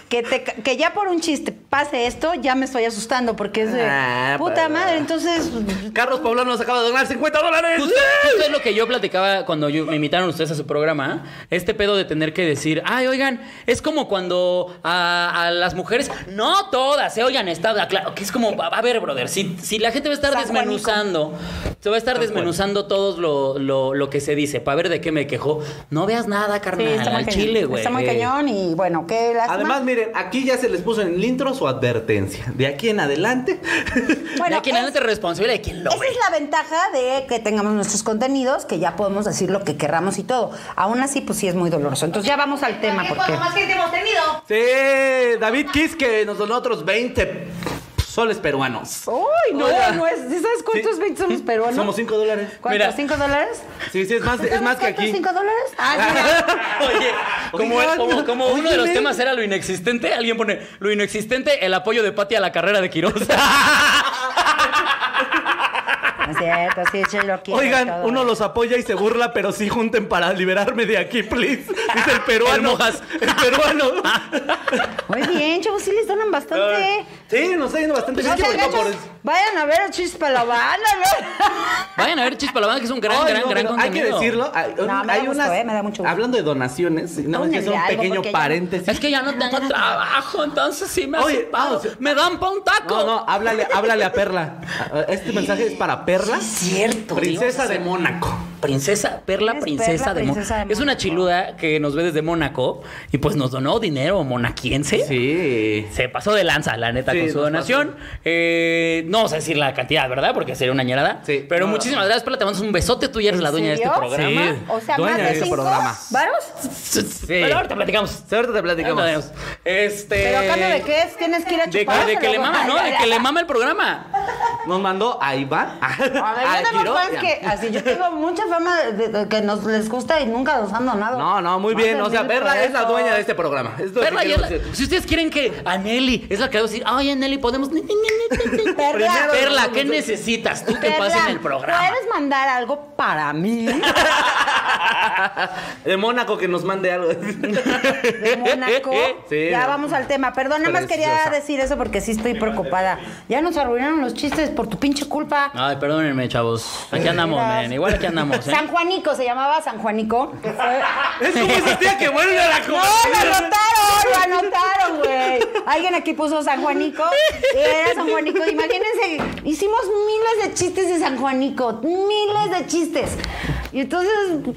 Speaker 6: que, te, ca- que ya por un chiste pase esto, ya me estoy asustando porque es de
Speaker 2: Ah,
Speaker 6: puta
Speaker 2: pero-
Speaker 6: madre. Entonces,
Speaker 2: Carlos Paulano nos acaba de donar 50 dólares.
Speaker 1: Justo, justo es lo que yo platicaba cuando yo- me invitaron ustedes a su programa. ¿eh? Este pedo de tener que decir, ay, oigan, es como cuando a, a las mujeres, no todas, ¿eh? oigan, está claro, que es como, a a ver, brother, si, si la gente va a estar
Speaker 6: San Juanico.
Speaker 1: desmenuzando, se va a estar desmenuzando todo lo, lo- lo que se dice, para ver de qué me quejó, no veas nada,
Speaker 6: sí,
Speaker 1: carnal,
Speaker 6: pues, está muy
Speaker 1: al
Speaker 6: cañón.
Speaker 1: chile, güey.
Speaker 6: Está muy cañón y bueno, qué lástima.
Speaker 2: Además, miren, aquí ya se les puso en el intro su advertencia. De aquí en adelante.
Speaker 1: Bueno,
Speaker 6: bueno,
Speaker 1: ya quien
Speaker 6: es-
Speaker 1: es responsable de quien lo
Speaker 6: Esa
Speaker 1: ve.
Speaker 6: es la ventaja de que tengamos nuestros contenidos, que ya podemos decir lo que querramos y todo. Aún así, pues sí es muy doloroso. Entonces ya vamos al tema
Speaker 4: Porque
Speaker 6: porque
Speaker 4: cuanto más gente hemos tenido.
Speaker 2: Sí, David Kiss que nos donó otros 20 soles peruanos.
Speaker 6: Uy, no,
Speaker 2: Oiga.
Speaker 6: no es. ¿Sabes cuántos
Speaker 2: Sí.
Speaker 6: 20 somos peruanos?
Speaker 2: Somos 5 dólares.
Speaker 6: ¿Cuántos?
Speaker 1: Mira.
Speaker 6: ¿Cinco dólares?
Speaker 2: Sí, sí, es más, es más que aquí.
Speaker 6: ¿Cinco dólares? Ah, mira.
Speaker 1: Oye, como,
Speaker 2: Oigan.
Speaker 1: como- como uno de los
Speaker 2: Oigan.
Speaker 1: temas era lo inexistente, alguien pone lo inexistente, el apoyo de Pati a la carrera de Quiroz.
Speaker 6: No Es cierto, sí, sí lo quiero y
Speaker 2: Oigan,
Speaker 6: todo.
Speaker 2: uno los apoya y se burla, pero sí junten para liberarme de aquí, please. Dice el peruano.
Speaker 1: El Mojas.
Speaker 2: El peruano.
Speaker 6: Muy bien, chavos, sí les donan bastante.
Speaker 2: Sí, nos está yendo
Speaker 1: Pues
Speaker 2: bastante
Speaker 6: No
Speaker 2: bien.
Speaker 6: sean
Speaker 2: sobre todo
Speaker 6: gachos, Vayan a ver a Chispa la banda, ¿no?
Speaker 1: Vayan a ver Chispa la Banda, que es un gran,
Speaker 2: Ay,
Speaker 1: gran,
Speaker 2: no,
Speaker 1: gran
Speaker 2: pero Hay
Speaker 1: contenido.
Speaker 2: que decirlo. Hay,
Speaker 6: No, me da
Speaker 2: hay
Speaker 6: gusto,
Speaker 2: unas.
Speaker 6: eh, me da mucho gusto.
Speaker 2: Hablando de donaciones, nada más que hacer
Speaker 6: Pónganle
Speaker 2: un
Speaker 6: algo,
Speaker 2: pequeño
Speaker 6: porque ya-
Speaker 2: paréntesis.
Speaker 1: Es que ya no tengo trabajo, entonces sí me
Speaker 2: Oye,
Speaker 1: hace paro.
Speaker 2: o sea-
Speaker 1: Me dan pa' un taco.
Speaker 2: No, no, háblale, háblale a Perla. Este mensaje es para Perla.
Speaker 1: Cierto.
Speaker 2: Princesa
Speaker 1: Dios.
Speaker 2: de Mónaco.
Speaker 1: Princesa, Perla
Speaker 6: Es
Speaker 1: Princesa,
Speaker 6: Perla
Speaker 1: de, Mo-
Speaker 6: Princesa de
Speaker 1: Es una
Speaker 6: Mónaco.
Speaker 1: chiluda que nos ve desde Mónaco y pues nos donó dinero monaquiense.
Speaker 2: Sí.
Speaker 1: Se pasó de lanza, la neta,
Speaker 2: Sí,
Speaker 1: con su
Speaker 2: nos
Speaker 1: donación. Eh, no vamos a decir la cantidad, ¿verdad? Porque sería una ñerada.
Speaker 2: Sí.
Speaker 1: Pero
Speaker 2: No,
Speaker 1: muchísimas gracias, Perla. Te mandamos un besote. Tú ya eres la dueña
Speaker 6: ¿En
Speaker 1: de este
Speaker 6: serio?
Speaker 1: programa.
Speaker 2: Sí.
Speaker 6: O sea,
Speaker 2: Dueña
Speaker 6: más
Speaker 2: de
Speaker 6: de
Speaker 2: este
Speaker 6: cinco
Speaker 2: programa.
Speaker 6: varos.
Speaker 1: Pero ahorita platicamos.
Speaker 2: Sí, ahorita te platicamos.
Speaker 1: Ahorita platicamos. Este.
Speaker 6: Pero a cambio de qué es, tienes que ir a
Speaker 1: De,
Speaker 6: chupar.
Speaker 1: de que le mama, ¿no? De que le mama el programa.
Speaker 2: Nos mandó a Iván. A,
Speaker 6: A ver, yo tengo
Speaker 2: Quiroz,
Speaker 6: fans
Speaker 2: ya.
Speaker 6: que, así, yo tengo mucha fama de, de- que nos les gusta y nunca nos han donado.
Speaker 2: No, no, muy bien. O sea,
Speaker 6: servir
Speaker 2: Perla
Speaker 6: por
Speaker 2: es la
Speaker 6: eso.
Speaker 2: dueña de este programa. Es lo que
Speaker 1: Perla, ya
Speaker 2: quiero
Speaker 1: la-
Speaker 2: decir.
Speaker 1: si ustedes quieren que a Nelly es la que va a decir, ay, a Nelly, podemos.
Speaker 6: Perla,
Speaker 1: Perla, ¿qué necesitas tú que pase en el programa?
Speaker 6: ¿Puedes mandar algo para mí?
Speaker 2: De Mónaco que nos mande algo.
Speaker 6: de Mónaco.
Speaker 2: Sí,
Speaker 6: ya
Speaker 2: no.
Speaker 6: vamos al tema. Perdón, nada más quería
Speaker 2: Preciosa.
Speaker 6: decir eso porque sí estoy preocupada. Ya nos arruinaron los chistes por tu pinche culpa.
Speaker 1: Ay, perdónenme, chavos. Aquí andamos, men. Igual aquí andamos, ¿eh?
Speaker 6: San Juanico se llamaba San Juanico. que fue-
Speaker 2: es como esa tía que vuelve a la
Speaker 6: No, lo anotaron, lo anotaron, güey. Alguien aquí puso San Juanico. Era San Juanico. Imagínense, hicimos miles de chistes de San Juanico. Miles de chistes. Y entonces,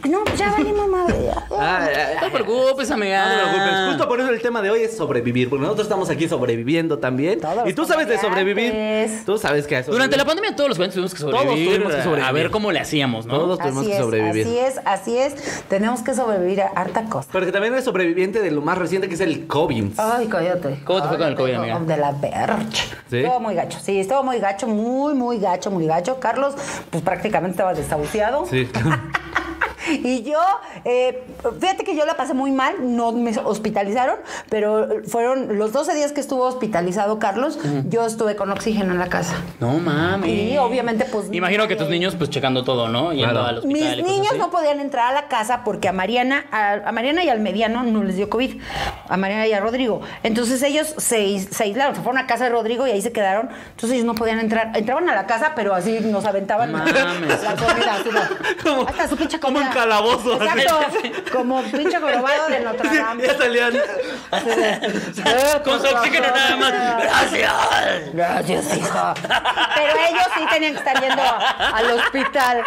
Speaker 6: no, pues ya valimos madre. ya.
Speaker 1: No te preocupes, amiga.
Speaker 2: Ah, No te
Speaker 6: Ah.
Speaker 2: preocupes. Justo por eso el tema de hoy es sobrevivir, porque nosotros estamos aquí sobreviviendo también.
Speaker 6: Todos
Speaker 2: y tú sabes de sobrevivir.
Speaker 6: comediantes.
Speaker 2: Tú sabes que es
Speaker 1: Durante la pandemia todos los cuentos tuvimos que sobrevivir.
Speaker 2: Todos tuvimos que sobrevivir.
Speaker 1: A ver cómo le hacíamos, ¿no?
Speaker 2: Todos tuvimos
Speaker 6: Así
Speaker 2: que
Speaker 6: es,
Speaker 2: sobrevivir.
Speaker 6: así es, así es. Tenemos que sobrevivir a harta cosa.
Speaker 2: Pero que también eres sobreviviente de lo más reciente que es el COVID.
Speaker 6: Ay, cállate.
Speaker 1: ¿Cómo te fue con el COVID,
Speaker 6: Ay,
Speaker 1: amiga?
Speaker 6: De la percha.
Speaker 2: ¿Sí?
Speaker 6: Estuvo muy gacho, sí, estuvo muy gacho, muy, muy gacho, muy gacho. Carlos, pues prácticamente estaba desahuciado.
Speaker 2: Sí.
Speaker 6: Y yo, eh, fíjate que yo la pasé muy mal, no me hospitalizaron, pero fueron los 12 días que estuvo hospitalizado Carlos, yo estuve con oxígeno en la casa.
Speaker 1: No mames.
Speaker 6: Y obviamente, pues,
Speaker 1: Imagino que
Speaker 6: nadie-
Speaker 1: tus niños, pues checando todo, ¿no? Yendo
Speaker 2: Claro.
Speaker 1: al hospital.
Speaker 6: Mis
Speaker 1: y cosas
Speaker 6: niños
Speaker 1: así.
Speaker 6: no podían entrar a la casa porque a Mariana, a, a Mariana y al mediano no les dio COVID, a Mariana y a Rodrigo. Entonces ellos se, is- se aislaron, se fueron a casa de Rodrigo y ahí se quedaron. Entonces ellos no podían entrar, entraban a la casa, pero así nos aventaban
Speaker 1: Mames.
Speaker 6: la comida. así de- hasta su pinche
Speaker 2: Como en
Speaker 6: comida.
Speaker 2: calabozo. así.
Speaker 6: Exacto. Como pinche jorobado de Notre Dame. Eh,
Speaker 2: Ya salían.
Speaker 1: Con su oxígeno nada más. ¡Gracias!
Speaker 6: Gracias, hija. Pero ellos sí tenían que estar yendo a- al hospital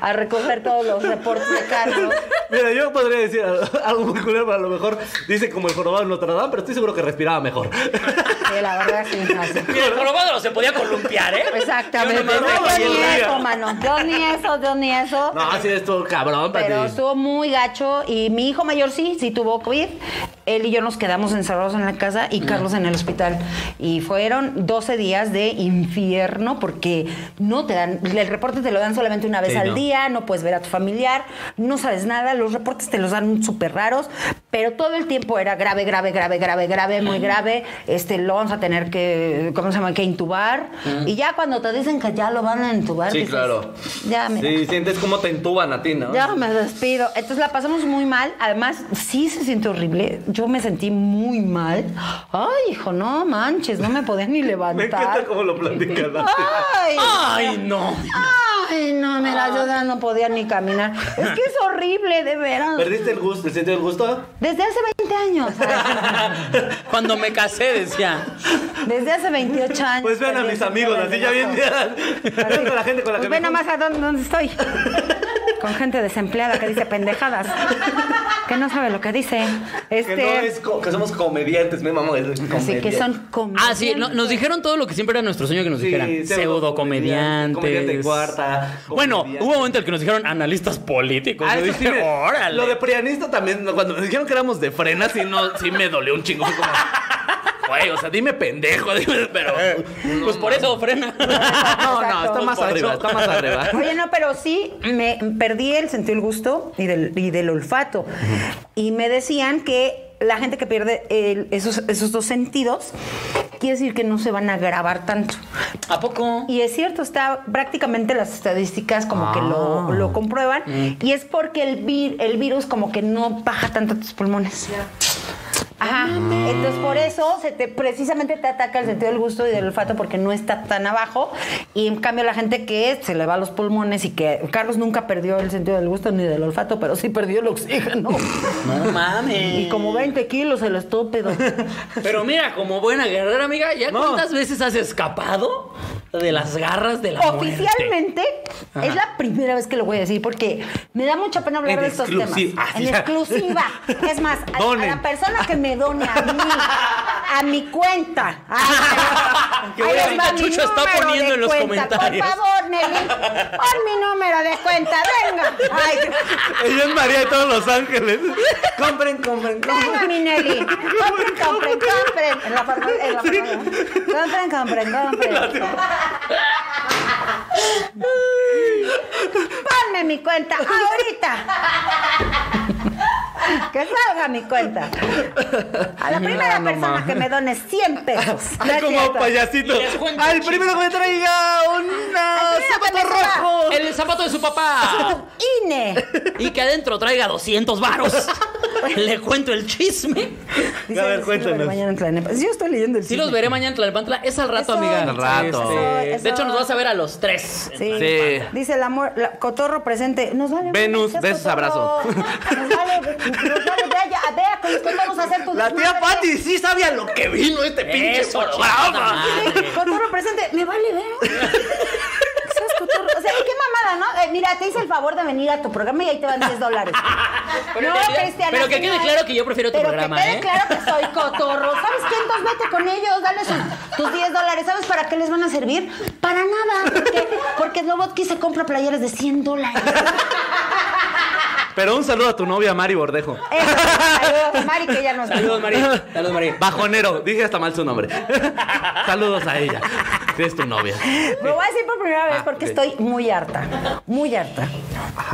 Speaker 6: a recoger todos los reportes de cargos.
Speaker 5: Mira, yo podría decir algo muy culero, pero a lo mejor dice como el jorobado de Notre Dame, pero estoy seguro que respiraba mejor.
Speaker 6: Sí, la verdad, sí, hija, sí.
Speaker 1: Mira, el jorobado no se podía columpiar, ¿eh?
Speaker 6: Exactamente.
Speaker 1: Yo no me
Speaker 6: No,
Speaker 1: acuerdo
Speaker 6: yo ni
Speaker 1: ayer.
Speaker 6: eso, mano. Yo ni eso, yo ni eso.
Speaker 5: No, así estuvo cabrón,
Speaker 6: Pero
Speaker 5: Pati.
Speaker 6: estuvo muy gacho y mi hijo mayor sí, sí tuvo COVID. Él y yo nos quedamos encerrados en la casa y Carlos en el hospital. Y fueron 12 días de infierno porque no te dan, el reporte te lo dan solamente una vez
Speaker 5: Sí,
Speaker 6: al
Speaker 5: no.
Speaker 6: día, no puedes ver a tu familiar, no sabes nada, los reportes te los dan súper raros, pero todo el tiempo era grave, grave, grave, grave, grave, muy grave. Este, lo vamos a tener que, ¿cómo se llama? Que intubar. Y ya cuando te dicen que ya lo van a intubar,
Speaker 7: Sí,
Speaker 6: dices,
Speaker 7: claro.
Speaker 6: Ya, mira.
Speaker 7: Sí, sientes cómo te entuban a ti, ¿no?
Speaker 6: Ya me despido. Entonces la pasamos muy mal. Además, sí se siente horrible. Yo me sentí muy mal. Ay, hijo, no manches, no me podía ni
Speaker 5: Me encanta
Speaker 6: levantar.
Speaker 5: cómo lo platican.
Speaker 6: Ay,
Speaker 1: ¡Ay, no!
Speaker 6: ay, no, mira, yo ya no podía ni caminar. Es que es horrible, de veras.
Speaker 5: ¿Perdiste el gusto? ¿El sentido del gusto?
Speaker 6: Desde hace 20 años. ay.
Speaker 1: Cuando me casé, decía.
Speaker 6: Desde hace 28 años.
Speaker 5: Pues vean a
Speaker 6: perdí
Speaker 5: mis
Speaker 6: el
Speaker 5: amigos,
Speaker 6: sentido
Speaker 5: así
Speaker 6: del
Speaker 5: ya bien.
Speaker 6: gusto.
Speaker 5: Vean a la gente con la que me
Speaker 6: Pues ve nomás a dónde, dónde estoy. Con gente desempleada que dice pendejadas. Que no sabe lo que dice. Este.
Speaker 7: Que, no es co- que somos comediantes, me mamá.
Speaker 6: Así que son comediantes.
Speaker 1: Ah, sí, no- nos dijeron todo lo que siempre era nuestro sueño que nos
Speaker 5: Sí,
Speaker 1: dijeran. Pseudo
Speaker 7: pseudocomediante,
Speaker 1: comediantes.
Speaker 7: comediante de cuarta,
Speaker 1: Bueno,
Speaker 7: comediante.
Speaker 1: hubo un momento en el que nos dijeron analistas políticos.
Speaker 5: Ah,
Speaker 1: Yo
Speaker 5: eso sí
Speaker 1: dije,
Speaker 5: me-
Speaker 1: órale.
Speaker 5: Lo de prianista también, cuando me dijeron que éramos de frena, sí, no, sí me dolió un chingo. Fue como, güey, o sea, dime pendejo, dime, pero.
Speaker 1: pues por eso frena.
Speaker 5: No, no,
Speaker 6: Exacto.
Speaker 5: está más arriba, está más arriba.
Speaker 6: Oye, no, pero sí me perdí el sentido del gusto y del, y del olfato. Y me decían que la gente que pierde el- esos, esos dos sentidos quiere decir que no se van a grabar tanto.
Speaker 1: ¿A poco?
Speaker 6: Y es cierto, está prácticamente las estadísticas como que lo, lo comprueban. Y es porque el, vir- el virus como que no baja tanto tus pulmones. Ajá. Entonces por eso se te, precisamente te ataca el sentido del gusto y del olfato porque no está tan abajo. Y en cambio la gente que se le va a los pulmones y que Carlos nunca perdió el sentido del gusto ni del olfato, pero sí perdió el oxígeno.
Speaker 1: No mames.
Speaker 6: y como 20 kilos el estúpido.
Speaker 1: Pero mira, como buena guerrera, amiga, ¿ya cuántas veces has escapado de las garras de la muerte?
Speaker 6: Oficialmente es la primera vez que lo voy a decir porque me da mucha pena hablar
Speaker 5: En
Speaker 6: de estos
Speaker 5: exclusiva.
Speaker 1: Ah,
Speaker 6: temas. En exclusiva. Es más, a, a
Speaker 5: Donen.
Speaker 6: la persona que me done a mí, a mi cuenta. Ay,
Speaker 1: Que
Speaker 6: ahí
Speaker 1: voy a
Speaker 6: les
Speaker 1: decir
Speaker 6: va
Speaker 1: que
Speaker 6: mi
Speaker 1: Chucho está
Speaker 6: número
Speaker 1: poniendo
Speaker 6: de
Speaker 1: en los
Speaker 6: cuenta.
Speaker 1: comentarios.
Speaker 6: Por favor, Nelly, pon mi número de cuenta, venga. Ay,
Speaker 5: Ella es María de todos Los Ángeles. Compren, compren,
Speaker 6: venga,
Speaker 5: compren.
Speaker 6: mi Nelly. Compren, compren, compren. En la farmacia, en la farmacia. Compren, compren, compren. Ponme mi cuenta ahorita. Que salga mi cuenta. A la primera persona que me done 100 pesos. No
Speaker 5: Ay,
Speaker 6: es
Speaker 5: como
Speaker 6: cierto.
Speaker 5: payasito.
Speaker 1: Y les cuento
Speaker 5: Al
Speaker 1: un
Speaker 5: primero que me traiga una
Speaker 6: Al primero que
Speaker 5: zapato
Speaker 6: me suba.
Speaker 5: rojo.
Speaker 1: El zapato de su papá.
Speaker 6: INE.
Speaker 1: Y que adentro traiga 200 varos. Le cuento el chisme.
Speaker 6: Dice,
Speaker 5: A ver,
Speaker 6: sí,
Speaker 5: cuéntanos.
Speaker 6: mañana en Tlalnepantla. Sí, yo estoy leyendo el
Speaker 1: Sí los veré mañana en Tlalpantla. Es al rato,
Speaker 6: Eso.
Speaker 1: amiga.
Speaker 6: Al
Speaker 5: rato.
Speaker 1: Este,
Speaker 6: Eso,
Speaker 1: De
Speaker 6: eso.
Speaker 1: hecho, nos vas a ver a los tres.
Speaker 6: Sí.
Speaker 5: Sí.
Speaker 6: Dice el amor, la- cotorro presente. Nos vale.
Speaker 5: Venus,
Speaker 6: verga,
Speaker 5: besos,
Speaker 6: Cotorro. Nos vale, nos vale verga. A ver, con los que vamos a hacer tu
Speaker 5: La tía
Speaker 6: desmadre.
Speaker 5: Patty sí sabía lo que vino este pinche
Speaker 1: Eso,
Speaker 5: programa.
Speaker 1: chingada madre.
Speaker 6: Cotorro presente, me vale ver. ¿Sabes, Cotorro? O sea, qué mamada, ¿no? Eh, mira, te hice el favor de venir a tu programa y ahí te van 10 dólares.
Speaker 1: Pero en realidad- pero que
Speaker 6: señor.
Speaker 1: quede claro que yo prefiero tu
Speaker 6: pero
Speaker 1: programa,
Speaker 6: que quede
Speaker 1: ¿eh?
Speaker 6: claro que soy cotorro. ¿Sabes qué? Entonces vete con ellos, dale sus, tus 10 dólares. ¿Sabes para qué les van a servir? Para nada, porque, porque Slobodki se compra playeras de 100 dólares.
Speaker 5: Pero un saludo a tu novia Mari Bordejo.
Speaker 6: Eso, saludos, Mari, que ya nos
Speaker 1: Saludos, María. Saludos, María.
Speaker 5: Bajonero, dije hasta mal su nombre. Saludos a ella. Es tu novia.
Speaker 6: Lo voy a decir por primera vez
Speaker 5: Ah,
Speaker 6: porque
Speaker 5: ok.
Speaker 6: estoy muy harta. Muy harta.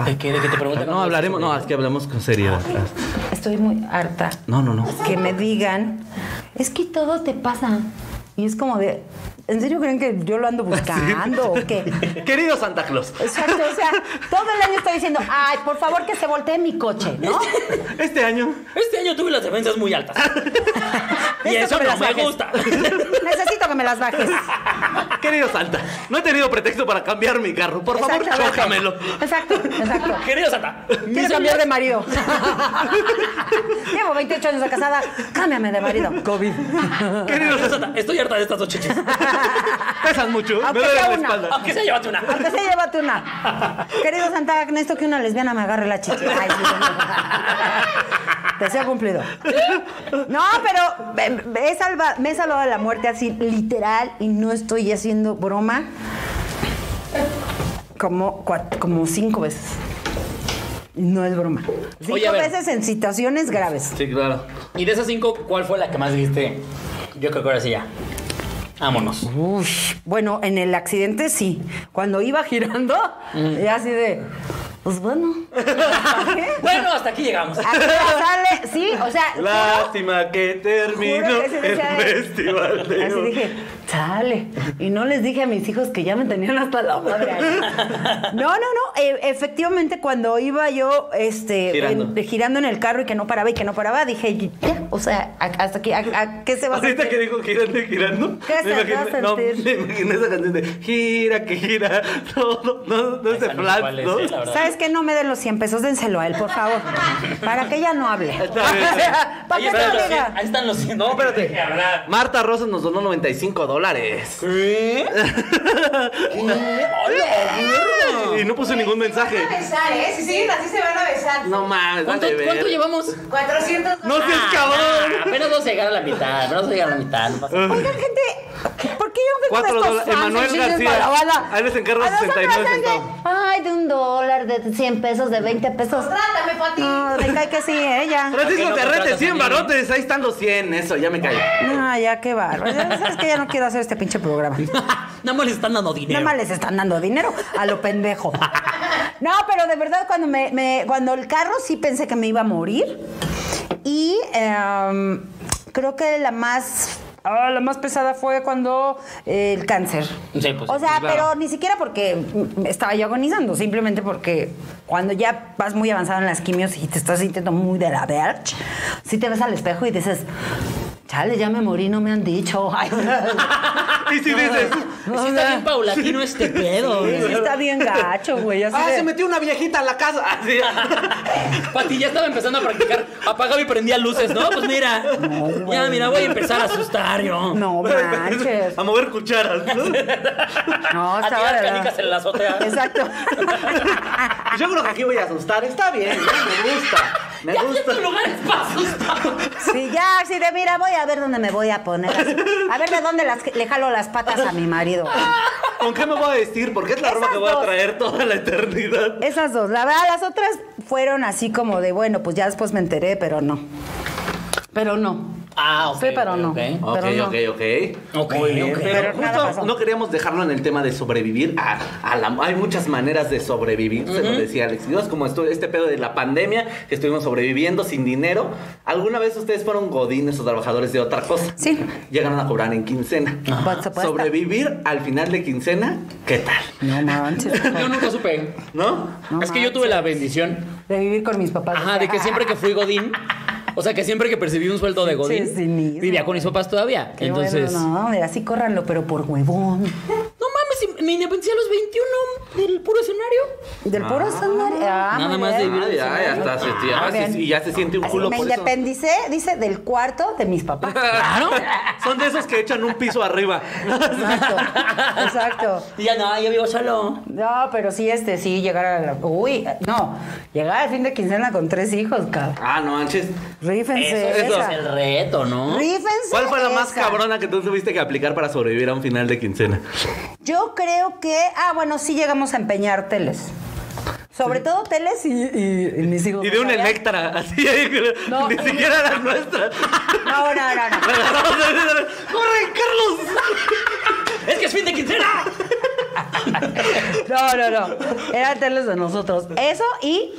Speaker 1: ¿De qué, de qué te preguntan?
Speaker 5: No, hablaremos, no, es que hablamos con seriedad.
Speaker 6: Estoy muy harta.
Speaker 5: No, no, no.
Speaker 6: Que me digan, es que todo te pasa. Y es como de, ¿en serio creen que yo lo ando buscando o qué?
Speaker 5: Querido Santa Claus,
Speaker 6: Exacto, o sea, todo el año estoy diciendo, ay, por favor que se voltee mi coche, ¿no?
Speaker 5: este año
Speaker 1: Este año tuve las defensas muy altas. y
Speaker 6: Necesito
Speaker 1: eso
Speaker 6: que
Speaker 1: no
Speaker 6: las
Speaker 1: me
Speaker 6: bajes.
Speaker 1: gusta.
Speaker 6: Necesito que me las bajes.
Speaker 2: Querido Santa, no he tenido pretexto para cambiar mi carro. Por favor,
Speaker 6: Exactamente.
Speaker 2: chócamelo.
Speaker 6: Exacto, exacto.
Speaker 2: Querido Santa,
Speaker 6: Quiero cambiar de marido. Llevo 28 años de casada. Cámbiame de marido. COVID.
Speaker 2: querido Santa, estoy harta de estas dos chichis.
Speaker 8: Pesan mucho.
Speaker 6: Aunque
Speaker 2: duele
Speaker 6: sea
Speaker 2: la
Speaker 6: una.
Speaker 2: espalda. Aunque sea, llévate una.
Speaker 6: Aunque sea, llévate una. Querido Santa, necesito que una lesbiana me agarre la chicha. Ay, sí, no. Deseo cumplido. No, pero eh, me he, salva- me he salvado de la muerte así, literal, y no estoy haciendo broma. Como, cua- como cinco veces. No es broma. Cinco
Speaker 1: Oye, a ver.
Speaker 6: veces en situaciones graves.
Speaker 2: Sí, claro.
Speaker 1: Y de esas cinco, ¿cuál fue la que más dijiste? Yo creo que ahora sí ya. Vámonos.
Speaker 6: Uy, bueno, en el accidente sí. Cuando iba girando, ya así de. Pues bueno. ¿Qué? Ah,
Speaker 1: Bueno, hasta aquí llegamos.
Speaker 6: ¿A qué hora sale? Sí, o sea.
Speaker 2: Lástima que terminó
Speaker 6: Juro que sí
Speaker 2: el
Speaker 6: decía de-
Speaker 2: festival de
Speaker 6: Así dije, chale. Y no les dije a mis hijos que ya me tenían hasta la madre. No, no, no. E- efectivamente, cuando iba yo este,
Speaker 2: Girando.
Speaker 6: en- girando en el carro y que no paraba y que no paraba, dije, ya, o sea, a- hasta aquí, a, a qué se va a
Speaker 2: Ahorita
Speaker 6: hacer?
Speaker 2: que dijo girando y girando.
Speaker 6: ¿Qué se
Speaker 2: me
Speaker 6: va a
Speaker 2: imaginé, no, me
Speaker 6: sentir?
Speaker 2: imaginé esa canción de gira, que gira, todo, no, no ese
Speaker 1: Esa no sé cuál
Speaker 2: plan,
Speaker 1: es,
Speaker 2: ¿no?
Speaker 1: eh, la verdad.
Speaker 6: ¿Sabes qué? No me den los 100 pesos, dénselo a él, por favor. Para que ella no hable.
Speaker 2: Está bien, está bien.
Speaker 6: ¿Para
Speaker 1: Ahí
Speaker 6: qué
Speaker 1: están
Speaker 6: te
Speaker 1: los
Speaker 6: obliga?
Speaker 1: cien- ahí están los cien.
Speaker 2: No,
Speaker 9: que
Speaker 2: espérate.
Speaker 9: hablar.
Speaker 2: Marta Rosas nos donó 95 dólares. Y no puso ningún mensaje.
Speaker 10: Se van a besar, ¿eh? Si siguen así se van a besar.
Speaker 2: No más,
Speaker 1: ¿Cuánto,
Speaker 2: dale, ver.
Speaker 1: cuánto llevamos?
Speaker 10: 400
Speaker 2: No seas
Speaker 6: Ah,
Speaker 2: cabrón.
Speaker 1: Ah, Apenas vamos a llegar a la mitad, apenas vamos a llegar a la mitad. no pasa nada.
Speaker 6: Oigan, gente, ¿por qué yo me
Speaker 2: Cuatro
Speaker 6: con estos
Speaker 2: dólares.
Speaker 6: fans
Speaker 2: Emanuel
Speaker 6: en chismes
Speaker 2: García.
Speaker 6: para la bala?
Speaker 2: Ahí les encargo
Speaker 6: A nosotros
Speaker 2: 69
Speaker 6: es de,
Speaker 2: centavos.
Speaker 6: Ay, de un dólar, de 100 pesos, de 20 pesos.
Speaker 10: Trátame, Pati.
Speaker 6: No, me cae que sí, ella.
Speaker 2: Francisco
Speaker 1: ¿Por qué no
Speaker 2: Terrete,
Speaker 1: contratas a
Speaker 2: 100
Speaker 1: mí?
Speaker 2: barotes. Ahí están los 100. Eso, ya me callo.
Speaker 6: No, Ah, ya, qué barro. Ya Sabes que ya no quiero hacer este pinche programa.
Speaker 1: Nada más les están dando dinero.
Speaker 6: Nada más les están dando dinero a lo pendejo. No, pero de verdad, cuando me, me- cuando el carro sí pensé que me iba a morir. Y em, creo que la más. ah, la más pesada fue cuando eh, el cáncer.
Speaker 1: Sí, pues,
Speaker 6: o sea,
Speaker 2: claro.
Speaker 6: pero ni siquiera porque mm, estaba yo agonizando, simplemente porque cuando ya vas muy avanzado en las quimios y te estás sintiendo muy de la verge, si te ves al espejo y dices, chale, ya me morí, no me han dicho. Ay,
Speaker 2: Y si dices,
Speaker 1: Sí está bien paulatino este pedo.
Speaker 6: Sí, sí
Speaker 1: güey.
Speaker 6: está bien gacho, güey. así
Speaker 2: ah,
Speaker 6: de-
Speaker 2: se metió una viejita a la casa. Así.
Speaker 1: Pati, ya estaba empezando a practicar. Apagaba y prendía luces, ¿no? Pues mira. ya, mira, voy a empezar a asustar yo.
Speaker 6: No manches.
Speaker 2: A mover cucharas. ¿no?
Speaker 6: No,
Speaker 1: a
Speaker 6: estaba
Speaker 1: tirar
Speaker 6: de la-
Speaker 1: canicas en la azotea.
Speaker 6: Exacto.
Speaker 2: Yo creo que aquí voy a asustar. Está bien, ¿no? me gusta. Me
Speaker 1: Ya
Speaker 2: gusta.
Speaker 1: siento lugares para asustar.
Speaker 6: Sí, ya, así de, mira, voy a ver dónde me voy a poner. así. A ver de dónde las- le jalo las patas a mi marido.
Speaker 2: ¿Con qué me voy a vestir? Porque es la ropa
Speaker 6: Esas
Speaker 2: que voy a
Speaker 6: dos.
Speaker 2: traer toda la eternidad.
Speaker 6: Esas dos. La verdad, las otras fueron así como de, bueno, pues ya después me enteré, pero no. Pero no.
Speaker 1: Ah, ok.
Speaker 6: Sí, pero no.
Speaker 1: ok.
Speaker 2: Ok,
Speaker 6: Pero no.
Speaker 2: ok, ok.
Speaker 1: Ok,
Speaker 2: Muy bien,
Speaker 1: ok.
Speaker 2: Pero
Speaker 6: Pero nada
Speaker 2: justo
Speaker 6: pasó.
Speaker 2: no queríamos dejarlo en el tema de sobrevivir a, a la... Hay muchas maneras de sobrevivir, se lo decía Alex Dios, como esto, este pedo de la pandemia, que estuvimos sobreviviendo sin dinero. ¿Alguna vez ustedes fueron godines o trabajadores de otra cosa?
Speaker 6: Sí.
Speaker 2: Llegaron a cobrar en quincena.
Speaker 6: Por supuesto.
Speaker 2: Sobrevivir al final de quincena, ¿qué tal?
Speaker 6: No manches.
Speaker 1: Yo nunca supe.
Speaker 2: ¿No?
Speaker 6: No
Speaker 1: es que yo tuve la bendición.
Speaker 6: De vivir con mis papás. "Ah,
Speaker 1: Ajá, de que siempre que fui Godín. O sea, que siempre que percibí un sueldo de Godín,
Speaker 6: Sí, sí mismo.
Speaker 1: vivía con mis papás todavía.
Speaker 6: Qué bueno,
Speaker 1: Entonces.
Speaker 6: no, mira, sí córranlo, pero por huevón.
Speaker 1: No mames, me independicé a los 21 del puro escenario.
Speaker 6: Del puro escenario. Ah,
Speaker 1: Nada
Speaker 6: muy
Speaker 1: más de
Speaker 6: bien.
Speaker 1: vivir
Speaker 2: Ay, ay, hasta se-
Speaker 6: Ah,
Speaker 2: ah, sí,
Speaker 6: bien.
Speaker 2: sí, ya se siente un
Speaker 6: Así,
Speaker 2: culo
Speaker 6: me
Speaker 2: por eso.
Speaker 6: independicé, dice, del cuarto de mis papás.
Speaker 1: Claro.
Speaker 2: Son de esos que echan un piso arriba.
Speaker 6: Exacto, exacto.
Speaker 1: Y ya no, yo vivo solo.
Speaker 6: No, pero sí, este, sí, llegar a la... Uy, no, llegar al fin de quincena con tres hijos, cabrón.
Speaker 2: Ah, no manches.
Speaker 6: Rífense
Speaker 1: Eso,
Speaker 6: esa.
Speaker 1: es el reto, ¿no?
Speaker 6: Rífense
Speaker 2: ¿Cuál fue la más
Speaker 6: esa.
Speaker 2: cabrona que tú tuviste que aplicar para sobrevivir a un final de quincena?
Speaker 6: Yo creo que... Ah, bueno, sí llegamos a empeñar teles. Sobre todo teles y, y- y mis hijos.
Speaker 2: Y de
Speaker 6: no
Speaker 2: un
Speaker 6: sabían.
Speaker 2: Electra, así,
Speaker 6: No.
Speaker 2: ni siquiera las nuestras.
Speaker 6: No, no, no, no.
Speaker 2: ¡Corre, Carlos!
Speaker 1: ¡Es que es fin de quincena!
Speaker 6: No, no, no. Eran teles de nosotros. Eso y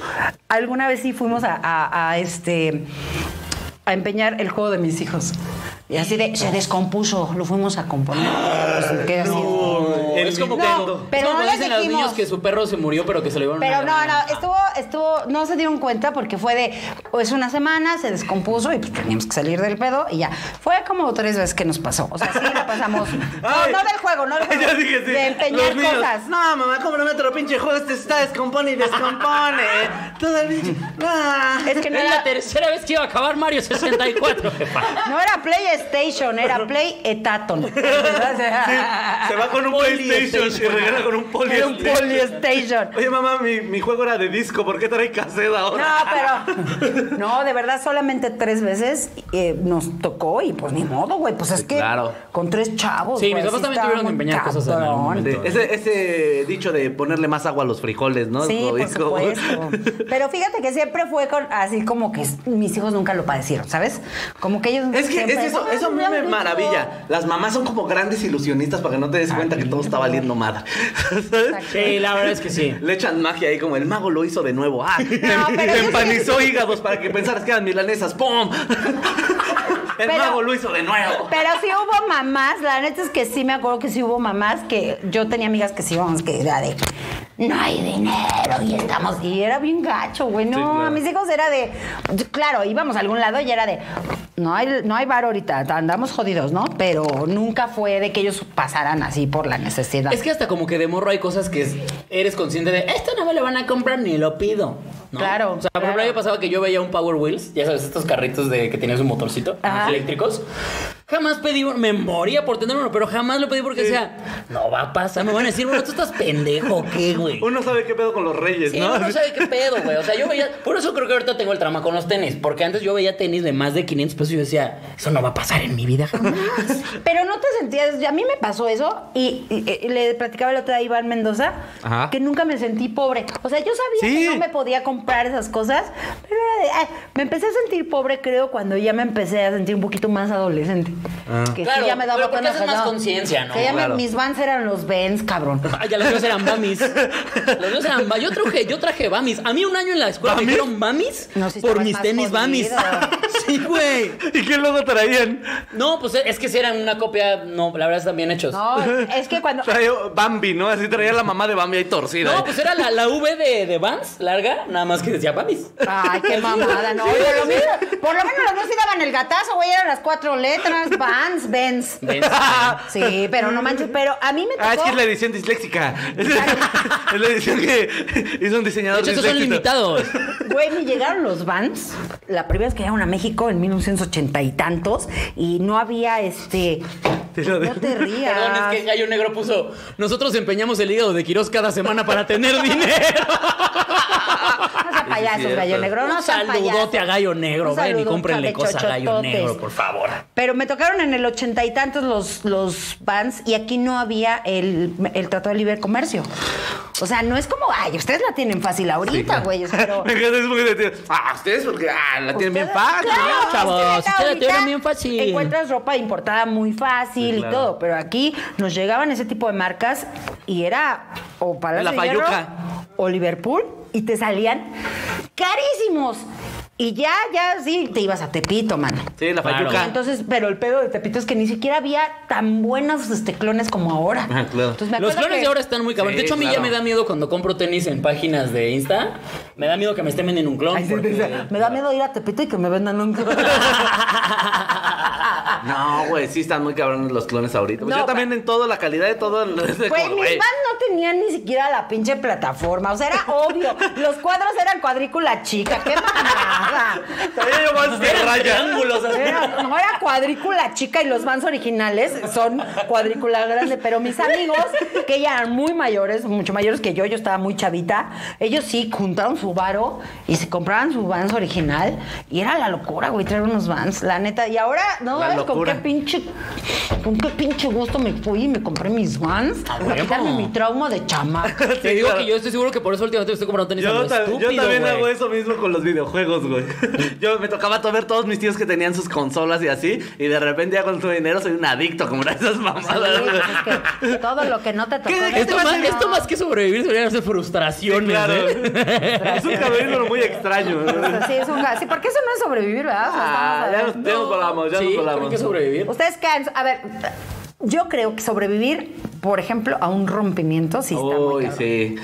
Speaker 6: alguna vez sí fuimos a, a- a, este a empeñar el juego de mis hijos. Y así de, se descompuso, lo fuimos a componer. Pues, ¿qué hacías?
Speaker 2: El
Speaker 1: es como
Speaker 6: Nintendo.
Speaker 1: cuando,
Speaker 6: No, pero
Speaker 1: es como
Speaker 6: no
Speaker 1: cuando
Speaker 6: les
Speaker 1: dicen a los
Speaker 6: dijimos.
Speaker 1: niños que su perro se murió, pero que se lo iban
Speaker 6: Pero no, no, estuvo, estuvo, no se dieron cuenta porque fue de, pues una semana, se descompuso y pues teníamos que salir del pedo y ya. Fue como tres veces que nos pasó. O sea, sí la pasamos. No,
Speaker 2: Ay.
Speaker 6: no del juego, no del juego.
Speaker 2: Yo dije sí.
Speaker 6: De empeñar
Speaker 2: Los niños,
Speaker 6: cosas.
Speaker 2: No, mamá, ¿cómo no meto lo pinche juego? Este se está descompone y descompone. Todo el pinche. Ah.
Speaker 6: Es que no
Speaker 1: Es la
Speaker 6: era,
Speaker 1: tercera vez que iba a acabar Mario 64. jefa.
Speaker 6: no era PlayStation, era Play Etaton.
Speaker 2: Se va con un PlayStation y regresa con un
Speaker 6: Era este. un este.
Speaker 2: PlayStation.
Speaker 6: Polystation.
Speaker 2: Oye, mamá, mi, mi juego era de disco. ¿Por qué trae cassette
Speaker 6: No,
Speaker 2: ahora?
Speaker 6: pero. No, de verdad, solamente tres veces eh, nos tocó y pues ni modo, güey. Pues es que.
Speaker 2: claro.
Speaker 6: Con tres chavos.
Speaker 1: Sí, mis
Speaker 6: güey,
Speaker 1: papás también
Speaker 6: estaba
Speaker 1: tuvieron que
Speaker 6: muy
Speaker 1: empeñar cosas en algún
Speaker 6: cabrón.
Speaker 1: momento.
Speaker 2: De- ese, ese dicho de ponerle más agua a los frijoles, ¿no?
Speaker 6: Sí,
Speaker 2: Lo
Speaker 6: por
Speaker 2: dijo.
Speaker 6: supuesto. Pero fíjate que siempre fue con, así como que s- mis hijos nunca lo padecieron, ¿sabes? Como que ellos.
Speaker 2: Es que es
Speaker 6: siempre,
Speaker 2: eso, eso a mí
Speaker 6: "Ah,
Speaker 2: me
Speaker 6: rico".
Speaker 2: maravilla. Las mamás son como grandes ilusionistas para que no te des cuenta que todo está valiendo madre. ¿Sabes?
Speaker 1: Sí, la verdad es que sí.
Speaker 2: Le echan magia ahí como el mago lo hizo de nuevo. Ah, te-
Speaker 6: pero
Speaker 2: te
Speaker 6: yo sí-
Speaker 2: empanizó hígados para que pensaras que eran milanesas. ¡Pum! El
Speaker 6: Pero-
Speaker 2: mago lo hizo de nuevo.
Speaker 6: Pero sí hubo mamás, la neta es que sí me acuerdo que sí hubo mamás que yo tenía amigas que sí íbamos que era de no hay dinero y estamos y era bien gacho, güey. No, a mis hijos era de claro, íbamos a algún lado y era de no hay no hay bar ahorita, andamos jodidos, ¿no? Pero nunca fue de que ellos pasaran así por la necesidad.
Speaker 1: Es que hasta como que de morro hay cosas que es- eres consciente de esto no me lo van a comprar ni lo pido. ¿no?
Speaker 6: Claro,
Speaker 1: O sea, por ejemplo,
Speaker 6: claro.
Speaker 1: a mí me pasaba que yo veía un Power Wheels, ya sabes, estos carritos de que tenías un motorcito
Speaker 6: Ajá.
Speaker 1: eléctricos. Jamás pedí uno, me moría por tener uno, pero jamás lo pedí porque decía, no va a pasar, me van a decir, bueno, tú estás pendejo, ¿o ¿qué, güey?
Speaker 2: Uno sabe qué pedo con los reyes,
Speaker 1: Sí,
Speaker 2: ¿no?
Speaker 1: uno no sabe qué pedo, güey. O sea, yo veía. Por eso creo que ahorita tengo el trauma con los tenis. Porque antes yo veía tenis de más de 500 pesos y yo decía, eso no va a pasar en mi vida jamás.
Speaker 6: Pero no te sentías, a mí me pasó eso y, y- y le platicaba el otro día a Iván Mendoza
Speaker 2: Ajá.
Speaker 6: que nunca me sentí pobre. O sea, yo sabía
Speaker 2: Sí.
Speaker 6: que no me podía comprar esas cosas, pero era de, "Ay", me empecé a sentir pobre creo cuando ya me empecé a sentir un poquito más adolescente. Que sí
Speaker 1: Claro,
Speaker 6: ya me daba
Speaker 1: pero porque
Speaker 6: cuenta,
Speaker 1: haces
Speaker 6: pues,
Speaker 1: más
Speaker 6: no.
Speaker 1: conciencia, ¿no?
Speaker 6: Que ya me-
Speaker 2: Ah. Claro.
Speaker 6: mis vans eran los Vans, cabrón.
Speaker 1: Ay, ya los míos eran mamis. Los míos eran mamis. Yo traje, yo traje bamis. A mí un año en la escuela me dijeron mamis
Speaker 6: No, sí
Speaker 1: por
Speaker 6: estabas
Speaker 1: mis
Speaker 6: más
Speaker 1: tenis bamis.
Speaker 6: jodido.
Speaker 1: Sí, güey.
Speaker 2: ¿Y qué luego traían?
Speaker 1: No, pues es que si eran una copia, no, la verdad están bien hechos. No,
Speaker 6: Ah, No, es que cuando...
Speaker 2: Traía Bambi, ¿no? Así traía la mamá de Bambi ahí torcida.
Speaker 1: pues era la, la V de, de Vans, larga, nada más que decía bamis.
Speaker 6: Ay, qué mamada, no. oye, lo mismo- por lo menos los míos sí daban el gatazo, güey, eran las cuatro letras, Vans, Vans.
Speaker 1: Vans.
Speaker 6: Sí, pero no manches, pero a mí me tocó...
Speaker 2: Ah, es que es la edición disléxica. Es, es la edición que hizo un
Speaker 1: De
Speaker 2: diseñador
Speaker 1: hecho, estos son
Speaker 2: disléxico.
Speaker 1: limitados.
Speaker 6: Güey, me llegaron los vans. La primera vez que llegaron a México en 1980 y tantos. Y no había este. No te rías.
Speaker 1: Perdón, es que Gallo Negro puso. Nosotros empeñamos el hígado de Quirós cada semana para tener dinero.
Speaker 6: No sean payasos, gallo negro. No
Speaker 1: Un
Speaker 6: sean
Speaker 1: saludote
Speaker 6: payasos.
Speaker 1: a Gallo Negro.
Speaker 6: Un
Speaker 1: Ven y
Speaker 6: saludo,
Speaker 1: cómprenle
Speaker 6: chale,
Speaker 1: cosas a Gallo
Speaker 6: chochototes.
Speaker 1: Negro, por favor.
Speaker 6: Pero me tocaron en el ochenta y tantos los, los vans y aquí no había el, el Tratado de Libre Comercio. O sea, no es como, ay, ustedes la tienen fácil ahorita, güey. pero-
Speaker 2: Me encanta eso porque te tiran, Ah, ustedes porque ah, la tienen bien
Speaker 6: Ustedes-
Speaker 2: fácil.
Speaker 6: Claro,
Speaker 1: ¿no, chavos?
Speaker 6: es que
Speaker 1: Ustedes la
Speaker 6: ahorita
Speaker 1: tuvieron bien fácil.
Speaker 6: Encuentras ropa importada muy fácil y todo, pero aquí nos llegaban ese tipo de marcas y era o Palacio
Speaker 2: La
Speaker 6: de Hierro
Speaker 2: Fayuca.
Speaker 6: o Liverpool y te salían carísimos. Y ya, ya, sí, te ibas a Tepito, mano.
Speaker 2: Sí, la
Speaker 1: Claro.
Speaker 2: payuca.
Speaker 6: Entonces, pero el pedo de Tepito es que ni siquiera había tan buenos este, clones como ahora.
Speaker 2: Ah, claro.
Speaker 6: Entonces, me
Speaker 1: Los
Speaker 6: acuerdo
Speaker 1: clones
Speaker 6: que-
Speaker 1: de ahora están muy cabrones.
Speaker 2: Sí,
Speaker 1: de hecho, a mí ya
Speaker 2: claro.
Speaker 1: me da miedo cuando compro tenis en páginas de Insta. Me da miedo que me estén vendiendo un clon.
Speaker 6: Ay, sí,
Speaker 1: porque-
Speaker 6: sí, sí. Me da miedo ir a Tepito y que me vendan un
Speaker 2: No, güey, sí están muy cabrones los clones ahorita. Pues
Speaker 6: No,
Speaker 2: yo también en todo, la calidad de todo. el-
Speaker 6: Pues
Speaker 2: como,
Speaker 6: mis
Speaker 2: güey.
Speaker 6: vans no tenían ni siquiera la pinche plataforma. O sea, era obvio. Los cuadros eran cuadrícula chica. ¡Qué mamada!
Speaker 2: Traía yo vans de
Speaker 1: Eran
Speaker 2: raya.
Speaker 1: triángulos así.
Speaker 6: Era- no era cuadrícula chica y los vans originales son cuadrícula grande. Pero mis amigos, que ya eran muy mayores, mucho mayores que yo, yo estaba muy chavita, ellos sí juntaron su varo y se compraban su vans original. Y era la locura, güey, traer unos vans, la neta. Y ahora, no
Speaker 2: La
Speaker 6: sabes
Speaker 2: locura.
Speaker 6: con qué pinche, con qué pinche gusto me fui y me compré mis vans.
Speaker 1: A
Speaker 6: Para
Speaker 1: huevo.
Speaker 6: quitarme mi trauma de chamaco.
Speaker 1: Te digo que yo estoy seguro que por eso últimamente me estoy comprando tenis a lo
Speaker 2: Yo, ta- yo
Speaker 1: estúpido,
Speaker 2: también
Speaker 1: güey.
Speaker 2: hago eso mismo con los videojuegos, güey. Yo me tocaba to- ver todos mis tíos que tenían sus consolas y así, y de repente ya con su dinero soy un adicto a comprar esas mamadas. güey.
Speaker 6: todo lo que no te tocó.
Speaker 2: ¿Qué-
Speaker 6: de
Speaker 2: qué
Speaker 1: Esto
Speaker 2: te vas
Speaker 1: más,
Speaker 2: a ir?
Speaker 1: esto más que sobrevivir deberían ser
Speaker 2: Sí,
Speaker 1: frustraciones.
Speaker 2: claro.
Speaker 1: ¿eh?
Speaker 2: es un cabello muy extraño. ¿no?
Speaker 6: Sí, es un ga- sí, porque eso no es sobrevivir, ¿verdad? O sea,
Speaker 2: Ah,
Speaker 6: estamos
Speaker 2: ya
Speaker 6: hablando-
Speaker 2: nos, ya nos volamos, ya
Speaker 1: sí,
Speaker 2: nos
Speaker 1: tienen
Speaker 2: volamos.
Speaker 1: que sobrevivir.
Speaker 6: Ustedes creen, a ver, yo creo que sobrevivir por ejemplo, a un rompimiento, sí está muy
Speaker 2: Uy,
Speaker 6: cabrón.
Speaker 2: sí.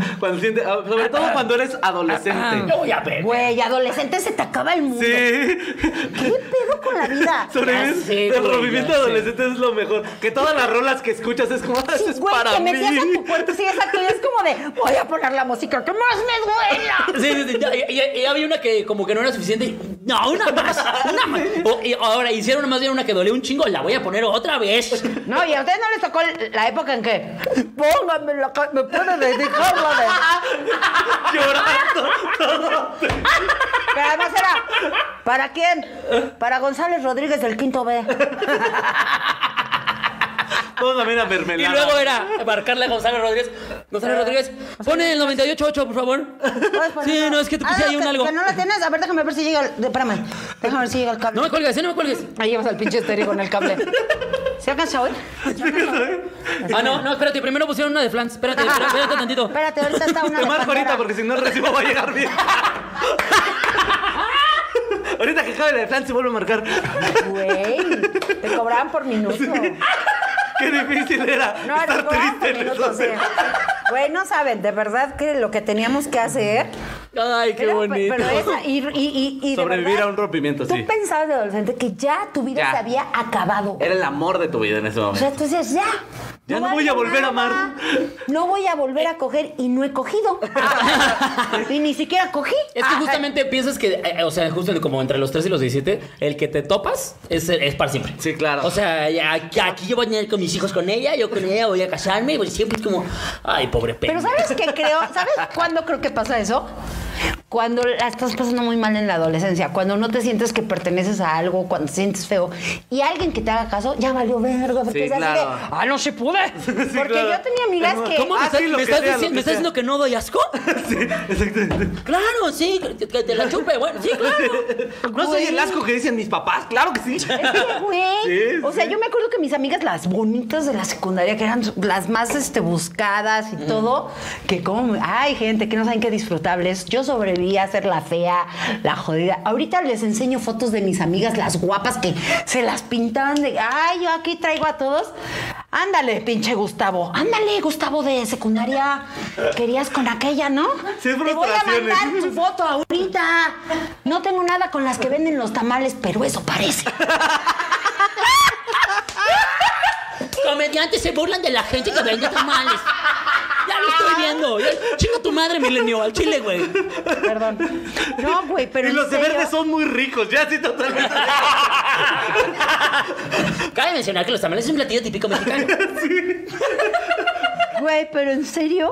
Speaker 2: Cuando siente- ah, sobre todo cuando eres adolescente.
Speaker 1: Yo voy a ver.
Speaker 6: Güey, adolescente se te acaba el mundo.
Speaker 2: Sí.
Speaker 6: ¿Qué pedo con la
Speaker 1: Ya
Speaker 6: vida?
Speaker 1: sé,
Speaker 2: Sobrevives. El
Speaker 1: güey,
Speaker 2: rompimiento
Speaker 1: ya sé.
Speaker 2: adolescente es lo mejor. Que todas las rolas que escuchas es como, "Ah,
Speaker 6: Sí,
Speaker 2: eso es
Speaker 6: güey,
Speaker 2: para
Speaker 6: que
Speaker 2: mí.
Speaker 6: metías a tu cuarto, sí, exacto, y es como de, voy a poner la música que más me duela.
Speaker 1: Sí, sí, sí. Ya, ya- ya- ya había una que como que no era suficiente. y, No, una más. Una más. O- y ahora hicieron más bien una que dolió un chingo. La voy a poner otra vez.
Speaker 6: No, y a ustedes no les tocó la época en que póngame la ca- me puede dedicar la de.
Speaker 2: Llorando.
Speaker 6: Pero además era, ¿para quién? Para González Rodríguez del quinto B.
Speaker 2: Póngame una
Speaker 1: Y
Speaker 2: mermelada.
Speaker 1: luego era marcarle a Gonzalo Rodríguez. Gonzalo Rodríguez, pone el 98.8, por favor.
Speaker 6: Eh, ¿Puedes poner
Speaker 1: Sí,
Speaker 6: una-
Speaker 1: no, es que te
Speaker 6: Ah,
Speaker 1: puse ahí un
Speaker 6: que-
Speaker 1: algo.
Speaker 6: Que no la tienes, a ver, déjame ver si llega el. de- Espérame, déjame ver si llega el cable.
Speaker 1: No me cuelgues, ¿eh? no me cuelgues.
Speaker 6: Ahí llevas al pinche estéreo con el cable. ¿Se alcanza hoy?
Speaker 1: Ah, no, no, espérate, primero pusieron una de Flans. Espérate, espérate, espérate tantito.
Speaker 6: Espérate, ahorita está una.
Speaker 2: Te
Speaker 6: de
Speaker 2: marco ahorita
Speaker 6: Pandora.
Speaker 2: porque si no el recibo va a llegar bien. ahorita que acabe la de plan se vuelve a marcar.
Speaker 6: Güey, te cobraban por minuto.
Speaker 2: Qué difícil era
Speaker 6: No, te
Speaker 2: estar
Speaker 6: cobraban
Speaker 2: triste
Speaker 6: por
Speaker 2: en
Speaker 6: minuto,
Speaker 2: esos
Speaker 6: sí. Güey, no saben, de verdad que lo que teníamos que hacer.
Speaker 1: Ay, qué
Speaker 6: era- pues,
Speaker 1: bonito.
Speaker 6: Pero esa, y, y, y, y de
Speaker 2: Sobrevivir
Speaker 6: verdad,
Speaker 2: a un rompimiento,
Speaker 6: Tú
Speaker 2: sí.
Speaker 6: pensabas de adolescente que ya tu vida
Speaker 2: Ya.
Speaker 6: se había acabado.
Speaker 2: Era el amor de tu vida en ese
Speaker 6: O
Speaker 2: momento.
Speaker 6: sea, tú decías, ya.
Speaker 2: Ya no
Speaker 6: va
Speaker 2: voy a
Speaker 6: haber
Speaker 2: volver a
Speaker 6: nada,
Speaker 2: amar.
Speaker 6: No voy a volver a coger y no he cogido. y ni siquiera cogí.
Speaker 1: Es que justamente piensas que, eh, eh, o sea, justo como entre los 3 y los 17, el que te topas es, es para siempre.
Speaker 2: Sí, claro.
Speaker 1: O sea, ya- aquí, aquí yo voy a tener con mis hijos con ella, yo con ella voy a casarme, y voy siempre es como, ay, pobre
Speaker 6: Pero
Speaker 1: pendejo.
Speaker 6: ¿sabes qué creo? ¿Sabes cuándo creo que pasa eso? Cuando la estás pasando muy mal en la adolescencia, cuando no te sientes que perteneces a algo, cuando te sientes feo y alguien que te haga caso, ya valió verga. Porque
Speaker 2: Sí,
Speaker 6: es así
Speaker 2: claro.
Speaker 6: de, ah, no se pude. porque
Speaker 2: claro.
Speaker 6: yo tenía amigas que.
Speaker 1: ¿Cómo me
Speaker 2: Ah,
Speaker 1: estás,
Speaker 2: sí,
Speaker 1: me
Speaker 2: lo que
Speaker 1: estás
Speaker 2: sea, lo
Speaker 1: diciendo,
Speaker 2: que
Speaker 1: me estás
Speaker 2: sea.
Speaker 1: diciendo que no doy asco?
Speaker 2: Sí, exactamente.
Speaker 1: Claro, sí, que, que te la chupe, bueno, sí, claro.
Speaker 2: No soy el asco que dicen mis papás, claro que sí.
Speaker 6: Es que, güey.
Speaker 2: Sí,
Speaker 6: o sea,
Speaker 2: sí.
Speaker 6: yo me acuerdo que mis amigas, las bonitas de la secundaria, que eran las más este, buscadas y todo, que como. Ay, gente, que no saben qué disfrutables. Yo sobreviví a ser la fea, la jodida. Ahorita les enseño fotos de mis amigas, las guapas, que se las pintaban de. Ay, yo aquí traigo a todos. Ándale, pinche Gustavo. Ándale, Gustavo de secundaria. Querías con aquella, ¿no?
Speaker 2: Sí,
Speaker 6: Te voy a
Speaker 2: frustraciones.
Speaker 6: mandar tu foto ahorita. No tengo nada con las que venden los tamales, pero eso parece.
Speaker 1: Comediantes se burlan de la gente que vende tamales. Ya lo estoy viendo. ya- Chinga tu madre, milenio, al chile, güey.
Speaker 6: Perdón. No, güey, pero.
Speaker 2: y
Speaker 6: en
Speaker 2: los de
Speaker 6: serio,
Speaker 2: verde son muy ricos, ya sí totalmente.
Speaker 1: Cabe mencionar que los tamales es un platillo típico mexicano.
Speaker 6: Güey, pero en serio.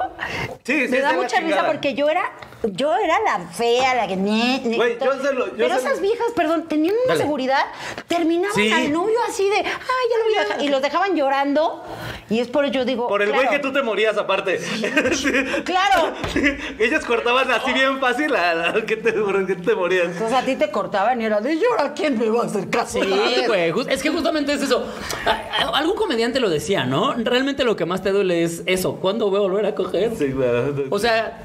Speaker 2: Sí, sí,
Speaker 6: Me
Speaker 2: está
Speaker 6: da
Speaker 2: la
Speaker 6: mucha risa
Speaker 2: chingada.
Speaker 6: porque yo era. Yo era la fea, la que. ne- ne-
Speaker 2: Güey, yo se lo- yo
Speaker 6: pero
Speaker 2: se lo-
Speaker 6: esas viejas, perdón, tenían una
Speaker 1: Dale.
Speaker 6: seguridad. Terminaban
Speaker 2: Sí.
Speaker 6: al novio así de. Ay, ya lo voy a dejar", Y los dejaban llorando. Y es por ello yo digo.
Speaker 2: Por el güey
Speaker 6: claro,
Speaker 2: que tú te morías aparte.
Speaker 6: Claro. Oh.
Speaker 2: Ellos cortaban así bien fácil al al que te, por el que te morías.
Speaker 6: Entonces a ti te cortaban y era de. ¿Y ahora quién me va a hacer caso?
Speaker 1: Sí, güey. ju- Es que justamente es eso. A- a- Algún comediante lo decía, ¿no? Realmente lo que más te duele es eso. ¿Cuándo voy a volver a coger?
Speaker 2: Sí, claro.
Speaker 1: O sea,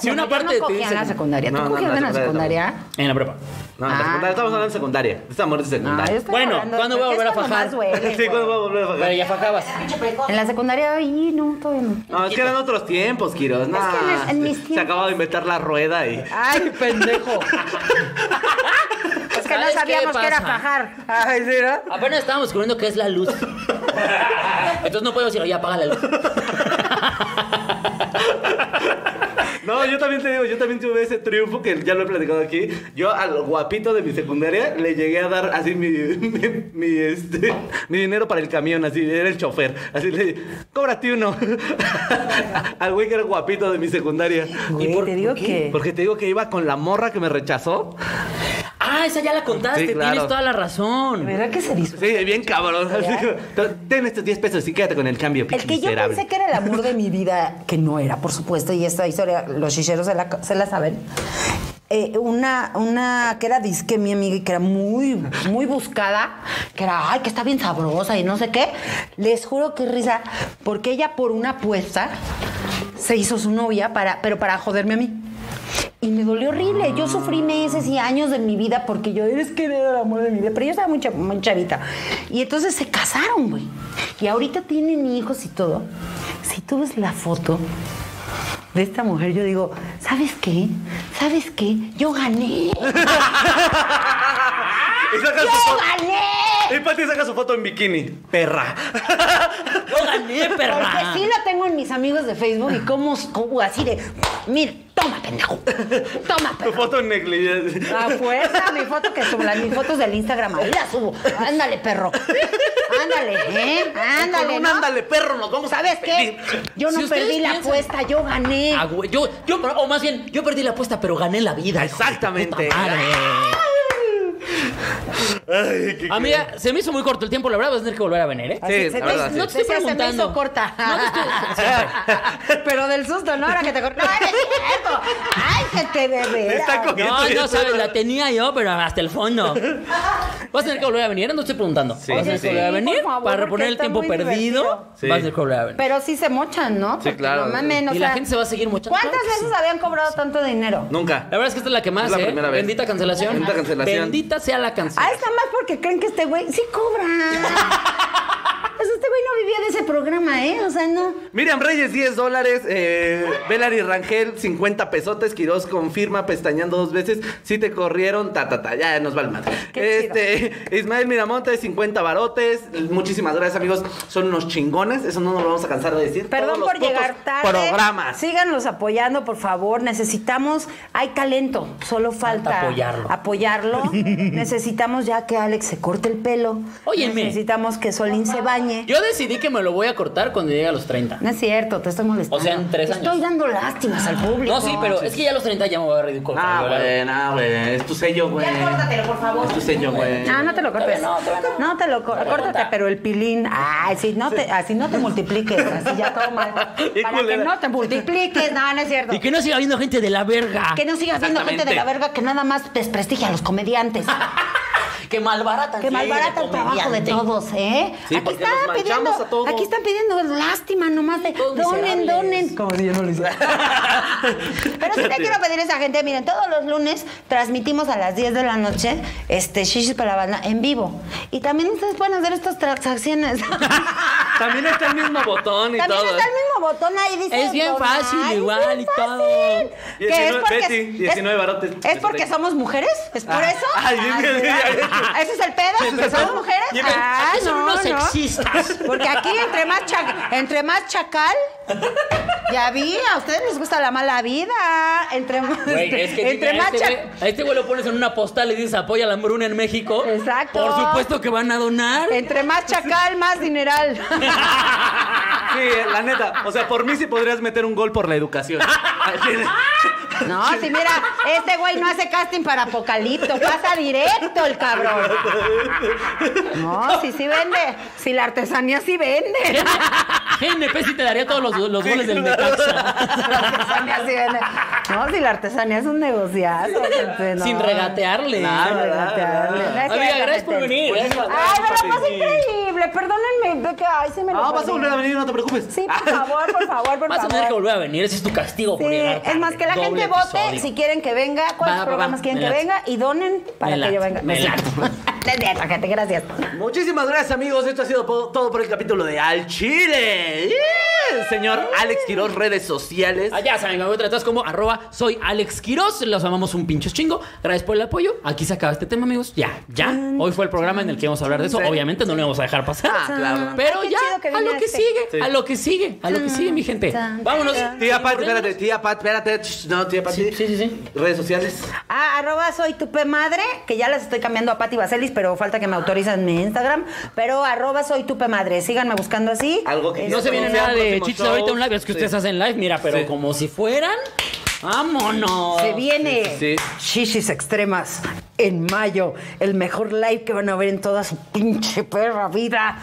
Speaker 1: si
Speaker 6: No,
Speaker 1: una
Speaker 6: yo
Speaker 1: parte
Speaker 6: no
Speaker 1: te
Speaker 6: cogía en
Speaker 1: dice.
Speaker 6: la secundaria. ¿Tú
Speaker 2: No, no,
Speaker 6: cogías
Speaker 2: no,
Speaker 6: en la
Speaker 2: secundaria
Speaker 6: secundaria?
Speaker 1: En la prepa.
Speaker 2: No, en la
Speaker 6: Ah.
Speaker 2: secundaria, estamos hablando de secundaria. Estamos hablando de
Speaker 6: No, Ah, yo
Speaker 2: secundaria.
Speaker 6: estoy
Speaker 1: Bueno,
Speaker 6: hablando de-
Speaker 1: ¿cuándo voy a
Speaker 6: ¿Qué Ah, es
Speaker 1: volver a
Speaker 6: cuando
Speaker 1: fajar?
Speaker 6: más duele,
Speaker 2: sí, ¿cuándo
Speaker 6: güey?
Speaker 2: voy a volver a bajar?
Speaker 1: Pero ya fajabas.
Speaker 6: En la secundaria, ay, no, todavía no.
Speaker 2: No, es que eran otros tiempos, Quiroz. No,
Speaker 6: que en es- en mis
Speaker 2: se- se
Speaker 6: tiempos- Ah.
Speaker 2: acababa de inventar la rueda y.
Speaker 6: Ay, pendejo.
Speaker 2: Pues,
Speaker 6: es que no
Speaker 1: ¿Sabes qué
Speaker 6: sabíamos que era
Speaker 1: pasa?
Speaker 6: fajar. Ay, ¿sí, no?
Speaker 1: Apenas estábamos descubriendo qué es la luz. Entonces no podemos decir, oye, apaga la luz.
Speaker 2: No, yo también te digo, yo también tuve ese triunfo que ya lo he platicado aquí. Yo al guapito de mi secundaria le llegué a dar así mi, mi, mi, este, mi dinero para el camión, así, era el chofer. Así le cóbrate uno. al güey que era guapito de mi secundaria.
Speaker 6: Güey, te digo que-
Speaker 2: Porque te digo que iba con la morra que me rechazó.
Speaker 1: Ah, esa ya la contaste.
Speaker 2: Sí, claro.
Speaker 1: Tienes toda la razón.
Speaker 6: ¿Verdad que se disfruta?
Speaker 2: Sí, bien cabrón. Así, ten estos 10 pesos y quédate con el cambio,
Speaker 6: El
Speaker 2: pinche
Speaker 6: que yo
Speaker 2: miserable.
Speaker 6: pensé que era el amor de mi vida, que no era, por supuesto, y esta historia, los chicheros se la, se la saben. Eh, una, una que era disque mi amiga y que era muy, muy buscada, que era, ay, que está bien sabrosa y no sé qué. Les juro que risa, porque ella por una apuesta se hizo su novia, para, pero para joderme a mí. Y me dolió horrible. Yo sufrí meses y años de mi vida porque yo, eres que era el amor de mi vida. Pero yo estaba muy, cha- muy chavita. Y entonces se casaron, güey. Y ahorita tienen hijos y todo. Si tú ves la foto de esta mujer, yo digo, ¿sabes qué? ¿Sabes qué? Yo gané.
Speaker 11: Y saca su
Speaker 6: ¡Yo
Speaker 11: foto.
Speaker 6: gané!
Speaker 11: Y Pati saca su foto en bikini. Perra.
Speaker 1: Yo gané,
Speaker 6: Porque
Speaker 1: perra.
Speaker 6: sí la tengo en mis amigos de Facebook y como así de, mira, toma, pendejo. Toma,
Speaker 11: Tu
Speaker 6: pendejo.
Speaker 11: foto en negligente.
Speaker 6: A fuerza, pues, mi foto que subo, las, mis fotos del Instagram, ahí las subo. Ándale, perro. Ándale, ¿eh? Ándale.
Speaker 2: Un
Speaker 6: ¿no?
Speaker 2: ándale, perro, nos vamos a
Speaker 6: ¿Sabes qué? Yo no
Speaker 1: Si ustedes
Speaker 6: perdí la
Speaker 1: piensan-
Speaker 6: apuesta, yo gané.
Speaker 1: Ah, güey, yo, yo, o más bien, yo perdí la apuesta, pero gané la vida. hijo de
Speaker 2: Exactamente.
Speaker 1: puta madre.
Speaker 11: Ay, qué-
Speaker 1: Amiga, Ah, se me hizo muy corto el tiempo, la verdad vas a tener que volver a venir, ¿eh?
Speaker 6: Así,
Speaker 2: Sí,
Speaker 6: se
Speaker 2: la
Speaker 6: te-
Speaker 2: verdad, sí.
Speaker 6: no te estoy
Speaker 1: Decía, se me
Speaker 6: preguntando.
Speaker 1: hizo corta.
Speaker 6: Pero del susto, ¿no? Ahora que te cortas. ¡Ay, qué cierto! ¡Ay, que te de veras!
Speaker 11: Está cogiendo
Speaker 1: No,
Speaker 11: bien
Speaker 1: no sabes,
Speaker 11: todo.
Speaker 1: la tenía yo, pero hasta el fondo. Vas a tener que volver a venir, ¿eh? no estoy preguntando. vas a tener que
Speaker 2: sí,
Speaker 1: volver a
Speaker 6: sí,
Speaker 1: venir
Speaker 6: por favor,
Speaker 1: para
Speaker 6: porque
Speaker 1: reponer el
Speaker 6: está
Speaker 1: tiempo
Speaker 6: muy
Speaker 1: perdido.
Speaker 6: divertido.
Speaker 2: Sí.
Speaker 1: Vas a tener que volver a venir.
Speaker 6: Pero sí se mochan, ¿no? Porque
Speaker 2: claro.
Speaker 6: No mamen, o
Speaker 1: y la
Speaker 6: sea,
Speaker 1: gente se va a seguir muchachos.
Speaker 6: ¿Cuántas veces habían cobrado tanto dinero?
Speaker 2: Nunca.
Speaker 1: La verdad es que esta es la que más,
Speaker 2: Es la
Speaker 1: ¿eh?
Speaker 2: primera vez.
Speaker 1: Bendita cancelación.
Speaker 2: Bendita cancelación.
Speaker 1: Bendita sea la cancelación.
Speaker 6: Ah, está más porque creen que este güey sí cobra. pues este güey no vivía de ese programa, ¿eh? O sea, no.
Speaker 2: Miriam Reyes, 10 dólares. Eh, Velari Rangel, 50 pesotes. Quirós confirma, pestañando dos veces. Si te corrieron, ta, ta, ta. Ya nos va el madre.
Speaker 6: Qué
Speaker 2: Este, Ismael Miramonte, 50 barotes. Muchísimas gracias, amigos. Son unos chingones. Eso no nos lo vamos a cansar de decir.
Speaker 6: Perdón
Speaker 2: Todos los
Speaker 6: por
Speaker 2: putos
Speaker 6: llegar tarde.
Speaker 2: Programas.
Speaker 6: Síganos apoyando, por favor. Necesitamos. Hay talento. Solo falta,
Speaker 1: Falta apoyarlo.
Speaker 6: apoyarlo. Necesitamos ya que Alex se corte el pelo.
Speaker 1: Óyeme.
Speaker 6: Necesitamos que Solín se bañe.
Speaker 1: Yo decidí que me lo voy a cortar cuando llegue a los 30.
Speaker 6: No es cierto, te estoy molestando.
Speaker 1: O sea, en tres
Speaker 6: Te
Speaker 1: años.
Speaker 6: Estoy dando lástimas al público.
Speaker 1: No, sí, pero es que ya a los 30 ya me voy a ridículo.
Speaker 2: Ah, güey, no, güey. Es tu sello, güey.
Speaker 12: Ya córtatelo, por favor.
Speaker 2: Es tu sello, güey.
Speaker 6: Ah, no te lo cortes.
Speaker 1: Todavía no, todavía no.
Speaker 6: te lo cortes.
Speaker 1: Todavía
Speaker 6: Córtate,
Speaker 1: no.
Speaker 6: pero el pilín. Ay, si no te, así no te multipliques. Así ya todo mal.
Speaker 2: Qué
Speaker 6: Para que
Speaker 2: culera.
Speaker 6: no te multipliques. No, no es cierto.
Speaker 1: Y Ah, que no siga habiendo gente de la verga.
Speaker 6: Que no sigas viendo gente de la verga que nada más desprestigia a los comediantes.
Speaker 1: Que malbaratan.
Speaker 6: Que
Speaker 1: Ah, sí,
Speaker 6: malbarata
Speaker 1: de
Speaker 6: el trabajo de
Speaker 1: comediante.
Speaker 6: todos, ¿eh?
Speaker 2: Sí,
Speaker 6: aquí
Speaker 2: porque
Speaker 6: están
Speaker 2: los manchamos
Speaker 6: pidiendo,
Speaker 2: a todos.
Speaker 6: aquí están pidiendo lástima nomás de
Speaker 1: Todos
Speaker 6: donen,
Speaker 1: miserables.
Speaker 6: donen. Como si yo no lo hice. Pero sí te quiero pedir a esa gente, miren, todos los lunes transmitimos a las 10 de la noche este Shishis para la banda en vivo. Y también ustedes pueden hacer estas transacciones.
Speaker 11: También está el mismo botón y
Speaker 6: También
Speaker 11: todo.
Speaker 6: está el mismo botón ahí, dice.
Speaker 1: Es bien
Speaker 6: donar,
Speaker 1: fácil,
Speaker 6: es bien
Speaker 1: igual y
Speaker 6: fácil.
Speaker 1: todo.
Speaker 6: Que
Speaker 11: 19
Speaker 6: es porque-
Speaker 11: Betty,
Speaker 6: es-
Speaker 11: 19 barotes.
Speaker 6: ¿Es porque somos mujeres? ¿Es por eso?
Speaker 11: Ay, bien, bien, bien, bien.
Speaker 6: Ah, ¿Ese es el pedo? ¿Que somos mujeres? Ah,
Speaker 1: Aquí son
Speaker 6: no,
Speaker 1: unos
Speaker 6: no.
Speaker 1: sexistas.
Speaker 6: Porque aquí entre más, cha- entre más chacal, ya vi, a ustedes les gusta la mala vida. Entre, más-
Speaker 1: Güey, es que
Speaker 6: entre
Speaker 1: diga,
Speaker 6: más
Speaker 1: a, este
Speaker 6: chacal.
Speaker 1: güey, a este güey lo pones en una postal y dices apoya la hambruna en México.
Speaker 6: Exacto.
Speaker 1: Por supuesto que van a donar.
Speaker 6: Entre más chacal, más dineral.
Speaker 11: Sí, la neta. O sea, por mí sí podrías meter un gol por la educación.
Speaker 6: No, si mira, este güey no hace casting para Apocalipto, pasa directo el cabrón. No, si sí vende, si la artesanía sí vende.
Speaker 1: GNP sí te daría todos los, los goles del Necaxa.
Speaker 6: La artesanía sí vende. No, si la artesanía es un negociazo. gente, no.
Speaker 1: Sin regatearle.
Speaker 6: Sin regatearle. No es
Speaker 1: Amiga,
Speaker 6: cierto,
Speaker 1: gracias por
Speaker 6: gente.
Speaker 1: venir. ¿eh?
Speaker 6: Ay, me la pasé increíble. Perdónenme, de que ay, se me lo
Speaker 11: No, vas a
Speaker 6: perdí.
Speaker 11: volver a venir, no te preocupes. Ah,
Speaker 6: Sí, por favor, por favor, por
Speaker 1: Vas a
Speaker 6: favor.
Speaker 1: tener que volver a venir, ese es tu castigo por
Speaker 6: Sí,
Speaker 1: llegar
Speaker 6: es
Speaker 1: tarde.
Speaker 6: más que la
Speaker 1: Doble
Speaker 6: gente vote
Speaker 1: episodio.
Speaker 6: si quieren que venga, cuáles
Speaker 1: Va, va,
Speaker 6: programas
Speaker 1: va,
Speaker 6: quieren
Speaker 1: me
Speaker 6: que
Speaker 1: late.
Speaker 6: venga y donen para
Speaker 1: Me
Speaker 6: que yo
Speaker 1: late,
Speaker 6: venga.
Speaker 1: me
Speaker 6: No es
Speaker 1: late.
Speaker 6: cierto. Es cierto, gente, gracias.
Speaker 11: Muchísimas gracias, amigos. Esto ha sido po- todo por el capítulo de Al Chile. Yeah. Señor Alex Quiroz, redes sociales.
Speaker 1: Ah, ya saben, me voy a tratar como arroba soy Alex Quiroz. Los amamos un pincho chingo. Gracias por el apoyo. Aquí se acaba este tema, amigos. Ya, ya. Hoy fue el programa en el que íbamos a hablar de eso. Obviamente no lo íbamos a dejar pasar.
Speaker 11: Ah, claro.
Speaker 1: Pero
Speaker 6: Ay, qué chido que
Speaker 1: ya, a lo que
Speaker 6: viniste.
Speaker 1: sigue, a lo que sigue, a lo que sigue, mi gente.
Speaker 6: tan,
Speaker 1: Vámonos.
Speaker 2: Tía Pat, espérate, tía Pat, espérate. Ch, No, tía Pat.
Speaker 1: Sí, sí, sí, sí.
Speaker 2: Redes sociales.
Speaker 6: Ah, arroba soy tupe madre, que ya las estoy cambiando a Pati Vaselis, pero falta que me autorizan mi Instagram. Pero arroba soy tupe madre, síganme buscando así.
Speaker 2: Algo que
Speaker 6: Este,
Speaker 1: No se viene nada de
Speaker 2: Próximo
Speaker 1: chichis
Speaker 2: show.
Speaker 1: ahorita un live. Es que
Speaker 2: Sí.
Speaker 1: ustedes hacen live, mira, pero
Speaker 2: Sí.
Speaker 1: como si fueran. Vámonos.
Speaker 6: Se viene
Speaker 2: Sí, sí,
Speaker 6: shishis extremas en mayo. El mejor live que van a ver en toda su pinche perra vida.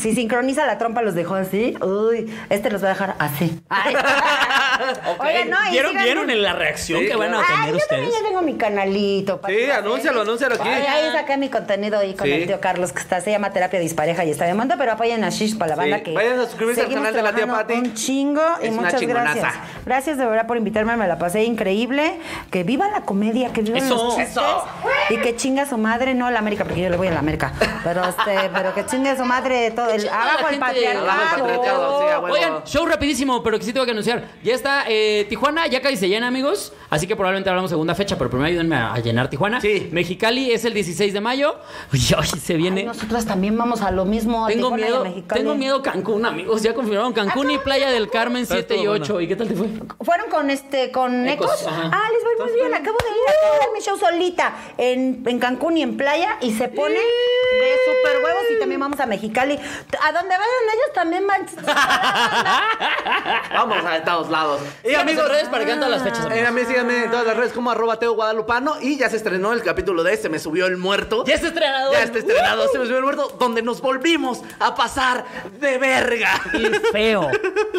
Speaker 6: Si sincroniza la trompa, los dejó así. Uy, este los va a dejar así. Ay.
Speaker 1: Ok.
Speaker 6: Oigan, no, y
Speaker 1: ¿Vieron,
Speaker 6: sigan-
Speaker 1: vieron en la reacción
Speaker 2: Sí,
Speaker 1: que van a
Speaker 6: Ay,
Speaker 1: tener
Speaker 6: yo también
Speaker 1: ustedes?
Speaker 6: ya tengo mi canalito. para
Speaker 2: Sí,
Speaker 6: que la
Speaker 2: anúncialo,
Speaker 6: gente-
Speaker 2: anúncialo aquí.
Speaker 6: Ay, ahí saqué mi contenido ahí con
Speaker 2: Sí.
Speaker 6: el tío Carlos, que está, se llama Terapia Dispareja y está de manda, pero apoyen a Shish para la banda
Speaker 2: Sí,
Speaker 6: que.
Speaker 2: vayan a suscribirse al
Speaker 6: seguimos
Speaker 2: canal de la tía
Speaker 6: trabajando
Speaker 2: Pati.
Speaker 6: Un chingo y
Speaker 2: Es una
Speaker 6: muchas
Speaker 2: chingonaza.
Speaker 6: gracias. Gracias de verdad por invitarme, me la pasé increíble. Que viva la comedia, que viva
Speaker 1: Eso,
Speaker 6: los chistes.
Speaker 1: eso.
Speaker 6: Y que chinga su madre, no la América, porque yo le voy a la América. Pero este, pero que chinga su madre todo. El,
Speaker 1: chinga la
Speaker 6: abajo el
Speaker 1: gente.
Speaker 6: patriarcado.
Speaker 2: Abajo el patriarcado, sí, a huevo.
Speaker 1: Oigan, show rapidísimo, pero que sí tengo que anunciar. Ya está eh, Tijuana, ya casi se llena, amigos. Así que probablemente hablamos segunda fecha, pero primero ayúdenme a, a llenar Tijuana.
Speaker 2: Sí.
Speaker 1: Mexicali es el 16 de mayo. Uy, ay, se viene.
Speaker 6: Ay, Nosotras también vamos a lo mismo. a
Speaker 1: tengo
Speaker 6: Tijuana y a
Speaker 1: miedo,
Speaker 6: Mexicali.
Speaker 1: tengo miedo Cancún, amigos. Ya confirmaron Cancún y Playa del Carmen 7 y 8. ¿Y qué tal te fue?
Speaker 6: Fueron con este, con
Speaker 1: Ecos,
Speaker 6: Ecos.
Speaker 1: ajá. pues, ¡uh!
Speaker 6: Ah, les va muy bien. Acabo de ir, acabo de dar mi show solita en, en Cancún y en playa y se pone de super huevos y también vamos a Mexicali. A donde vayan ellos también van.
Speaker 2: Vamos a todos lados. Y
Speaker 1: Síganos
Speaker 2: amigos,
Speaker 1: en redes para que vean todas las fechas, amigos.
Speaker 2: Eh, a mí síganme en todas las redes como arroba Teo Guadalupano. Y ya se estrenó el capítulo de Se me subió el muerto.
Speaker 1: Ya está estrenado.
Speaker 2: Ya está estrenado Se me subió el muerto, donde nos volvimos a pasar de verga.
Speaker 1: Y feo.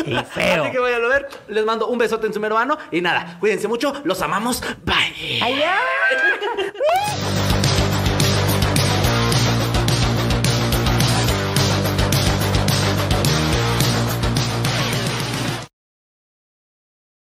Speaker 1: Y feo.
Speaker 2: Así que vayan a ver. Les mando un besote en su mero ano. Y nada, cuídense mucho. Los amamos. Bye.
Speaker 6: Allá.